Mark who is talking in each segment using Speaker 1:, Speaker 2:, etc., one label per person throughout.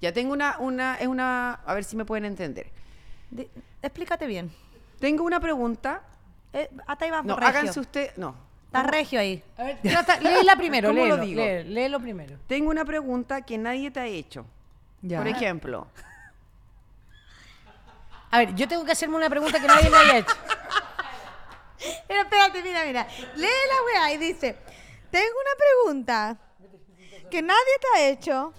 Speaker 1: Ya tengo una, una, es una, a ver si me pueden entender.
Speaker 2: Di- explícate bien.
Speaker 1: Tengo una pregunta.
Speaker 2: Eh, hasta ahí vamos,
Speaker 1: No,
Speaker 2: regio.
Speaker 1: háganse usted, no.
Speaker 2: Está regio ahí.
Speaker 3: Ah, A ver, trata, léela primero,
Speaker 1: ¿Cómo lo
Speaker 3: léelo,
Speaker 1: digo?
Speaker 3: lé- léelo primero.
Speaker 1: Tengo una pregunta que nadie te ha hecho.
Speaker 3: Ya.
Speaker 1: Por ejemplo,
Speaker 3: A ver, yo tengo que hacerme una pregunta que nadie me haya hecho.
Speaker 4: Pero espérate, mira, mira. Lee la weá y dice, tengo una pregunta que nadie te ha hecho.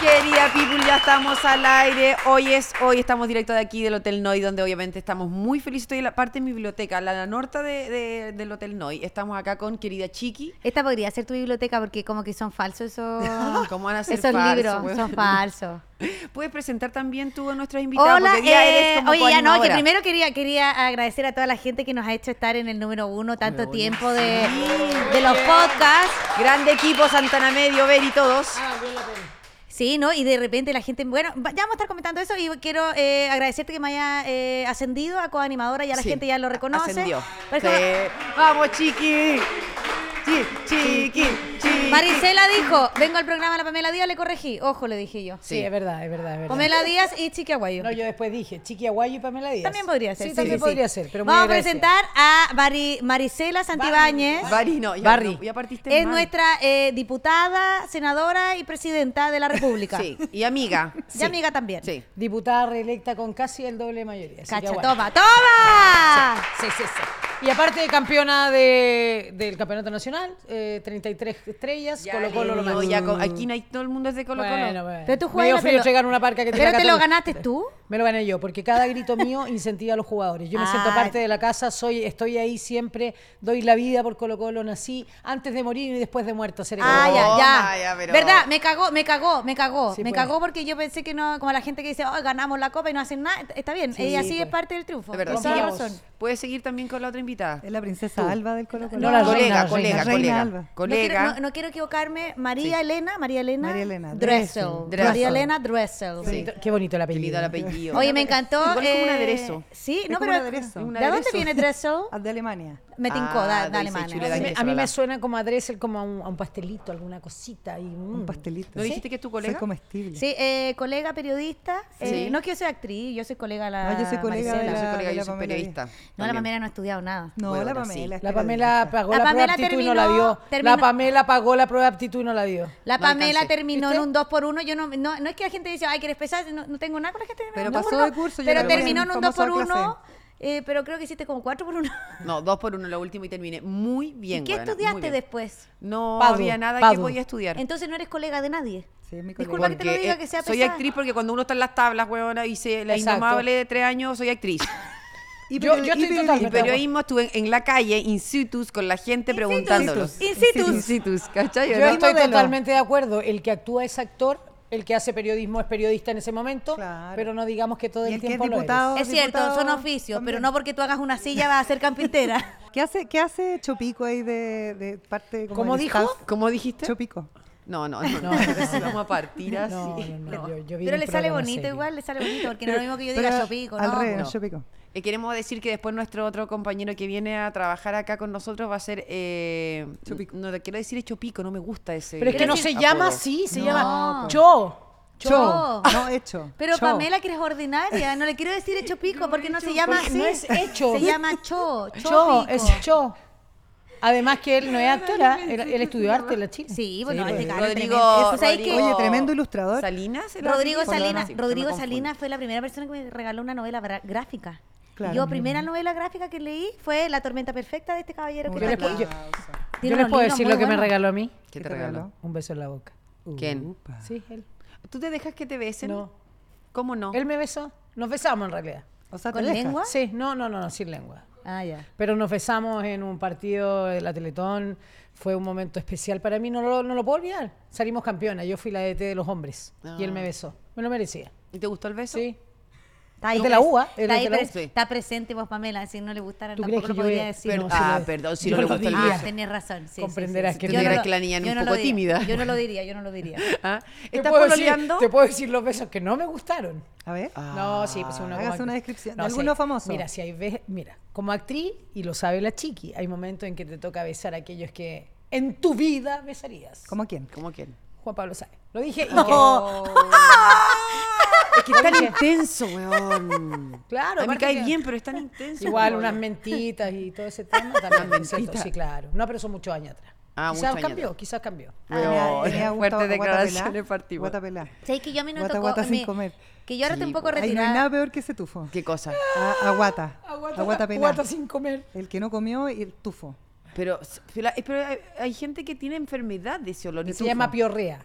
Speaker 1: Querida people, ya estamos al aire. Hoy es, hoy estamos directo de aquí del Hotel Noy, donde obviamente estamos muy felices. Estoy en la parte de mi biblioteca, la, la norte de- de- del Hotel Noy. Estamos acá con querida Chiqui.
Speaker 4: Esta podría ser tu biblioteca porque como que son falsos esos,
Speaker 1: ¿Cómo van a ser
Speaker 4: esos
Speaker 1: falsos,
Speaker 4: libros,
Speaker 1: weón?
Speaker 4: son falsos.
Speaker 1: Puedes presentar también tú a nuestras invitadas.
Speaker 4: Hola,
Speaker 1: porque hoy día
Speaker 4: eh,
Speaker 1: eres como
Speaker 4: oye, ya no, que
Speaker 1: coanimadora.
Speaker 4: primero quería, quería agradecer a toda la gente que nos ha hecho estar en el número uno tanto tiempo de, de los podcasts.
Speaker 1: Grande equipo, Santana Medio, Ver y todos.
Speaker 4: Sí, ¿no? Y de repente la gente, bueno, va- ya vamos a estar comentando eso y quiero eh, agradecerte que me haya eh, ascendido a coanimadora, ya la
Speaker 1: Sí,
Speaker 4: gente ya lo reconoce.
Speaker 1: Ascendió.
Speaker 4: Por ejemplo,
Speaker 1: Sí. Vamos, Chiqui. Chi- Chiqui, Chiqui.
Speaker 4: Maricela dijo, vengo al programa de la Pamela Díaz, le corregí. Ojo, le dije yo.
Speaker 3: Sí, es verdad, es verdad, es verdad.
Speaker 4: Pamela Díaz y Chiqui Aguayo.
Speaker 3: No, yo después dije Chiqui Aguayo y Pamela Díaz.
Speaker 4: También podría ser.
Speaker 3: Sí, también
Speaker 4: sí.
Speaker 3: podría ser, pero muy
Speaker 4: Vamos a
Speaker 3: agradecida.
Speaker 4: presentar a Mari- Maricela Santibáñez.
Speaker 1: ¿eh? Barry, no, ya,
Speaker 3: Barry.
Speaker 1: no, ya partiste
Speaker 4: Es
Speaker 1: mal.
Speaker 4: nuestra eh, diputada, senadora y presidenta de la República.
Speaker 1: Sí, y amiga.
Speaker 4: Y amiga también.
Speaker 1: Sí.
Speaker 3: Diputada reelecta con casi el doble de mayoría. así que
Speaker 4: Cacha,
Speaker 3: aguante.
Speaker 4: toma, toma.
Speaker 3: Sí, sí, sí. Y aparte de campeona de- del campeonato nacional, eh, 33 estrellas,
Speaker 1: Ya,
Speaker 3: Colo Colo lo
Speaker 1: no,
Speaker 3: más.
Speaker 1: ya con- aquí no hay, todo el mundo es de Colo Colo.
Speaker 3: Bueno, bueno.
Speaker 4: Pero tú
Speaker 3: Me dio
Speaker 4: juegas.
Speaker 3: frío llegar a una parca que te
Speaker 4: Pero
Speaker 3: la
Speaker 4: te lo
Speaker 3: Católica.
Speaker 4: ganaste tú.
Speaker 3: Me lo gané yo, porque cada grito mío incentiva a los jugadores. Yo me siento
Speaker 4: Ah.
Speaker 3: parte de la casa, soy, estoy ahí siempre, doy la vida por Colo Colo, nací antes de morir y después de muerto. Seré
Speaker 4: Ah,
Speaker 3: Colo Colo.
Speaker 1: Toma,
Speaker 4: ya, ya.
Speaker 1: ya, Oh, pero-
Speaker 4: ¿Verdad? Me cagó, me cagó, me cagó.
Speaker 3: Sí,
Speaker 4: me
Speaker 3: pues.
Speaker 4: cagó porque yo pensé que no, como la gente que dice, oh, ganamos la copa y no hacen nada. Está bien,
Speaker 3: Sí,
Speaker 4: ella sí
Speaker 3: pues.
Speaker 4: es parte del triunfo.
Speaker 1: De verdad.
Speaker 4: Tienes
Speaker 3: Quizás-
Speaker 4: razón.
Speaker 1: Puedes seguir también con la otra invitada.
Speaker 5: Es la princesa Alba del Colo Colo.
Speaker 3: No, la
Speaker 1: colega,
Speaker 3: reina,
Speaker 1: colega,
Speaker 5: la reina
Speaker 1: colega,
Speaker 5: Alba.
Speaker 1: colega.
Speaker 4: No quiero, no- no quiero equivocarme. María Elena, María Elena.
Speaker 5: María Elena
Speaker 4: Dressel.
Speaker 5: Dressel.
Speaker 1: Dressel.
Speaker 4: María Elena Dressel.
Speaker 1: Sí.
Speaker 3: Qué bonito el
Speaker 1: Qué
Speaker 3: apellido. ¿eh?
Speaker 1: lindo el apellido.
Speaker 4: Oye, me encantó.
Speaker 1: Igual como un
Speaker 4: eh,
Speaker 1: aderezo.
Speaker 4: Sí,
Speaker 5: Es
Speaker 4: no,
Speaker 5: como
Speaker 4: pero.
Speaker 5: un aderezo.
Speaker 1: Un
Speaker 4: ¿De dónde
Speaker 1: aderezo.
Speaker 4: viene Dressel?
Speaker 5: Ah, De Alemania.
Speaker 4: Me tincó,
Speaker 1: Ah,
Speaker 4: da,
Speaker 1: dulce
Speaker 4: da
Speaker 1: y
Speaker 4: alemana.
Speaker 1: chuleta.
Speaker 3: A mí, me- a mí
Speaker 1: Hola.
Speaker 3: me suena como a Dressel, como a un, a un pastelito, alguna cosita. Y, mm.
Speaker 5: Un pastelito.
Speaker 1: ¿No dijiste que es tu colega?
Speaker 5: Soy comestible.
Speaker 4: Sí, eh, colega periodista. eh,
Speaker 1: Sí.
Speaker 4: no es que yo soy actriz, yo soy colega de la.
Speaker 5: No, Ah, yo soy colega
Speaker 4: Maricela.
Speaker 5: de
Speaker 1: yo soy
Speaker 5: la-
Speaker 1: colega,
Speaker 5: de
Speaker 1: yo
Speaker 5: la
Speaker 1: soy
Speaker 5: Pamela
Speaker 1: periodista.
Speaker 4: No, la
Speaker 1: también.
Speaker 4: Pamela no ha estudiado nada.
Speaker 5: No,
Speaker 1: Bueno,
Speaker 5: la
Speaker 1: ahora sí.
Speaker 5: Pamela. es
Speaker 3: La Pamela
Speaker 5: periodista.
Speaker 3: pagó
Speaker 4: La
Speaker 3: la,
Speaker 4: Pamela
Speaker 3: prueba de aptitud y no la
Speaker 4: terminó-
Speaker 3: dio.
Speaker 4: terminó-
Speaker 3: La Pamela pagó la prueba de aptitud y no la dio.
Speaker 4: La
Speaker 1: No
Speaker 4: Pamela
Speaker 1: alcancé.
Speaker 4: terminó en un 2 por 1 Yo no, no, no es que la gente dice, ay, quieres pesar. No, no tengo nada con la gente.
Speaker 5: Pero
Speaker 4: no,
Speaker 5: pasó
Speaker 4: no,
Speaker 5: de curso, yo
Speaker 4: Pero
Speaker 5: la vi
Speaker 4: terminó
Speaker 5: en
Speaker 4: en un
Speaker 5: famoso
Speaker 4: 2 por
Speaker 5: clase.
Speaker 4: 1 eh, Pero creo que hiciste como 4 por 1
Speaker 1: No, dos por uno, lo último y terminé. Muy bien.
Speaker 4: ¿Y qué
Speaker 1: weona, muy
Speaker 4: estudiaste
Speaker 1: bien.
Speaker 4: después?
Speaker 1: No
Speaker 3: Padu,
Speaker 1: había nada que
Speaker 3: Padu.
Speaker 1: podía estudiar.
Speaker 4: Entonces no eres colega de nadie.
Speaker 5: Sí, es mi colega.
Speaker 4: Disculpa que te lo
Speaker 1: Porque,
Speaker 4: diga,
Speaker 1: eh,
Speaker 4: que sea
Speaker 1: soy
Speaker 4: pesada.
Speaker 1: actriz porque cuando uno está en las tablas, huevona, y se, la
Speaker 3: Exacto.
Speaker 1: indomable de tres años, soy actriz.
Speaker 5: Y
Speaker 3: Yo-
Speaker 5: periodi-
Speaker 3: yo estoy
Speaker 5: y periodista.
Speaker 3: totalmente-
Speaker 1: En periodismo estuve en, en la calle, in situ, con la gente preguntándolos.
Speaker 4: In situ.
Speaker 1: In situ, ¿cachai?
Speaker 3: Yo
Speaker 1: ¿verdad?
Speaker 3: estoy
Speaker 5: modelo.
Speaker 3: totalmente de acuerdo. El que actúa es actor, el que hace periodismo es periodista en ese momento,
Speaker 5: Claro.
Speaker 3: pero no digamos que todo
Speaker 5: Y
Speaker 3: el,
Speaker 5: el que es
Speaker 3: tiempo lo eres.
Speaker 5: diputado-
Speaker 4: Es cierto,
Speaker 5: diputado
Speaker 4: son oficios, pero
Speaker 5: también.
Speaker 4: no porque tú hagas una silla vas a ser carpintera.
Speaker 5: ¿Qué hace, ¿Qué hace Chopico ahí de, de parte como
Speaker 3: ¿Cómo
Speaker 5: el
Speaker 3: dijo?
Speaker 5: staff?
Speaker 1: ¿Cómo dijiste?
Speaker 5: Chopico.
Speaker 1: No, no, no, no,
Speaker 3: No.
Speaker 1: pero si vamos a partir así.
Speaker 3: No, no, no, yo- yo vi
Speaker 4: Ah, pero
Speaker 3: un
Speaker 4: le sale
Speaker 3: programa
Speaker 4: bonito
Speaker 3: serio.
Speaker 4: igual, le sale bonito, porque no es lo mismo que yo diga
Speaker 5: Pero
Speaker 4: chopico,
Speaker 5: Al
Speaker 4: ¿no? pues.
Speaker 5: revés,
Speaker 1: No.
Speaker 5: Chopico.
Speaker 1: Eh, queremos decir que después nuestro otro compañero que viene a trabajar acá con nosotros va a ser. eh, No le quiero decir Chopico, no me gusta ese.
Speaker 3: Pero es que no se llama
Speaker 1: apodo.
Speaker 3: así, se
Speaker 4: No.
Speaker 3: llama Cho.
Speaker 4: Cho.
Speaker 5: Cho. No, hecho.
Speaker 4: Pero
Speaker 5: Cho.
Speaker 4: Pamela, que eres ordinaria, no le quiero decir hecho pico, porque no se llama
Speaker 3: porque
Speaker 4: así.
Speaker 3: no es hecho.
Speaker 4: Se llama cho, cho,
Speaker 3: Cho,
Speaker 4: pico.
Speaker 3: es Cho. Además que él no es actor, ¿ah? él, él estudió arte en la Chile.
Speaker 4: Sí, bueno,
Speaker 3: pues.
Speaker 4: este cara
Speaker 1: Rodrigo,
Speaker 4: tremendo. ¿Sabes qué?
Speaker 1: Rodrigo-
Speaker 5: Oye, tremendo ilustrador.
Speaker 1: Salinas. era
Speaker 4: Rodrigo
Speaker 1: así?
Speaker 4: Salinas,
Speaker 1: Sí, se me
Speaker 4: Rodrigo
Speaker 1: confunde.
Speaker 4: Salinas fue la primera persona que me regaló una novela gra- gráfica.
Speaker 5: Claro.
Speaker 4: Yo primera novela gráfica que leí fue La tormenta perfecta de este caballero que
Speaker 3: Yo les
Speaker 4: está
Speaker 3: puedo,
Speaker 4: aquí.
Speaker 3: yo-
Speaker 4: Tiene
Speaker 3: yo les
Speaker 4: unos
Speaker 3: puedo
Speaker 4: libros
Speaker 3: decir
Speaker 4: muy
Speaker 3: lo que me
Speaker 4: buenos.
Speaker 3: regaló a mí.
Speaker 1: ¿Qué te regaló?
Speaker 3: Un beso en la boca.
Speaker 5: Uh.
Speaker 1: ¿Quién?
Speaker 3: Upa. Sí, él.
Speaker 1: ¿Tú te dejas que te besen?
Speaker 3: No.
Speaker 1: ¿Cómo no?
Speaker 3: Él me besó. Nos besamos en realidad.
Speaker 5: O sea,
Speaker 4: ¿Con
Speaker 5: te deja.
Speaker 4: lengua?
Speaker 3: Sí, no, no, no, no, sin lengua.
Speaker 4: Ah, ya.
Speaker 3: Pero nos besamos en un partido de la Teletón. Fue un momento especial para mí, no lo, no lo puedo olvidar. Salimos E
Speaker 4: Ah.
Speaker 3: campeona, yo fui la DT de los hombres. Y él me besó. Me lo merecía.
Speaker 1: ¿Y te gustó el beso?
Speaker 3: Sí.
Speaker 4: Está ahí,
Speaker 3: Es de la
Speaker 4: pres-
Speaker 3: UA, él
Speaker 4: Está,
Speaker 3: es
Speaker 4: ahí
Speaker 3: de la
Speaker 4: pres-
Speaker 1: U. Sí.
Speaker 4: está presente vos, Pamela. Si no le gustara,
Speaker 3: ¿Tú
Speaker 4: tampoco
Speaker 3: crees que
Speaker 4: lo
Speaker 3: yo
Speaker 4: podría
Speaker 3: voy-
Speaker 4: decir. Ah,
Speaker 1: Pero-
Speaker 3: No,
Speaker 1: ah,
Speaker 3: sí lo-
Speaker 1: perdón, si
Speaker 3: yo
Speaker 1: no le
Speaker 3: lo
Speaker 1: gusta el
Speaker 3: diría.
Speaker 1: dulce.
Speaker 4: tenés razón. Sí, sí,
Speaker 3: Comprenderás
Speaker 4: sí,
Speaker 3: que
Speaker 4: sí.
Speaker 3: tú
Speaker 4: Yo no
Speaker 3: crees
Speaker 4: lo-
Speaker 1: que la niña es
Speaker 4: yo
Speaker 1: un
Speaker 4: no lo
Speaker 1: poco
Speaker 4: diría.
Speaker 1: tímida.
Speaker 4: Yo no lo diría, yo no lo diría.
Speaker 1: ¿Ah?
Speaker 3: Te
Speaker 1: ¿Estás
Speaker 3: puedo decir-
Speaker 1: pololeando?
Speaker 3: Te puedo decir los besos que no me gustaron.
Speaker 5: A ver.
Speaker 3: No, sí, pues uno como
Speaker 5: Ah, Hágase una
Speaker 3: actriz-
Speaker 5: descripción de
Speaker 3: No, si
Speaker 5: alguno
Speaker 3: hay-
Speaker 5: famoso.
Speaker 3: Mira, si hay veces, mira, como actriz, y lo sabe la chiqui, hay momentos en que te toca besar a aquellos que en tu vida besarías.
Speaker 5: ¿Cómo quién?
Speaker 1: ¿Cómo quién?
Speaker 3: Juan Pablo sabe. Lo dije. y
Speaker 1: Es que es tan intenso, weón.
Speaker 3: que- claro,
Speaker 1: A mí me
Speaker 3: aparte
Speaker 1: cae
Speaker 3: que-
Speaker 1: bien, pero es tan intenso.
Speaker 3: Igual
Speaker 1: weón.
Speaker 3: unas mentitas y todo ese tema también,
Speaker 1: Unas
Speaker 3: es ¿cierto?
Speaker 1: mentitas.
Speaker 3: Sí, claro. No, pero son muchos años atrás.
Speaker 1: Ah, muchos
Speaker 3: quizás
Speaker 1: años
Speaker 3: cambió,
Speaker 1: atrás.
Speaker 3: quizás cambió.
Speaker 1: Ah, Weón, fuertes declaraciones partidas.
Speaker 5: Guata pelá.
Speaker 4: ¿Sabes que yo a mí no me
Speaker 5: Guata,
Speaker 4: tocó?
Speaker 5: guata sin
Speaker 4: me-
Speaker 5: comer.
Speaker 4: Que yo ahora estoy
Speaker 1: Sí,
Speaker 4: un poco
Speaker 5: Ay, no hay
Speaker 4: retirada.
Speaker 5: nada peor que ese tufo.
Speaker 1: ¿Qué cosa?
Speaker 5: A, Ah, aguata. Aguata, pelá.
Speaker 3: guata sin comer.
Speaker 5: El que no comió y el tufo.
Speaker 1: Pero, pero hay- pero hay, hay gente que tiene enfermedad de ese olor.
Speaker 3: Se llama piorrea.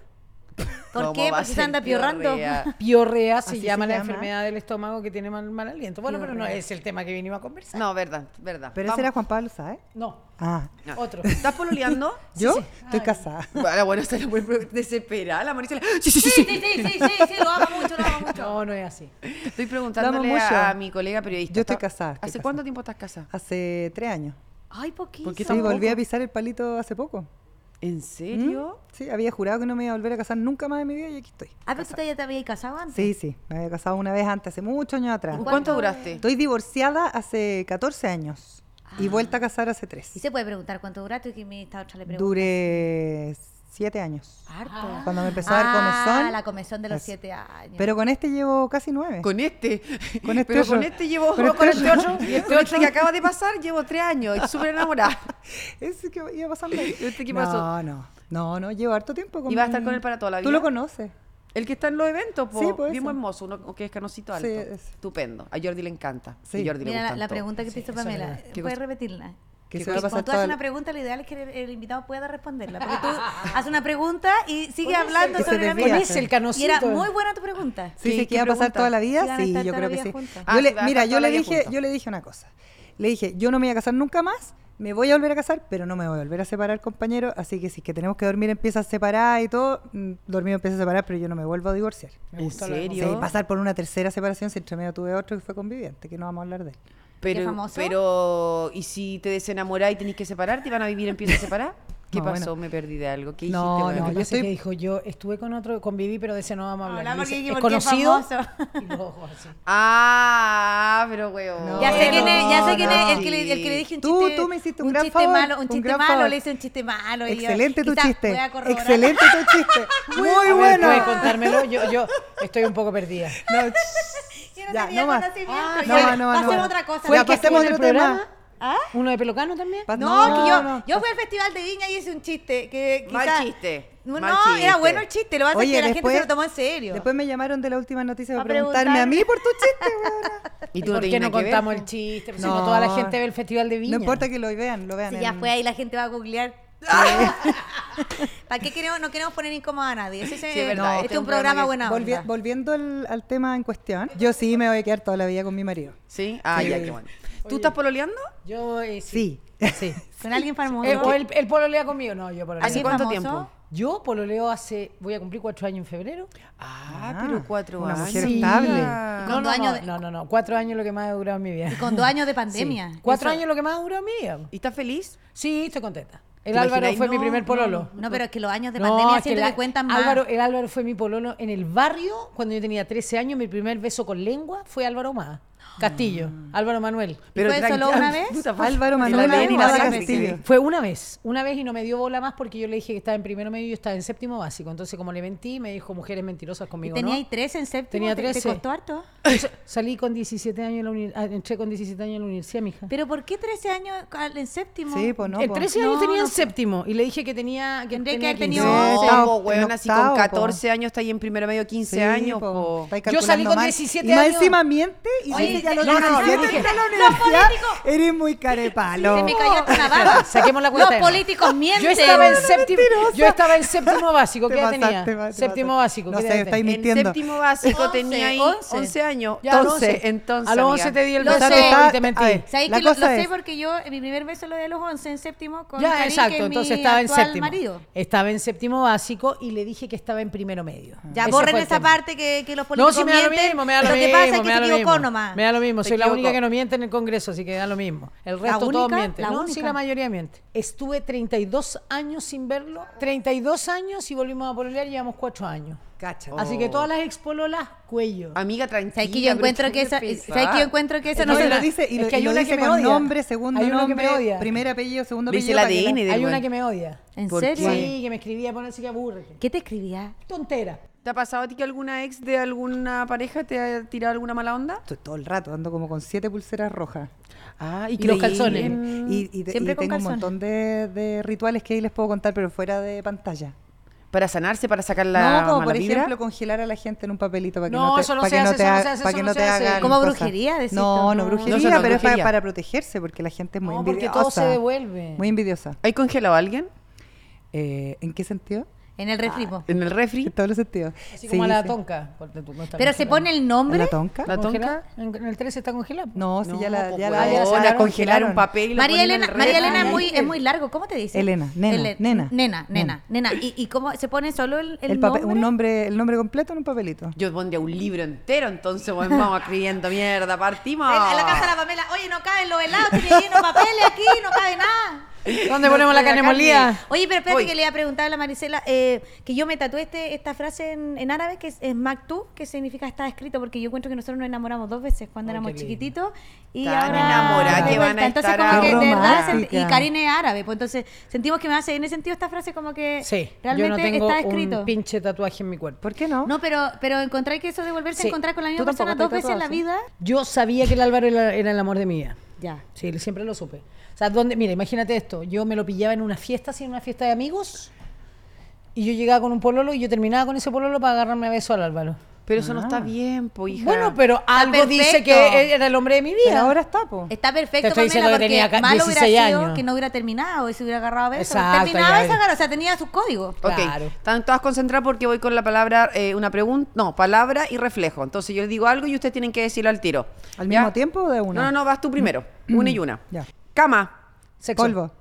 Speaker 4: ¿Por qué? Porque se anda piorrando.
Speaker 3: Piorrea se
Speaker 5: Así se
Speaker 3: llama la
Speaker 5: llama.
Speaker 3: enfermedad del estómago que tiene mal, mal aliento. Bueno, pero no es el tema que vinimos a conversar.
Speaker 1: No, verdad, verdad.
Speaker 5: Pero
Speaker 1: Vamos.
Speaker 5: ese era Juan Pablo, ¿sabes?
Speaker 3: No,
Speaker 5: Ah.
Speaker 1: No.
Speaker 3: otro.
Speaker 1: ¿Estás pololeando?
Speaker 5: ¿Yo? Estoy casada.
Speaker 1: Bueno, bueno, se la voy a desesperar. La Maricela. Sí, sí, sí. sí.
Speaker 4: Sí, sí, sí, sí, sí, sí, lo amo mucho, lo amo mucho.
Speaker 3: No, no es así.
Speaker 1: Estoy preguntándole
Speaker 5: Lo amo mucho.
Speaker 1: a, a mi colega periodista.
Speaker 5: Yo estoy
Speaker 1: ¿Está-
Speaker 5: casada, estoy
Speaker 1: ¿Hace
Speaker 5: casada.
Speaker 1: cuánto tiempo estás casada?
Speaker 5: Hace tres años.
Speaker 4: Ay, poquito.
Speaker 1: ¿Por qué
Speaker 5: Sí,
Speaker 1: tampoco?
Speaker 5: volví a pisar el palito hace poco. ¿Mm?
Speaker 1: ¿En serio?
Speaker 5: Sí, había jurado que no me iba a volver a casar nunca más en mi vida y aquí estoy.
Speaker 4: Ah, pero tú te, ya te habías casado
Speaker 1: Ah.
Speaker 4: antes.
Speaker 5: Sí, sí. Me había casado una vez antes, hace muchos años atrás.
Speaker 1: ¿Cuánto,
Speaker 4: ¿Cuánto-
Speaker 1: duraste?
Speaker 5: Ah. Estoy divorciada hace 14 años
Speaker 1: Ah.
Speaker 5: y vuelta a casar hace
Speaker 4: Y
Speaker 5: 3.
Speaker 4: se puede preguntar cuánto duraste y que mi esta otra le pregunta.
Speaker 5: Duré 7
Speaker 1: Ah,
Speaker 5: años.
Speaker 4: Harto.
Speaker 5: Cuando me empezó a dar
Speaker 4: Ah,
Speaker 5: comezón.
Speaker 4: la comezón de los
Speaker 5: Eso.
Speaker 4: siete años.
Speaker 5: Pero con este llevo casi 9.
Speaker 1: Con este.
Speaker 5: Con este
Speaker 1: Pero
Speaker 5: otro.
Speaker 1: con este llevo.
Speaker 5: Con
Speaker 1: no, Con
Speaker 5: este
Speaker 1: este otro.
Speaker 5: otro.
Speaker 1: Y este otro que acaba de pasar, llevo tres años. y Súper enamorada.
Speaker 5: Es que iba pasando.
Speaker 1: ¿Y usted ¿Este qué
Speaker 5: no,
Speaker 1: pasó?
Speaker 5: no. No, no, llevo harto tiempo con
Speaker 1: ¿Y va a
Speaker 5: mi-
Speaker 1: estar con él para toda la
Speaker 5: Tú
Speaker 1: vida?
Speaker 5: lo conoces.
Speaker 1: El que está en los eventos, po,
Speaker 5: Sí, po,
Speaker 1: bien
Speaker 5: eso.
Speaker 1: buen mozo, uno que es canocito alto.
Speaker 5: Sí, es.
Speaker 1: Estupendo. A Jordi le encanta.
Speaker 5: Sí.
Speaker 1: Y Jordi le
Speaker 4: Mira la,
Speaker 1: gustan
Speaker 4: la
Speaker 1: todos.
Speaker 4: pregunta que te hizo Pamela.
Speaker 1: ¿Qué
Speaker 4: ¿Puedes
Speaker 1: cosa?
Speaker 4: repetirla?
Speaker 5: Que
Speaker 1: ¿Qué
Speaker 5: se va a
Speaker 4: Cuando
Speaker 5: pasar
Speaker 4: tú haces
Speaker 5: toda
Speaker 4: una
Speaker 5: la-
Speaker 4: pregunta, lo ideal es que el, el invitado pueda responderla. Porque tú haces una pregunta y sigue hablando
Speaker 5: que se
Speaker 4: sobre la
Speaker 5: desvía.
Speaker 4: misma.
Speaker 5: Él es
Speaker 3: el
Speaker 4: Y era
Speaker 3: canocito.
Speaker 4: muy buena tu pregunta.
Speaker 5: Sí,
Speaker 1: ¿Qué-
Speaker 5: sí,
Speaker 1: qué
Speaker 5: que iba a pasar
Speaker 1: pregunta?
Speaker 5: toda la
Speaker 4: ¿Sí van
Speaker 5: vida.
Speaker 4: a
Speaker 5: Sí,
Speaker 4: estar
Speaker 5: yo
Speaker 4: toda la
Speaker 5: creo que
Speaker 4: vida
Speaker 5: sí.
Speaker 4: juntas?
Speaker 1: Ah,
Speaker 5: Yo
Speaker 1: sí,
Speaker 5: le,
Speaker 1: van a
Speaker 5: mira,
Speaker 1: estar
Speaker 5: yo
Speaker 1: toda la
Speaker 5: le
Speaker 1: vida
Speaker 5: dije,
Speaker 1: juntas.
Speaker 5: yo le dije una cosa. Le dije, yo no me voy a casar nunca más, me voy a volver a casar, pero no me voy a volver a separar, compañero. Así que si es que tenemos que dormir en piezas separadas y todo, mm, dormir en piezas separadas, pero yo no me vuelvo a divorciar.
Speaker 3: Me
Speaker 1: ¿En
Speaker 3: gustó la
Speaker 5: Y
Speaker 1: serio?
Speaker 5: pasar por una tercera separación, si entre medio tuve otro que fue conviviente, que no vamos a hablar de él.
Speaker 1: Pero,
Speaker 4: ¿Qué famoso?
Speaker 1: pero, ¿y si te desenamorás y tenés que separarte y van a vivir en piezas separadas? ¿Qué
Speaker 5: No, bueno.
Speaker 1: pasó? Me perdí de algo. ¿Qué
Speaker 5: No,
Speaker 1: dijiste?
Speaker 5: no,
Speaker 3: Lo
Speaker 1: weón?
Speaker 3: que
Speaker 5: yo
Speaker 3: pasa es
Speaker 5: estoy-
Speaker 3: que dijo, yo estuve con otro, conviví, pero de ese no vamos a hablar.
Speaker 4: Hablamos
Speaker 3: Y dice,
Speaker 4: aquí
Speaker 3: es
Speaker 4: porque es
Speaker 3: conocido.
Speaker 4: famoso.
Speaker 3: Y los ojos así.
Speaker 1: Ah, pero weón.
Speaker 5: No,
Speaker 4: Ya sé quién es, ya sé
Speaker 5: no,
Speaker 4: quién es,
Speaker 5: no.
Speaker 4: el que le, el que le dije un
Speaker 5: Tú-
Speaker 4: chiste.
Speaker 5: tú me hiciste un gran
Speaker 4: chiste
Speaker 5: favor,
Speaker 4: malo, un
Speaker 5: un
Speaker 4: chiste
Speaker 5: gran
Speaker 4: malo,
Speaker 5: favor.
Speaker 4: le hice un chiste malo. y yo,
Speaker 5: Excelente tu
Speaker 4: quizás
Speaker 5: chiste.
Speaker 4: pueda corroborar.
Speaker 5: Excelente tu chiste. Muy
Speaker 3: A ver,
Speaker 5: bueno.
Speaker 3: ¿Puedes contármelo? Yo, yo estoy un poco perdida.
Speaker 5: No,
Speaker 4: Yo no
Speaker 5: ch- Ya,
Speaker 4: tenía
Speaker 5: no más.
Speaker 4: conocimiento,
Speaker 5: Ah,
Speaker 4: yo
Speaker 5: no más, no más,
Speaker 4: pasemos
Speaker 5: no más.
Speaker 4: otra cosa.
Speaker 3: ¿Fue
Speaker 5: Ya,
Speaker 3: el que estuvo
Speaker 5: pasemos
Speaker 3: en
Speaker 5: al
Speaker 3: el
Speaker 5: otro tema.
Speaker 3: programa? ¿Ah? ¿Uno de Pelocano también?
Speaker 5: Pa-
Speaker 4: No, que yo,
Speaker 5: no.
Speaker 4: yo fui al Festival de Viña y hice un chiste. Que
Speaker 1: Mal
Speaker 4: quizás-
Speaker 1: chiste,
Speaker 4: No,
Speaker 1: mal
Speaker 4: no, era
Speaker 1: chiste.
Speaker 4: bueno el chiste, lo que pasa es que la gente se lo tomó en serio.
Speaker 5: Después me llamaron de la última noticia
Speaker 4: Pa'
Speaker 5: para preguntarme a
Speaker 4: preguntarme.
Speaker 5: mí por tu chiste, weona.
Speaker 1: ¿Y tú no
Speaker 3: ¿Por
Speaker 1: tenías
Speaker 3: qué no
Speaker 1: nada que ver?
Speaker 3: contamos el chiste? Pues Si
Speaker 5: No.
Speaker 3: no, toda la gente ve el Festival de Viña.
Speaker 5: No importa que lo vean, lo vean.
Speaker 4: si ya
Speaker 5: en-
Speaker 4: fue ahí, la gente va a googlear. ¿Para qué queremos, no queremos poner incómoda a nadie? Ese,
Speaker 1: Sí, es verdad,
Speaker 4: este es un programa,
Speaker 1: que-
Speaker 4: buena
Speaker 5: Volvi-
Speaker 4: onda.
Speaker 5: volviendo al, al tema en cuestión, yo sí me voy a quedar toda la vida con mi marido.
Speaker 1: Sí, ah, ya, qué bueno. ¿Tú estás pololeando?
Speaker 3: Yo eh,
Speaker 5: Sí.
Speaker 3: Sí.
Speaker 4: Con alguien famoso.
Speaker 3: Eh, o él, él pololea conmigo. No, yo pololeo.
Speaker 1: ¿Hace
Speaker 4: ¿Alguien
Speaker 1: cuánto
Speaker 4: famoso?
Speaker 1: tiempo?
Speaker 3: Yo pololeo hace, voy a cumplir cuatro años en febrero.
Speaker 1: Ah,
Speaker 5: Ah,
Speaker 1: pero cuatro
Speaker 5: una
Speaker 1: años.
Speaker 5: mujer estable.
Speaker 4: Y
Speaker 3: No,
Speaker 4: con
Speaker 3: no,
Speaker 4: dos años
Speaker 3: no,
Speaker 4: de-
Speaker 3: no, no, no, cuatro años lo que más ha durado en mi vida.
Speaker 4: Y con dos años de
Speaker 3: Sí.
Speaker 4: pandemia.
Speaker 3: Cuatro
Speaker 4: Eso-
Speaker 3: años lo que más ha durado en mi vida.
Speaker 1: ¿Y estás feliz?
Speaker 3: Sí, estoy contenta. El
Speaker 1: ¿Te
Speaker 3: Álvaro
Speaker 1: imagináis?
Speaker 3: fue mi
Speaker 1: No,
Speaker 3: primer pololo.
Speaker 4: No, pero es que los años de
Speaker 3: No,
Speaker 4: pandemia
Speaker 3: es
Speaker 4: siento que,
Speaker 3: la-
Speaker 4: cuentan más.
Speaker 3: Álvaro, el Álvaro fue mi pololo en el barrio cuando yo tenía 13 años. Mi primer beso con lengua fue Álvaro Más. Castillo,
Speaker 4: Ah.
Speaker 3: Álvaro Manuel.
Speaker 1: Pero
Speaker 4: fue solo
Speaker 1: tranqui-
Speaker 4: una vez?
Speaker 1: Puta, fue-
Speaker 5: Álvaro
Speaker 1: fue
Speaker 5: Manuel
Speaker 1: una vez y
Speaker 5: Alvarado
Speaker 1: nada más.
Speaker 5: Castillo.
Speaker 3: Fue una vez, una vez y no me dio bola más porque yo le dije que estaba en primero medio y yo estaba en séptimo básico. Entonces, como le mentí, me dijo mujeres mentirosas
Speaker 4: Y
Speaker 3: conmigo.
Speaker 4: tenía
Speaker 3: ¿no?
Speaker 4: ahí tres en séptimo.
Speaker 3: Tenía
Speaker 4: te- ¿Te
Speaker 3: 13.
Speaker 4: costó harto?
Speaker 3: Entonces, Salí con 17 años, en la uni- ah, entré con 17 años en la universidad, mija.
Speaker 4: ¿Pero por qué 13 años al- en séptimo?
Speaker 5: Sí, pues no.
Speaker 3: en
Speaker 5: po.
Speaker 3: 13
Speaker 4: No,
Speaker 3: años tenía
Speaker 4: no
Speaker 3: en
Speaker 4: sé.
Speaker 3: séptimo y le dije que tenía que
Speaker 4: Tendría
Speaker 3: tenía
Speaker 4: que haber
Speaker 3: 15.
Speaker 4: tenido
Speaker 1: No,
Speaker 5: Sí,
Speaker 1: po,
Speaker 5: en
Speaker 1: weón, así
Speaker 5: octavo,
Speaker 1: con
Speaker 5: po.
Speaker 1: 14 años está ahí en primero medio, 15
Speaker 5: Sí,
Speaker 1: años,
Speaker 5: po.
Speaker 1: po.
Speaker 5: Estáis
Speaker 3: Yo salí
Speaker 5: calculando
Speaker 3: con
Speaker 5: mal.
Speaker 3: 17
Speaker 5: Y más
Speaker 3: años.
Speaker 5: encima miente y
Speaker 4: Oye,
Speaker 5: se que ya lo
Speaker 3: No, no, no,
Speaker 5: dijiste,
Speaker 3: yo dije,
Speaker 5: entra a la
Speaker 4: los
Speaker 5: universidad,
Speaker 4: políticos-
Speaker 5: eres muy carepalo.
Speaker 4: Se me cayó hasta una baba.
Speaker 3: Saquemos la cuenta.
Speaker 4: Los políticos mienten.
Speaker 3: Yo estaba en séptimo, yo estaba en séptimo básico,
Speaker 5: Te
Speaker 3: ¿qué edad
Speaker 5: pasaste,
Speaker 3: tenía?
Speaker 5: te pasaste.
Speaker 3: séptimo básico,
Speaker 5: No
Speaker 3: ¿qué
Speaker 5: sé,
Speaker 3: edad
Speaker 5: estáis
Speaker 3: tenía?
Speaker 1: En
Speaker 5: mintiendo.
Speaker 1: séptimo básico
Speaker 4: Once,
Speaker 1: tenía ahí
Speaker 4: once.
Speaker 1: 11, años.
Speaker 3: Ya, a los
Speaker 1: 11,
Speaker 3: 11.
Speaker 1: entonces.
Speaker 3: A los
Speaker 1: amiga.
Speaker 3: 11 te di el
Speaker 4: Lo
Speaker 3: beso
Speaker 4: sé.
Speaker 3: y te
Speaker 5: A
Speaker 3: mentí.
Speaker 5: ver,
Speaker 4: ¿Sabéis
Speaker 5: La
Speaker 4: que lo, lo
Speaker 5: cosa
Speaker 4: sé
Speaker 5: es-
Speaker 4: porque yo eh, mi primer beso lo di a los 11 en séptimo con
Speaker 3: ya,
Speaker 4: Karin, que
Speaker 3: exacto,
Speaker 4: es mi
Speaker 3: entonces estaba en
Speaker 4: actual
Speaker 3: séptimo.
Speaker 4: marido.
Speaker 3: Estaba en séptimo básico y le dije que estaba en primero medio.
Speaker 4: Ya
Speaker 3: Ese
Speaker 4: borren
Speaker 3: fue el
Speaker 4: esa
Speaker 3: tema.
Speaker 4: parte que, que los
Speaker 3: No,
Speaker 4: políticos
Speaker 3: sí, me da lo
Speaker 4: mienten.
Speaker 3: mismo, me da lo,
Speaker 4: que
Speaker 3: mismo.
Speaker 4: pasa es que
Speaker 3: me da
Speaker 4: se
Speaker 3: lo
Speaker 4: equivocó
Speaker 3: mismo.
Speaker 4: nomás.
Speaker 3: Me da lo mismo,
Speaker 1: Se
Speaker 3: soy la única
Speaker 1: equivocó.
Speaker 3: que no miente en el Congreso, así que da lo mismo. El
Speaker 4: ¿La
Speaker 3: resto todos
Speaker 4: única?
Speaker 3: mienten.
Speaker 4: ¿La
Speaker 3: no, sí,
Speaker 4: única?
Speaker 3: la mayoría miente. Estuve 32 años sin verlo, 32 años y volvimos a pololear, llevamos 4 años.
Speaker 5: Cacha.
Speaker 3: Así que todas las expololas, cuello.
Speaker 1: Amiga, tranquila.
Speaker 4: ¿Sabes que yo
Speaker 1: pero
Speaker 4: encuentro
Speaker 1: ¿qué
Speaker 4: que esa,
Speaker 1: pensás?
Speaker 4: ¿sabes que yo encuentro que esa
Speaker 5: Eso
Speaker 4: no
Speaker 3: hay
Speaker 5: no
Speaker 4: se
Speaker 5: se
Speaker 3: una-
Speaker 5: lo dice, y
Speaker 3: es
Speaker 5: lo,
Speaker 3: que hay
Speaker 5: y lo
Speaker 3: una que
Speaker 5: dice
Speaker 3: me
Speaker 5: con
Speaker 3: odia.
Speaker 5: nombre, segundo
Speaker 3: Hay una que me
Speaker 5: nombre,
Speaker 3: odia.
Speaker 5: primer apellido, segundo
Speaker 1: Le hice
Speaker 5: apellido.
Speaker 1: el
Speaker 5: para que
Speaker 1: ADN
Speaker 5: la-
Speaker 1: del
Speaker 3: Hay una
Speaker 1: weón.
Speaker 3: que me odia.
Speaker 4: ¿En
Speaker 1: ¿Por
Speaker 4: serio?
Speaker 1: qué?
Speaker 3: Sí, que me escribía, ponerse que aburre.
Speaker 4: ¿Qué te escribía?
Speaker 3: Tontera.
Speaker 1: ¿Te ha pasado a ti que alguna ex de alguna pareja te ha tirado alguna mala onda?
Speaker 5: Estoy todo el rato, ando como con siete pulseras rojas.
Speaker 1: Ah,
Speaker 3: Y los calzones.
Speaker 5: Y, y- y
Speaker 4: Siempre con
Speaker 5: tengo un
Speaker 4: calzones.
Speaker 5: montón de, de rituales que ahí les puedo contar, pero fuera de pantalla.
Speaker 1: Para sanarse, para sacar la
Speaker 5: no, como
Speaker 1: mala
Speaker 5: por
Speaker 1: vibra.
Speaker 5: ejemplo congelar a la gente en un papelito para que
Speaker 3: No,
Speaker 5: no, te,
Speaker 3: eso no
Speaker 5: para
Speaker 3: se
Speaker 5: que
Speaker 3: hace,
Speaker 5: no te
Speaker 3: eso no
Speaker 5: ha-
Speaker 3: se hace,
Speaker 5: para
Speaker 3: eso
Speaker 5: que
Speaker 3: no
Speaker 5: no
Speaker 3: se
Speaker 5: te
Speaker 3: hace.
Speaker 5: hagan
Speaker 4: Como
Speaker 5: cosas.
Speaker 4: brujería, decís
Speaker 5: No,
Speaker 4: tú,
Speaker 5: no
Speaker 4: no.
Speaker 5: brujería,
Speaker 1: No, eso no es
Speaker 5: pero es pa-
Speaker 1: brujería.
Speaker 5: para, protegerse, porque la gente es muy
Speaker 3: No, porque
Speaker 5: envidiosa.
Speaker 3: todo se devuelve.
Speaker 5: Muy envidiosa.
Speaker 1: ¿Hay congelado a alguien?
Speaker 5: Eh, ¿En qué sentido?
Speaker 4: En el refripo.
Speaker 1: ¿En el refri?
Speaker 5: En todos los sentidos.
Speaker 3: Así
Speaker 5: Sí,
Speaker 3: como a la
Speaker 5: sí.
Speaker 3: tonca. porque tú no estás
Speaker 4: Pero se
Speaker 3: congelada.
Speaker 4: pone el nombre.
Speaker 5: ¿La tonca?
Speaker 1: ¿La
Speaker 3: ¿Congelada?
Speaker 1: tonca?
Speaker 3: ¿En en el 13 está congelado?
Speaker 5: No, sí, ya la,
Speaker 1: po,
Speaker 5: ya
Speaker 1: weona,
Speaker 5: la, ya la
Speaker 1: congelar Ah, un
Speaker 5: congelaron.
Speaker 1: papel. y lo
Speaker 4: María
Speaker 1: ponen en
Speaker 4: Elena,
Speaker 1: el
Speaker 4: María
Speaker 1: refri.
Speaker 4: Elena es muy, es muy largo. ¿Cómo te dice?
Speaker 5: Elena, nena,
Speaker 4: Ele-
Speaker 5: nena.
Speaker 4: Nena, nena, nena. ¿Y, y cómo se pone solo el, el
Speaker 5: El papel-
Speaker 4: nombre?
Speaker 5: un nombre, el nombre completo en un papelito.
Speaker 1: Yo pondría un libro entero, entonces bueno, vamos escribiendo mierda, partimos.
Speaker 4: En- en la casa de la Pamela, oye, no caben los helados, tiene lleno de papeles aquí, no cabe nada.
Speaker 3: ¿Dónde ponemos la carne molida?
Speaker 4: Oye, pero espérate
Speaker 1: Voy.
Speaker 4: que le iba a preguntar a la Marisela, eh, que yo me tatué este- esta frase en, en árabe que es, es Maktub, que significa está escrito, porque yo encuentro que nosotros nos enamoramos dos veces cuando
Speaker 3: Ay, qué
Speaker 4: éramos
Speaker 3: lindo.
Speaker 4: chiquititos y
Speaker 1: Tan
Speaker 4: ahora
Speaker 1: enamoradas
Speaker 4: de
Speaker 1: que van a
Speaker 4: vuelta. Entonces,
Speaker 1: estar
Speaker 4: como que
Speaker 5: ahora.
Speaker 4: de verdad, sent- y
Speaker 5: Romántica.
Speaker 4: Karine es árabe, pues entonces sentimos que me hace en ese sentido esta frase como que
Speaker 3: Sí, yo no
Speaker 4: realmente
Speaker 3: tengo
Speaker 4: está escrito.
Speaker 3: un pinche tatuaje en mi cuerpo.
Speaker 5: ¿Por qué no?
Speaker 4: No, pero, pero encontrar que eso de volverse
Speaker 3: Sí.
Speaker 4: a encontrar con la
Speaker 5: Tú
Speaker 4: misma
Speaker 5: tampoco
Speaker 4: persona
Speaker 5: estás
Speaker 4: dos veces en la vida,
Speaker 5: tatuada,
Speaker 3: Yo sabía que el Álvaro era, era el amor de mi vida.
Speaker 4: ya.
Speaker 3: Sí, siempre lo supe. O sea, donde, mira, imagínate esto. Yo me lo pillaba en una fiesta, así en una fiesta de amigos, y yo llegaba con un pololo y yo terminaba con ese pololo para agarrarme a beso al Álvaro.
Speaker 1: Pero eso no
Speaker 5: Ah.
Speaker 1: está bien, po, hija.
Speaker 3: Bueno, pero algo dice
Speaker 4: perfecto.
Speaker 5: eh,
Speaker 3: que era el hombre de mi vida.
Speaker 5: Pero ahora está, po.
Speaker 4: Está perfecto,
Speaker 3: Te estoy diciendo
Speaker 4: Pamela,
Speaker 3: que
Speaker 4: porque
Speaker 3: tenía ca-
Speaker 4: malo hubiera
Speaker 3: 16
Speaker 4: sido
Speaker 3: años.
Speaker 4: que no hubiera terminado y se hubiera agarrado a besos.
Speaker 3: Exacto,
Speaker 4: Terminaba
Speaker 3: ya
Speaker 4: y se
Speaker 3: ves.
Speaker 4: agarró, o sea, tenía sus códigos.
Speaker 1: Ok,
Speaker 3: Claro.
Speaker 1: están todas concentradas porque voy con la palabra, eh, una pregunta, no, palabra y reflejo. Entonces yo digo algo y ustedes tienen que decirlo al tiro.
Speaker 5: ¿Al
Speaker 1: ¿Ya?
Speaker 5: mismo tiempo o de una?
Speaker 1: No, no, no, vas tú primero, una y una.
Speaker 5: Mm. Ya. Ah,
Speaker 1: Cama,
Speaker 3: Sexo.
Speaker 5: Polvo.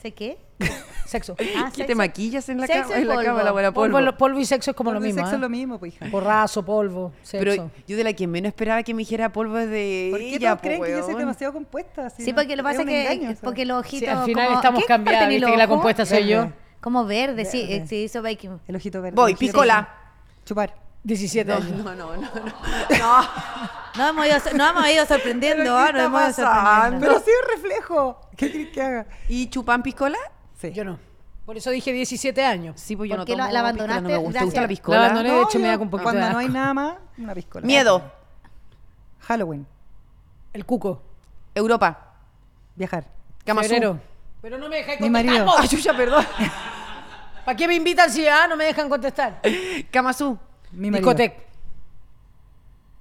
Speaker 4: ¿Sé qué?
Speaker 3: Sexo.
Speaker 4: Ah,
Speaker 1: ¿qué te
Speaker 4: sexo.
Speaker 1: maquillas en la,
Speaker 4: Sexo
Speaker 1: cama,
Speaker 4: y
Speaker 1: en la cama,
Speaker 4: polvo.
Speaker 1: la buena polvo?
Speaker 3: Polvo, lo- polvo y sexo es como lo
Speaker 5: Polvo y
Speaker 3: mismo.
Speaker 5: Sexo es
Speaker 3: ¿eh?
Speaker 5: lo mismo, po, hija.
Speaker 3: Porrazo, polvo,
Speaker 1: Pero
Speaker 3: sexo.
Speaker 1: yo de la que menos esperaba que me dijera polvo es de
Speaker 5: ¿Por qué
Speaker 1: ella,
Speaker 5: todos creen
Speaker 1: po,
Speaker 5: que yo soy
Speaker 1: weón?
Speaker 5: demasiado compuesta? Si
Speaker 4: Sí,
Speaker 5: no-
Speaker 4: porque lo que pasa es
Speaker 5: un
Speaker 4: que
Speaker 5: engaño, eso.
Speaker 4: porque los ojitos...
Speaker 3: Sí, al final
Speaker 4: como-
Speaker 3: estamos
Speaker 4: ¿qué
Speaker 3: cambiadas,
Speaker 4: parte ni
Speaker 3: viste
Speaker 4: los
Speaker 3: que la
Speaker 4: ojos?
Speaker 3: compuesta soy yo.
Speaker 5: Verde.
Speaker 4: Como verde, sí,
Speaker 5: Verde.
Speaker 4: eh, se hizo baking.
Speaker 5: El ojito verde.
Speaker 1: Voy,
Speaker 5: el ojito
Speaker 1: pícola.
Speaker 5: verde. Chupar.
Speaker 3: 17 años.
Speaker 1: No, no, no, no. no.
Speaker 4: No hemos ido, no hemos ido sorprendiendo, ah, nos hemos ido sorprendiendo.
Speaker 5: Pero sí un reflejo. ¿Qué crees que haga?
Speaker 1: ¿Y chupan piscola?
Speaker 5: Sí.
Speaker 3: Yo no. Por eso dije 17 años.
Speaker 1: Sí, pues yo
Speaker 4: ¿Por
Speaker 1: no
Speaker 4: qué
Speaker 1: tomo
Speaker 4: la- la
Speaker 1: piscola, no me
Speaker 4: abandonaste?
Speaker 1: gusta. ¿Te gusta la
Speaker 4: Gracias.
Speaker 1: piscola?
Speaker 3: La abandoné. No, de hecho,
Speaker 5: yo
Speaker 3: me da un poquito
Speaker 5: Cuando
Speaker 3: de
Speaker 5: no hay
Speaker 3: asco.
Speaker 5: nada más, una piscola.
Speaker 1: Miedo,
Speaker 5: Halloween.
Speaker 3: El cuco.
Speaker 1: Europa,
Speaker 5: Viajar.
Speaker 1: Kamazú.
Speaker 3: Febrero. Pero no me dejáis
Speaker 5: Mi marido.
Speaker 1: Ah, chucha, perdón.
Speaker 3: ¿Para qué me invitan si ah, no me dejan contestar?
Speaker 1: Kamazú.
Speaker 5: Mi marido.
Speaker 3: Discotec.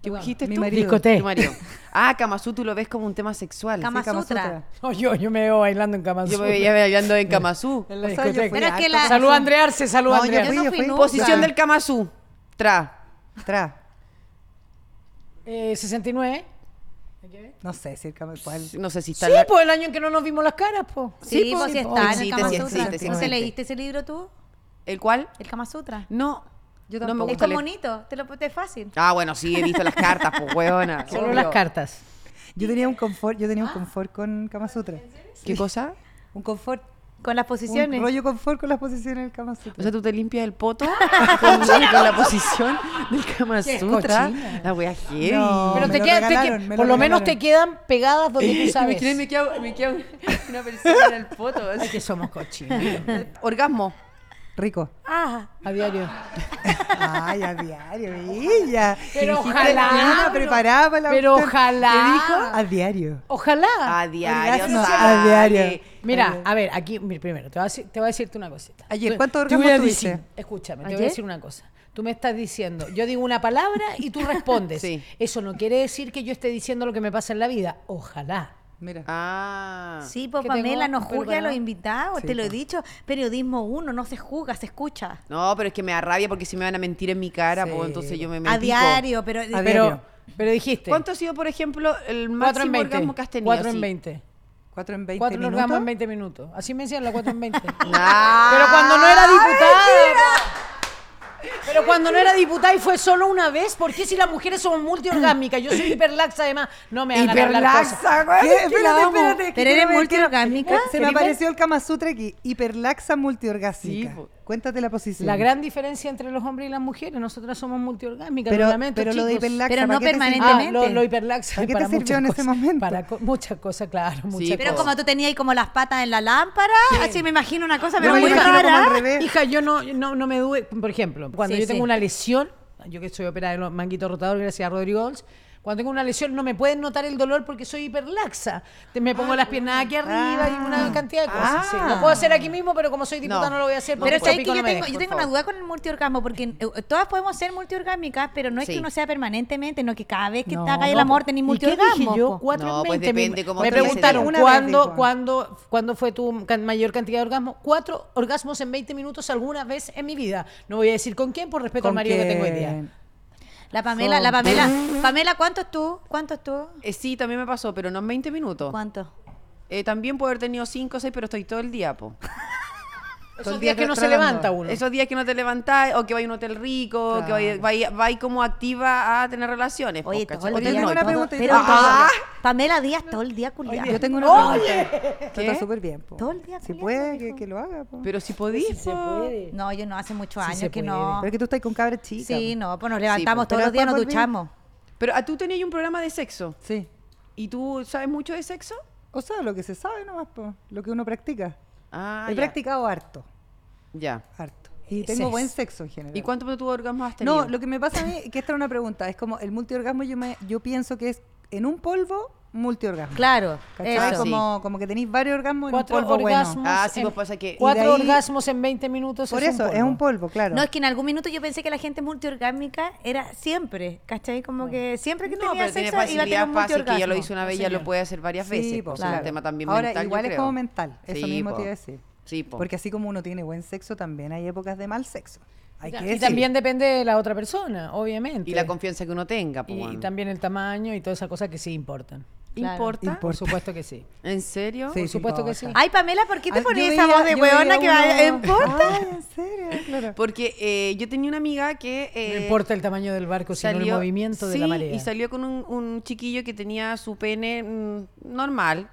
Speaker 1: ¿Qué
Speaker 3: Perdón.
Speaker 1: dijiste
Speaker 5: Mi
Speaker 1: tú?
Speaker 5: marido.
Speaker 3: Discoteca.
Speaker 1: Tu marido. Ah, Kamasu tú lo ves como un tema sexual.
Speaker 4: Kama-
Speaker 5: Sí, Kama
Speaker 4: Sutra.
Speaker 5: Sutra.
Speaker 3: No, yo, yo me veo bailando en Kama
Speaker 1: Yo me
Speaker 3: Sutra.
Speaker 1: veía bailando en Kamasu.
Speaker 3: En la
Speaker 5: O sea, yo
Speaker 3: discoteca.
Speaker 5: fui
Speaker 4: Pero es que
Speaker 5: harto.
Speaker 4: la-
Speaker 3: Salud, Andrea Arce, salud,
Speaker 5: No, yo
Speaker 3: Andrea.
Speaker 5: fui,
Speaker 4: Yo no
Speaker 5: yo
Speaker 4: fui
Speaker 5: fui.
Speaker 4: nunca.
Speaker 1: Posición del Kamasu. Tra.
Speaker 5: Tra.
Speaker 3: Eh, 69.
Speaker 5: No sé si el Kama- cuál.
Speaker 1: No sé si está
Speaker 3: Sí,
Speaker 1: en la-
Speaker 3: pues el año en que no nos vimos las caras, pues.
Speaker 4: Sí, pues sí está en el
Speaker 1: existe,
Speaker 4: Kama
Speaker 1: sí
Speaker 4: Sutra.
Speaker 1: existe, sí
Speaker 4: ¿No te
Speaker 1: existe.
Speaker 4: leíste ese libro tú?
Speaker 1: ¿El cual?
Speaker 4: El Kama Sutra.
Speaker 1: No.
Speaker 5: Yo
Speaker 1: no me
Speaker 5: tampoco.
Speaker 4: Es
Speaker 1: gusta
Speaker 4: como
Speaker 1: leer.
Speaker 4: bonito, te lo es fácil.
Speaker 1: Ah, bueno, sí, he visto las cartas, pues, huevona.
Speaker 3: Solo
Speaker 1: obvio.
Speaker 3: las cartas.
Speaker 5: Yo tenía un confort, yo tenía un confort con Kama Sutra.
Speaker 1: ¿Qué cosa?
Speaker 5: Un confort,
Speaker 4: Con las
Speaker 5: un
Speaker 4: posiciones.
Speaker 5: rollo confort con las posiciones del Kama Sutra.
Speaker 1: O sea, tú te limpias el poto con, con la posición del Kama
Speaker 3: Qué
Speaker 1: Sutra.
Speaker 3: cochina.
Speaker 1: La wea heavy.
Speaker 5: No,
Speaker 3: Pero
Speaker 5: me
Speaker 3: te
Speaker 5: lo
Speaker 3: quedan, te
Speaker 5: regalaron,
Speaker 3: que-
Speaker 5: me
Speaker 3: por
Speaker 5: lo
Speaker 3: lo menos te
Speaker 5: regalaron.
Speaker 3: quedan pegadas donde tú sabes.
Speaker 1: Imagínate, me queda, me queda una persona en el poto.
Speaker 3: Ay, que somos cochinos.
Speaker 1: Orgasmo.
Speaker 5: Rico.
Speaker 4: Ah,
Speaker 3: A diario.
Speaker 5: Ay, a diario, ella.
Speaker 3: Pero
Speaker 5: Dijiste,
Speaker 3: ojalá,
Speaker 5: "Nena,
Speaker 3: pero-
Speaker 5: preparada para la
Speaker 3: pero
Speaker 5: cuestión".
Speaker 3: ojalá.
Speaker 5: Te dijo a diario.
Speaker 3: Ojalá.
Speaker 1: A diario.
Speaker 5: Orgasmo,
Speaker 1: sale.
Speaker 5: a diario.
Speaker 3: Mira, a ver, aquí, mira, primero, te voy a, decir- te voy a decirte una cosita.
Speaker 5: Eh, Ayer,
Speaker 3: Tú-
Speaker 5: ¿cuántos
Speaker 3: te voy
Speaker 5: orgasmos
Speaker 3: a decir-
Speaker 5: tuviste?
Speaker 3: Escúchame, te voy
Speaker 4: ¿Ayer?
Speaker 3: a decir una cosa. Tú me estás diciendo, yo digo una palabra y tú respondes.
Speaker 1: Sí.
Speaker 3: Eso no quiere decir que yo esté diciendo lo que me pasa en la vida. Ojalá.
Speaker 5: Mira.
Speaker 1: Ah.
Speaker 4: Sí, pues
Speaker 3: Que tengo
Speaker 4: Pamela, no
Speaker 3: un pelo
Speaker 4: juzgue a los
Speaker 3: parado.
Speaker 4: invitados,
Speaker 5: Sí,
Speaker 4: te lo he
Speaker 5: po.
Speaker 4: dicho. Periodismo uno, no se juzga, se escucha.
Speaker 1: No, pero es que me da rabia porque si me van a mentir en mi cara,
Speaker 5: Sí.
Speaker 1: pues entonces yo me, me
Speaker 4: A
Speaker 1: pico.
Speaker 4: diario, pero
Speaker 3: Pero,
Speaker 5: A diario.
Speaker 3: pero dijiste.
Speaker 1: ¿Cuánto ha sido, por ejemplo, el
Speaker 3: Cuatro
Speaker 1: máximo orgasmo que has tenido?
Speaker 3: 4 en
Speaker 1: así?
Speaker 3: 20.
Speaker 5: 4 en 20
Speaker 3: 4
Speaker 5: minutos.
Speaker 3: orgasmos en 20 minutos. Así me decían la 4 en 20.
Speaker 1: Ah,
Speaker 3: Pero cuando no era diputada. Pero cuando no era diputada y fue solo una vez, ¿por qué si las mujeres son multiorgásmicas? Yo soy hiperlaxa además, no me hagan hablar cosas.
Speaker 1: Hiperlaxa, güey.
Speaker 5: ¿Qué? Espérate, espérate. que
Speaker 4: Pero
Speaker 5: quiero
Speaker 4: eres
Speaker 5: ver qué-
Speaker 4: multiorgásmica.
Speaker 5: Se me apareció el Kama Sutra aquí. Hiperlaxa multiorgásmica.
Speaker 1: Sí, po.
Speaker 5: Cuéntate la posición.
Speaker 3: La gran diferencia entre los hombres y las mujeres, nosotras somos multiorgásmicas,
Speaker 5: Pero,
Speaker 3: lo lamento,
Speaker 5: pero lo de
Speaker 3: chicos.
Speaker 5: hiperlaxa.
Speaker 4: Pero
Speaker 5: ¿para
Speaker 4: no
Speaker 5: qué te sirve?
Speaker 4: permanente.
Speaker 3: Ah, lo,
Speaker 4: evidentemente.
Speaker 3: lo hiperlaxa
Speaker 5: ¿Para qué
Speaker 3: para
Speaker 5: te sirvió
Speaker 3: muchas
Speaker 5: en ese
Speaker 3: cosas,
Speaker 5: momento?
Speaker 3: Para co- muchas cosas, claro, muchas
Speaker 4: Pero
Speaker 1: po.
Speaker 3: cosas.
Speaker 4: como tú tenías ahí como las patas en la lámpara, así me imagino una cosa, pero
Speaker 5: No, me
Speaker 4: muy
Speaker 5: imagino como
Speaker 4: rara.
Speaker 5: al revés.
Speaker 3: Hija, yo no, no, no me duele. Por ejemplo, cuando
Speaker 4: Sí,
Speaker 3: yo tengo
Speaker 4: sí.
Speaker 3: una lesión, yo que soy operada de los manguitos rotadores, gracias a Rodrigo Olds, cuando tengo una lesión no me pueden notar el dolor porque soy hiperlaxa. Te- Me
Speaker 5: Ah,
Speaker 3: pongo las piernas aquí arriba y una cantidad de cosas. sí. Lo puedo hacer aquí mismo, pero como soy diputada no,
Speaker 1: No,
Speaker 3: lo voy a hacer
Speaker 1: no
Speaker 3: porque
Speaker 4: Pero
Speaker 1: puedo.
Speaker 3: este
Speaker 4: sabes
Speaker 1: Topico
Speaker 4: que
Speaker 3: pico no
Speaker 4: yo
Speaker 3: me
Speaker 4: tengo,
Speaker 3: deja.
Speaker 4: yo
Speaker 1: por
Speaker 4: tengo una
Speaker 1: favor.
Speaker 4: duda con el multiorgasmo, porque eh, todas podemos ser multiorgásmicas, pero no es que
Speaker 1: Sí.
Speaker 4: uno sea permanentemente, no que cada vez que
Speaker 3: No,
Speaker 4: te haga el
Speaker 3: no,
Speaker 4: amor
Speaker 3: po.
Speaker 4: tenés
Speaker 3: ¿Y ¿Qué
Speaker 4: multiorgasmo.
Speaker 3: dije yo?
Speaker 4: po.
Speaker 3: Cuatro
Speaker 1: No,
Speaker 3: en
Speaker 1: pues
Speaker 3: 20
Speaker 1: depende
Speaker 3: mil.
Speaker 1: cómo
Speaker 3: Me
Speaker 1: te lo
Speaker 3: preguntaron,
Speaker 5: hicieron.
Speaker 3: ¿cuándo,
Speaker 5: Una vez dijo.
Speaker 3: cuándo, ¿cuándo fue tu can- mayor cantidad de orgasmos? Cuatro orgasmos en 20 minutos alguna vez en mi vida. No voy a decir con quién por respeto al
Speaker 5: ¿Con
Speaker 3: marido que tengo hoy día.
Speaker 5: quién?
Speaker 4: La Pamela, la Pamela, Pamela, ¿cuánto es tú? ¿Cuánto es tú?
Speaker 1: Eh, sí, también me pasó, pero no en 20 minutos.
Speaker 4: ¿Cuánto?
Speaker 1: Eh, también puedo haber tenido 5 o 6, pero estoy todo el día, po.
Speaker 5: Todo
Speaker 3: Esos
Speaker 5: el día
Speaker 3: días que no se
Speaker 5: tratando.
Speaker 3: levanta uno.
Speaker 1: Esos días que no te levantás, o que vais a un hotel rico, o que vais, vais- vais como activa a tener relaciones. po,
Speaker 4: Oye, todo
Speaker 1: ¿cachai?
Speaker 4: el
Speaker 1: Hotel
Speaker 4: día.
Speaker 5: tengo
Speaker 1: no,
Speaker 5: una
Speaker 4: todo-
Speaker 5: pregunta.
Speaker 4: pero
Speaker 1: Ah.
Speaker 4: todo- Pamela Díaz todo el día culiada.
Speaker 5: Yo tengo una pregunta.
Speaker 1: ¿Qué?
Speaker 5: Está súper bien. po.
Speaker 4: Todo el día
Speaker 5: Si
Speaker 4: culiando,
Speaker 5: puede, que,
Speaker 4: mijo.
Speaker 5: que lo haga. po.
Speaker 1: Pero si podís, po.
Speaker 4: No, yo no, hace muchos
Speaker 3: Sí
Speaker 4: años
Speaker 3: se
Speaker 4: que
Speaker 3: puede.
Speaker 4: no.
Speaker 5: Pero es que tú estás con cabras chicas.
Speaker 4: Sí,
Speaker 5: po.
Speaker 4: no, pues nos levantamos
Speaker 1: pues,
Speaker 4: todos
Speaker 5: pero
Speaker 4: los días, nos
Speaker 5: después volví.
Speaker 4: duchamos.
Speaker 1: Pero ah, tú tenías un programa de sexo.
Speaker 5: Sí.
Speaker 1: ¿Y tú sabes mucho de sexo?
Speaker 5: O sea, lo que se sabe nomás, po. lo que uno practica.
Speaker 1: Ah, ya.
Speaker 5: He practicado harto,
Speaker 1: Ya.
Speaker 5: harto. Y
Speaker 3: Ese
Speaker 5: tengo
Speaker 3: es.
Speaker 5: buen sexo en general.
Speaker 1: ¿Y cuánto de tu orgasmo has tenido?
Speaker 5: No, lo que me pasa a mí, que esta era una pregunta, es como el multiorgasmo, yo, me, yo pienso que es en un polvo, multiorgasmo.
Speaker 4: Claro,
Speaker 5: ¿Cachai?
Speaker 4: eso.
Speaker 1: sí.
Speaker 5: Como, como que tenéis varios orgasmos en un
Speaker 3: Cuatro
Speaker 5: polvo
Speaker 3: orgasmos.
Speaker 5: bueno.
Speaker 1: Ah, sí,
Speaker 3: en-
Speaker 1: pues pasa que-
Speaker 5: Y de
Speaker 3: Cuatro
Speaker 5: ahí-
Speaker 3: orgasmos en 20 minutos.
Speaker 5: Por
Speaker 3: es
Speaker 5: eso,
Speaker 3: un
Speaker 5: es
Speaker 3: polvo.
Speaker 5: un polvo, claro.
Speaker 4: No, es que en algún minuto yo pensé que la gente multiorgásmica era siempre, ¿cachai? Como que siempre que
Speaker 1: No,
Speaker 4: tenía
Speaker 1: pero tiene
Speaker 4: sexo iba a tener
Speaker 1: facilidad
Speaker 4: un
Speaker 1: fácil, que ya lo
Speaker 4: multiorgasmo.
Speaker 1: hizo una
Speaker 3: No,
Speaker 1: vez, ya lo
Speaker 3: señor.
Speaker 1: puede hacer varias veces.
Speaker 5: Sí, po,
Speaker 1: pues, Es
Speaker 5: claro.
Speaker 1: un tema también
Speaker 5: Ahora,
Speaker 1: mental, yo
Speaker 5: igual es
Speaker 1: creo.
Speaker 5: como mental, eso
Speaker 1: Sí,
Speaker 5: mismo
Speaker 1: po.
Speaker 5: te iba a decir.
Speaker 1: Sí, po.
Speaker 5: Porque así como uno tiene buen sexo, también hay épocas de mal sexo. Hay que
Speaker 3: Y
Speaker 5: decir.
Speaker 3: también depende de la otra persona, obviamente.
Speaker 1: Y la confianza que uno tenga, po,
Speaker 3: Y- y
Speaker 1: weón.
Speaker 3: también el tamaño y todas esas cosas que sí importan.
Speaker 4: Claro.
Speaker 1: ¿Importa?
Speaker 3: Por supuesto que sí.
Speaker 1: ¿En serio?
Speaker 3: Por
Speaker 5: Sí, sí
Speaker 3: supuesto que sí.
Speaker 5: importa.
Speaker 4: Ay, Pamela, ¿por qué te
Speaker 5: Ah,
Speaker 4: ponías
Speaker 5: yo
Speaker 4: esa
Speaker 5: veía-
Speaker 4: voz de
Speaker 5: yo veía
Speaker 4: huevona que
Speaker 5: uno- Ah.
Speaker 4: va importa?
Speaker 5: Ay, en serio, claro.
Speaker 1: Porque eh, yo tenía una amiga que...
Speaker 3: No
Speaker 1: eh,
Speaker 3: importa el tamaño del barco, sino el movimiento de la
Speaker 1: sí,
Speaker 3: marea.
Speaker 1: y salió con un, un chiquillo que tenía su pene mm, normal,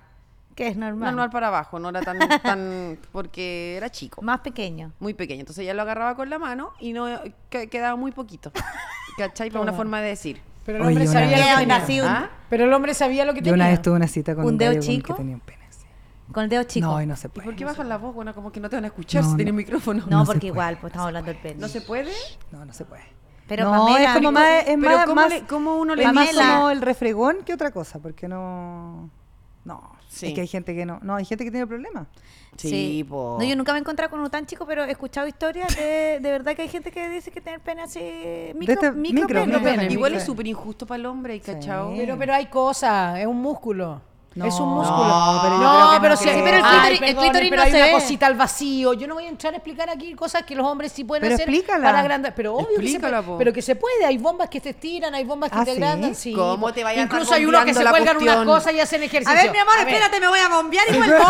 Speaker 4: Que es normal.
Speaker 1: normal para abajo, no era tan... tan porque era chico.
Speaker 4: Más pequeño.
Speaker 1: muy pequeño. Entonces ella lo agarraba con la mano y no que- quedaba muy poquito. ¿Cachai? Por una forma de decir.
Speaker 3: Pero el
Speaker 5: Oye,
Speaker 3: hombre
Speaker 5: una
Speaker 3: sabía
Speaker 5: vez-
Speaker 3: lo
Speaker 4: ¿Qué
Speaker 3: que tenía.
Speaker 4: onda? Así un-
Speaker 1: ¿Ah?
Speaker 3: Pero el hombre sabía lo que
Speaker 5: Yo una
Speaker 3: tenía.
Speaker 5: vez tuve una cita con
Speaker 4: ¿Un
Speaker 5: un,
Speaker 4: dedo
Speaker 5: gallo con-
Speaker 4: chico?
Speaker 5: que tenía un pene. sí.
Speaker 4: Con el dedo chico.
Speaker 5: No,
Speaker 4: No,
Speaker 5: y no se
Speaker 1: ¿Y
Speaker 5: puede.
Speaker 1: por qué bajan la voz? Bueno, como que no te van a escuchar
Speaker 5: No,
Speaker 1: si tenés
Speaker 5: no.
Speaker 1: micrófono.
Speaker 5: No se
Speaker 4: porque
Speaker 5: puede,
Speaker 4: igual, pues estamos hablando del pene.
Speaker 1: ¿No se puede?
Speaker 5: No, no se puede.
Speaker 4: Pero
Speaker 5: no,
Speaker 4: Pamela,
Speaker 5: es como más, es
Speaker 1: Pero
Speaker 5: más,
Speaker 1: ¿cómo
Speaker 5: más-
Speaker 1: le- cómo uno
Speaker 5: es
Speaker 1: le
Speaker 5: más
Speaker 4: dice?
Speaker 5: como el refregón que otra cosa, porque no, no,
Speaker 1: Sí.
Speaker 5: es que hay gente que no, no, hay gente que tiene problemas.
Speaker 1: Sí, po.
Speaker 4: No, yo nunca me he encontrado con uno tan chico, pero he escuchado historias de, de verdad que hay gente que dice que tener pene así. Micro,
Speaker 5: este-
Speaker 4: micro,
Speaker 5: micro,
Speaker 4: pene.
Speaker 5: micro pene.
Speaker 1: Bueno, Igual
Speaker 5: Sí.
Speaker 1: es súper injusto para el hombre, ¿cachao?
Speaker 5: Sí.
Speaker 3: Pero, pero hay cosas, es un músculo.
Speaker 5: No,
Speaker 3: es un músculo.
Speaker 5: no, pero yo creo que
Speaker 3: no, pero
Speaker 5: no
Speaker 3: si
Speaker 5: se
Speaker 3: hay-
Speaker 5: ve. Sí, pero el
Speaker 3: Ay,
Speaker 4: clítoris- el
Speaker 3: perdone,
Speaker 4: clítoris
Speaker 3: pero
Speaker 4: no
Speaker 3: hay
Speaker 4: se
Speaker 3: una
Speaker 4: ve.
Speaker 3: cosita al vacío. Yo no voy a entrar a explicar aquí cosas que los hombres sí pueden
Speaker 5: Pero
Speaker 3: hacer
Speaker 5: explícala.
Speaker 3: para agrandar. Pero obvio que se
Speaker 1: Explícala,
Speaker 3: puede,
Speaker 1: po.
Speaker 3: pero que se puede. Hay bombas que te estiran, hay bombas que
Speaker 5: ¿Ah,
Speaker 3: te
Speaker 5: sí?
Speaker 3: agrandan. Sí,
Speaker 1: ¿Cómo
Speaker 3: po.
Speaker 1: te vaya a estar
Speaker 3: Incluso hay unos que se
Speaker 1: bombeando la
Speaker 3: cuelgan unas
Speaker 1: cuestión?
Speaker 3: cosas y hacen ejercicio.
Speaker 4: A ver, mi amor,
Speaker 3: A ver,
Speaker 4: espérate, me voy a bombear y vuelvo.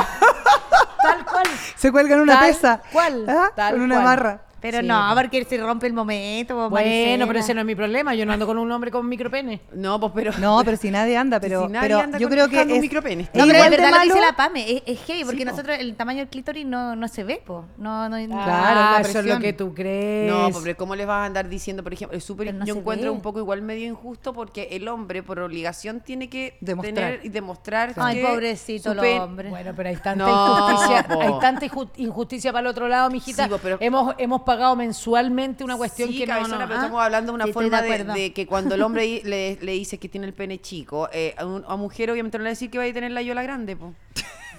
Speaker 3: Tal cual.
Speaker 5: Se cuelgan una
Speaker 3: Tal
Speaker 5: pesa,
Speaker 3: cual,
Speaker 5: ¿ah?
Speaker 3: tal
Speaker 5: con una
Speaker 3: cual.
Speaker 5: barra.
Speaker 4: Pero
Speaker 3: Sí,
Speaker 4: no,
Speaker 3: po.
Speaker 4: porque se rompe el momento. po,
Speaker 3: Bueno, pero
Speaker 4: Maricela.
Speaker 3: ese no es mi problema. Yo no ando con un hombre con micropene.
Speaker 1: No, pues pero.
Speaker 5: No, pero si nadie anda, pero,
Speaker 1: Si nadie
Speaker 5: pero
Speaker 1: anda
Speaker 5: yo
Speaker 1: con-
Speaker 5: creo que
Speaker 1: con un
Speaker 5: es
Speaker 1: micropene.
Speaker 5: es
Speaker 4: No, pero es
Speaker 5: igual de
Speaker 4: verdad lo que
Speaker 5: malo.
Speaker 4: dice la Pame, es, es heavy, porque
Speaker 1: Sí, po.
Speaker 4: nosotros el tamaño del clítoris no, no se ve, po. No, no, no-
Speaker 5: Claro, es la
Speaker 3: Ah, eso es lo
Speaker 5: presión.
Speaker 3: que tú crees.
Speaker 1: No, pero ¿cómo les vas a andar diciendo, por ejemplo? Es súper,
Speaker 4: Pero no
Speaker 1: yo
Speaker 4: se
Speaker 1: encuentro
Speaker 4: ve.
Speaker 1: un poco igual medio injusto porque el hombre, por obligación, tiene que
Speaker 5: Demostrar.
Speaker 1: tener y demostrar.
Speaker 4: Ay,
Speaker 1: que
Speaker 4: pobrecito
Speaker 1: su
Speaker 4: los
Speaker 1: pen-
Speaker 4: hombres.
Speaker 3: Bueno, pero hay tanta
Speaker 1: No,
Speaker 3: injusticia,
Speaker 1: po.
Speaker 3: hay tanta inju- injusticia para el otro lado, mijita.
Speaker 1: Sí, po, pero-
Speaker 3: hemos, hemos pagado mensualmente una cuestión
Speaker 1: sí,
Speaker 3: que no,
Speaker 1: cabezona,
Speaker 3: no,
Speaker 1: pero
Speaker 3: ¿ah?
Speaker 1: estamos hablando de una
Speaker 4: Sí, estoy
Speaker 1: forma
Speaker 4: de
Speaker 1: de,
Speaker 4: acuerdo.
Speaker 1: de que cuando el hombre i- le, le dice que tiene el pene chico, eh, a, un- a mujer obviamente no le va a decir que va a tener la yola grande, po.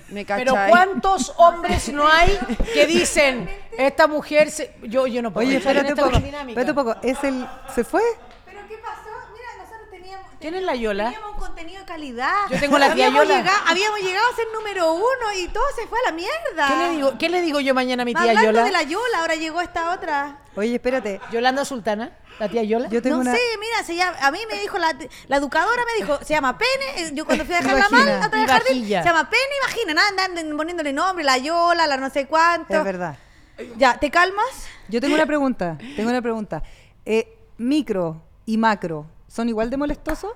Speaker 1: ¿Me
Speaker 3: Pero
Speaker 1: cachai?
Speaker 3: ¿cuántos hombres no hay que dicen, esta mujer, se... yo, yo no puedo
Speaker 5: Oye,
Speaker 3: entrar en
Speaker 5: espérate un
Speaker 3: esta
Speaker 5: poco.
Speaker 3: dinámica"?
Speaker 5: Espérate un poco. ¿Es el, ¿Se fue?
Speaker 6: ¿Pero qué pasó? Mira, nosotros teníamos.
Speaker 3: ¿Quién es la Yola?
Speaker 6: Teníamos un contenido de calidad.
Speaker 3: Yo tengo la tía
Speaker 6: habíamos
Speaker 3: Yola.
Speaker 6: llegado, habíamos llegado a ser número uno y todo se fue a la mierda.
Speaker 3: ¿Qué le digo, qué le digo yo mañana a mi
Speaker 6: Más
Speaker 3: tía
Speaker 6: hablando
Speaker 3: Yola?
Speaker 6: de la Yola, ahora llegó esta otra.
Speaker 5: Oye, espérate.
Speaker 3: Yolanda Sultana, la tía Yola.
Speaker 5: Yo tengo
Speaker 6: no
Speaker 5: una.
Speaker 6: sé, mira, se llama- a mí me dijo la, la educadora, me dijo, se llama pene, eh, yo cuando fui a dejarla mal,
Speaker 5: Vagina.
Speaker 6: a otra vez
Speaker 3: Y
Speaker 6: al jardín,
Speaker 3: vajilla.
Speaker 6: se llama pene y vagina, nada, andan poniéndole nombre, la yola, la no sé cuánto.
Speaker 5: Es verdad.
Speaker 6: Ya, ¿te calmas?
Speaker 5: Yo tengo una pregunta. Tengo una pregunta. Eh, micro y macro, ¿son igual de molestosos?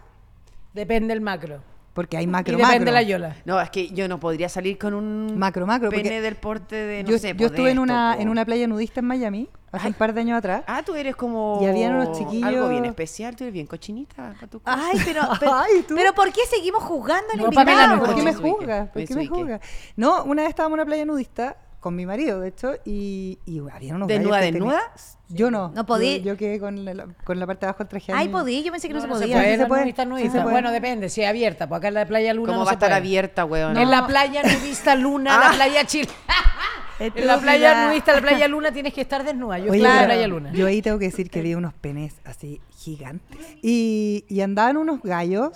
Speaker 3: Depende el macro.
Speaker 5: Porque hay
Speaker 3: Y
Speaker 5: macro,
Speaker 3: depende
Speaker 5: macro.
Speaker 3: la Yola.
Speaker 1: No, es que yo no podría salir con un
Speaker 5: Macro, macro,
Speaker 1: pene
Speaker 5: porque
Speaker 1: del porte de, Eh, no
Speaker 5: yo,
Speaker 1: sé,
Speaker 5: yo
Speaker 1: po, de
Speaker 5: estuve en
Speaker 1: esto,
Speaker 5: una,
Speaker 1: po.
Speaker 5: en una playa nudista en Miami hace un par de años atrás.
Speaker 1: Ah, tú eres como...
Speaker 5: Y habían unos chiquillos- Ah,
Speaker 1: Algo bien especial, tú eres bien cochinita. con tus cosas.
Speaker 6: Ay, pero, pero,
Speaker 5: Ay, tú.
Speaker 6: pero ¿por qué seguimos jugando al
Speaker 3: No,
Speaker 6: invitado?
Speaker 3: Pamela, no,
Speaker 5: ¿Por qué me
Speaker 1: Mensuique,
Speaker 5: juzgas?
Speaker 6: pues
Speaker 5: ¿Por qué me
Speaker 1: mensuique.
Speaker 5: juzgas? No, una vez estábamos en una playa nudista con mi marido, de hecho, y, y había unos
Speaker 1: ¿Desnuda,
Speaker 5: gallos que tenían-
Speaker 1: desnuda?
Speaker 5: Yo no.
Speaker 6: No podí.
Speaker 5: Yo, yo quedé con la, con la parte de abajo del traje. de
Speaker 6: Ay,
Speaker 5: baño.
Speaker 6: podí, yo pensé que no, se
Speaker 5: se
Speaker 6: podía.
Speaker 5: puede. Sí
Speaker 3: no
Speaker 5: puede,
Speaker 3: nudista,
Speaker 5: sí
Speaker 3: nudista.
Speaker 5: se puede.
Speaker 3: Bueno, depende, si es abierta, pues acá en la playa Luna
Speaker 1: ¿Cómo
Speaker 3: no
Speaker 1: va a
Speaker 3: se
Speaker 1: estar
Speaker 3: puede.
Speaker 1: abierta, weón?
Speaker 3: En la playa nudista Luna,
Speaker 1: Ah.
Speaker 3: la playa Chile. en
Speaker 5: Estúpida.
Speaker 3: la playa nudista, la playa Luna tienes que estar desnuda. Yo
Speaker 5: Oye,
Speaker 3: estuve en la
Speaker 5: pero
Speaker 3: playa Luna.
Speaker 5: Yo ahí tengo que decir que vi unos penes así gigantes. Y, y andaban unos gallos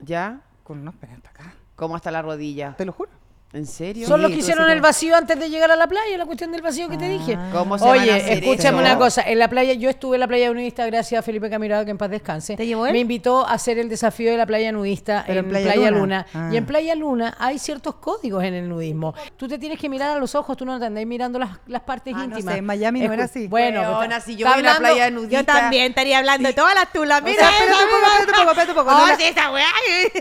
Speaker 1: ¿Ya?
Speaker 5: con unos penes hasta acá.
Speaker 1: ¿Cómo hasta la rodilla?
Speaker 5: Te lo juro.
Speaker 1: ¿En serio?
Speaker 3: Son los
Speaker 5: Sí,
Speaker 3: que
Speaker 5: tú
Speaker 3: hicieron
Speaker 5: así
Speaker 3: el
Speaker 5: como-
Speaker 3: vacío antes de llegar a la playa, la cuestión del vacío que
Speaker 5: Ah.
Speaker 3: te dije.
Speaker 1: ¿Cómo se van a
Speaker 3: Oye,
Speaker 1: hacer eso?
Speaker 3: escúchame una cosa. En la playa, yo estuve en la playa nudista, gracias a Felipe Camirado, que en paz descanse.
Speaker 4: ¿Te llevó él?
Speaker 3: Me invitó a hacer el desafío de la playa nudista
Speaker 5: Pero
Speaker 3: en Playa, Luna.
Speaker 5: Ah.
Speaker 3: Y en Playa Luna hay ciertos códigos en el nudismo. Tú te tienes que mirar a los ojos, tú no te andás mirando las, las partes
Speaker 5: Ah, no
Speaker 3: íntimas.
Speaker 5: sé, en Miami no
Speaker 3: Escu-
Speaker 5: era así.
Speaker 3: Bueno, pero
Speaker 1: Weona,
Speaker 3: está-
Speaker 1: si yo
Speaker 3: está
Speaker 1: voy a la
Speaker 3: hablando-
Speaker 1: playa nudista...
Speaker 6: Yo también estaría hablando de todas las tulas. Mira,
Speaker 5: sea, espérate un poco, espérate un poco, espérate un poco. No
Speaker 6: Ay,
Speaker 5: la-
Speaker 6: sí, esa weá.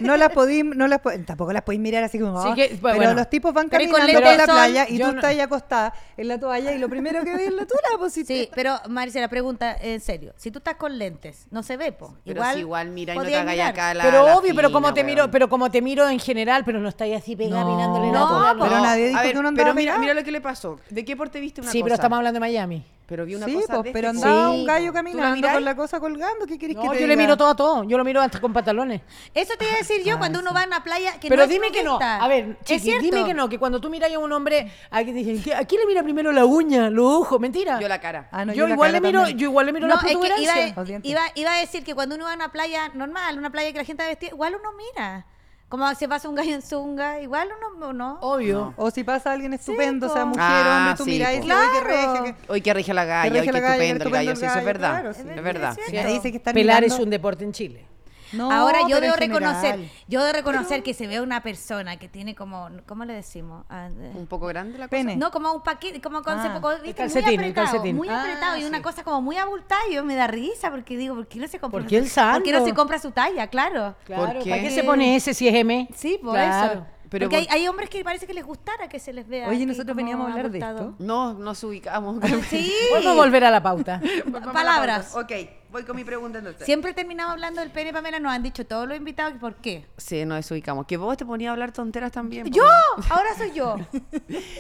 Speaker 5: No las podí, no las po- tampoco las podéis mirar así como.
Speaker 3: Sí
Speaker 5: ah,
Speaker 3: que- pues,
Speaker 5: pero
Speaker 3: bueno.
Speaker 5: los tipos van
Speaker 4: Pero y con
Speaker 5: caminando por
Speaker 4: lentes
Speaker 5: la
Speaker 4: de sol,
Speaker 5: playa y
Speaker 3: yo
Speaker 5: tú
Speaker 3: no-
Speaker 5: estás ahí acostada en la toalla y lo primero que ves es la tula, pues si
Speaker 4: Sí,
Speaker 5: te-
Speaker 4: pero Maricela, pregunta en serio. Si tú estás con lentes, no se ve, po.
Speaker 1: Pero igual, si igual mira y no te
Speaker 4: podías
Speaker 1: hagas
Speaker 4: mirar.
Speaker 1: acá la
Speaker 3: Pero
Speaker 1: la
Speaker 3: obvio, pero como
Speaker 1: fina,
Speaker 3: te miro,
Speaker 1: weón.
Speaker 3: pero como te miro en general, pero no estáis así pegada mirándole la
Speaker 4: No,
Speaker 3: cola.
Speaker 4: po.
Speaker 5: pero nadie
Speaker 1: a
Speaker 5: dijo
Speaker 1: ver,
Speaker 5: que uno andaba
Speaker 1: Pero mira,
Speaker 5: pegado.
Speaker 1: mira lo que le pasó. ¿De qué porte viste una
Speaker 3: Sí,
Speaker 1: cosa?
Speaker 3: pero estamos hablando de Miami.
Speaker 1: Pero vi una
Speaker 5: Sí,
Speaker 1: cosa
Speaker 5: pues,
Speaker 1: de
Speaker 5: pero
Speaker 1: este
Speaker 5: andaba
Speaker 1: tipo.
Speaker 5: un gallo
Speaker 1: ¿Tú la
Speaker 5: caminando
Speaker 1: miráis?
Speaker 5: con la cosa colgando. ¿Qué querés
Speaker 3: No,
Speaker 5: que
Speaker 3: yo
Speaker 5: te
Speaker 3: le
Speaker 5: diga?
Speaker 3: miro todo a todo. Yo lo miro hasta con pantalones.
Speaker 4: Eso te iba a decir yo cuando uno va a una playa que
Speaker 3: Ah, Pero
Speaker 4: no es
Speaker 3: dime que no.
Speaker 4: nudista.
Speaker 3: A ver,
Speaker 4: Es
Speaker 3: chiqui,
Speaker 4: cierto.
Speaker 3: dime que no. Que cuando tú miras a un hombre, a quien dicen, "¿Qué- ¿a quién le mira primero la uña, los ojos? Mentira.
Speaker 1: Yo la cara.
Speaker 5: Ah, no,
Speaker 3: yo,
Speaker 5: la
Speaker 3: igual le
Speaker 5: cara
Speaker 3: miro,
Speaker 5: también.
Speaker 3: yo igual le miro
Speaker 4: No,
Speaker 3: la
Speaker 4: es que iba,
Speaker 3: protuberancia.
Speaker 5: Los dientes.
Speaker 4: iba- iba a decir que cuando uno va a una playa normal, una playa que la gente va vestida, igual uno mira. Como se pasa un gallo en zunga, igual uno no.
Speaker 3: Obvio.
Speaker 5: O si pasa alguien estupendo, sea mujer,
Speaker 1: Ah,
Speaker 5: hombre, tú
Speaker 1: sí,
Speaker 5: miras y
Speaker 1: po.
Speaker 5: claro. que reje, que-
Speaker 1: Hoy que rige la
Speaker 5: que
Speaker 1: galla, hoy
Speaker 5: reje
Speaker 1: que
Speaker 5: la galla, que
Speaker 1: estupendo el gallo. Sí, eso es
Speaker 5: estupendo el
Speaker 1: verdad.
Speaker 5: gallo, sí.
Speaker 1: Es verdad.
Speaker 5: Si te dice que están
Speaker 3: Pelar
Speaker 5: mirando-
Speaker 3: es un deporte en Chile.
Speaker 5: No,
Speaker 4: Ahora yo
Speaker 5: pero
Speaker 4: debo
Speaker 5: en general.
Speaker 4: reconocer, yo debo reconocer que se ve una persona que tiene como, ¿cómo le decimos? Ah, eh,
Speaker 1: Un poco grande la cosa.
Speaker 5: Pene.
Speaker 4: No, como un paquete, como con
Speaker 5: Ah,
Speaker 4: se- como, ¿viste? muy
Speaker 3: calcetín, el
Speaker 4: apretado,
Speaker 3: calcetín.
Speaker 4: muy
Speaker 3: Ah,
Speaker 4: apretado y una cosa como muy abultada. Y yo me da risa porque digo, ¿por qué no se compra?
Speaker 3: ¿Por qué el
Speaker 4: su- ¿Por qué no
Speaker 3: sano?
Speaker 4: se compra su talla? Claro.
Speaker 1: Claro, qué?
Speaker 3: ¿Para qué se pone ese si es M?
Speaker 4: Sí, por
Speaker 3: Claro.
Speaker 4: eso.
Speaker 1: Pero
Speaker 4: porque hay,
Speaker 1: por-
Speaker 4: hay hombres que parece que les gustara que se les vea.
Speaker 5: Oye,
Speaker 4: así
Speaker 5: nosotros
Speaker 4: como
Speaker 5: veníamos a hablar de
Speaker 4: abultado.
Speaker 1: No, nos ubicamos.
Speaker 4: Sí.
Speaker 3: Podemos volver a la pauta.
Speaker 1: Vamos a la
Speaker 4: Palabras.
Speaker 1: pausa. Ok, voy con mi pregunta entonces.
Speaker 4: Siempre terminamos hablando del pene, Pamela. Nos han dicho todos los invitados que por qué.
Speaker 1: Sí, nos desubicamos. Que vos te ponías a hablar tonteras también. po.
Speaker 4: ¡Yo! Ahora soy yo.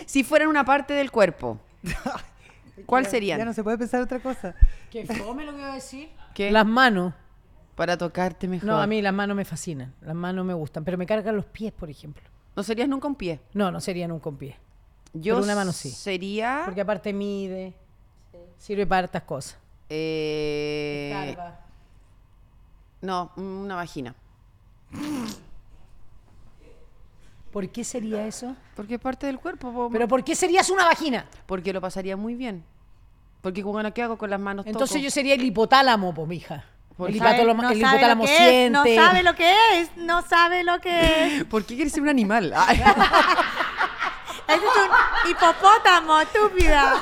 Speaker 1: Si fueran una parte del cuerpo, ¿cuál
Speaker 5: Ya no
Speaker 1: serían?
Speaker 5: se puede pensar otra cosa.
Speaker 3: ¿Qué fome lo que iba a decir?
Speaker 1: ¿Qué?
Speaker 3: Las manos.
Speaker 1: Para tocarte mejor.
Speaker 3: No, a mí las manos me fascinan. Las manos me gustan. Pero me cargan los pies, por ejemplo.
Speaker 1: No serías nunca un pie.
Speaker 3: No, no serían un con pie.
Speaker 1: Yo
Speaker 3: Pero una mano sí.
Speaker 1: sería...
Speaker 3: Porque aparte mide. Sirve para hartas cosas.
Speaker 1: eh,
Speaker 3: Carga.
Speaker 1: no, una vagina.
Speaker 3: ¿Por qué sería eso?
Speaker 1: Porque es parte del cuerpo. po.
Speaker 3: ¿Pero por qué serías una vagina?
Speaker 1: Porque lo pasaría muy bien. Porque bueno, ¿qué hago con las manos?
Speaker 3: Entonces
Speaker 1: Toco.
Speaker 3: yo sería el hipotálamo, pues, mija.
Speaker 1: Por
Speaker 3: El
Speaker 1: sabe-
Speaker 3: hipotálamo,
Speaker 4: no
Speaker 3: el
Speaker 4: sabe lo
Speaker 3: hipotálamo
Speaker 4: que es, no
Speaker 3: siente.
Speaker 4: sabe lo que es. No sabe lo que es.
Speaker 1: ¿Por qué quieres ser un animal? Ay,
Speaker 4: Ese es un hipopótamo, estúpida.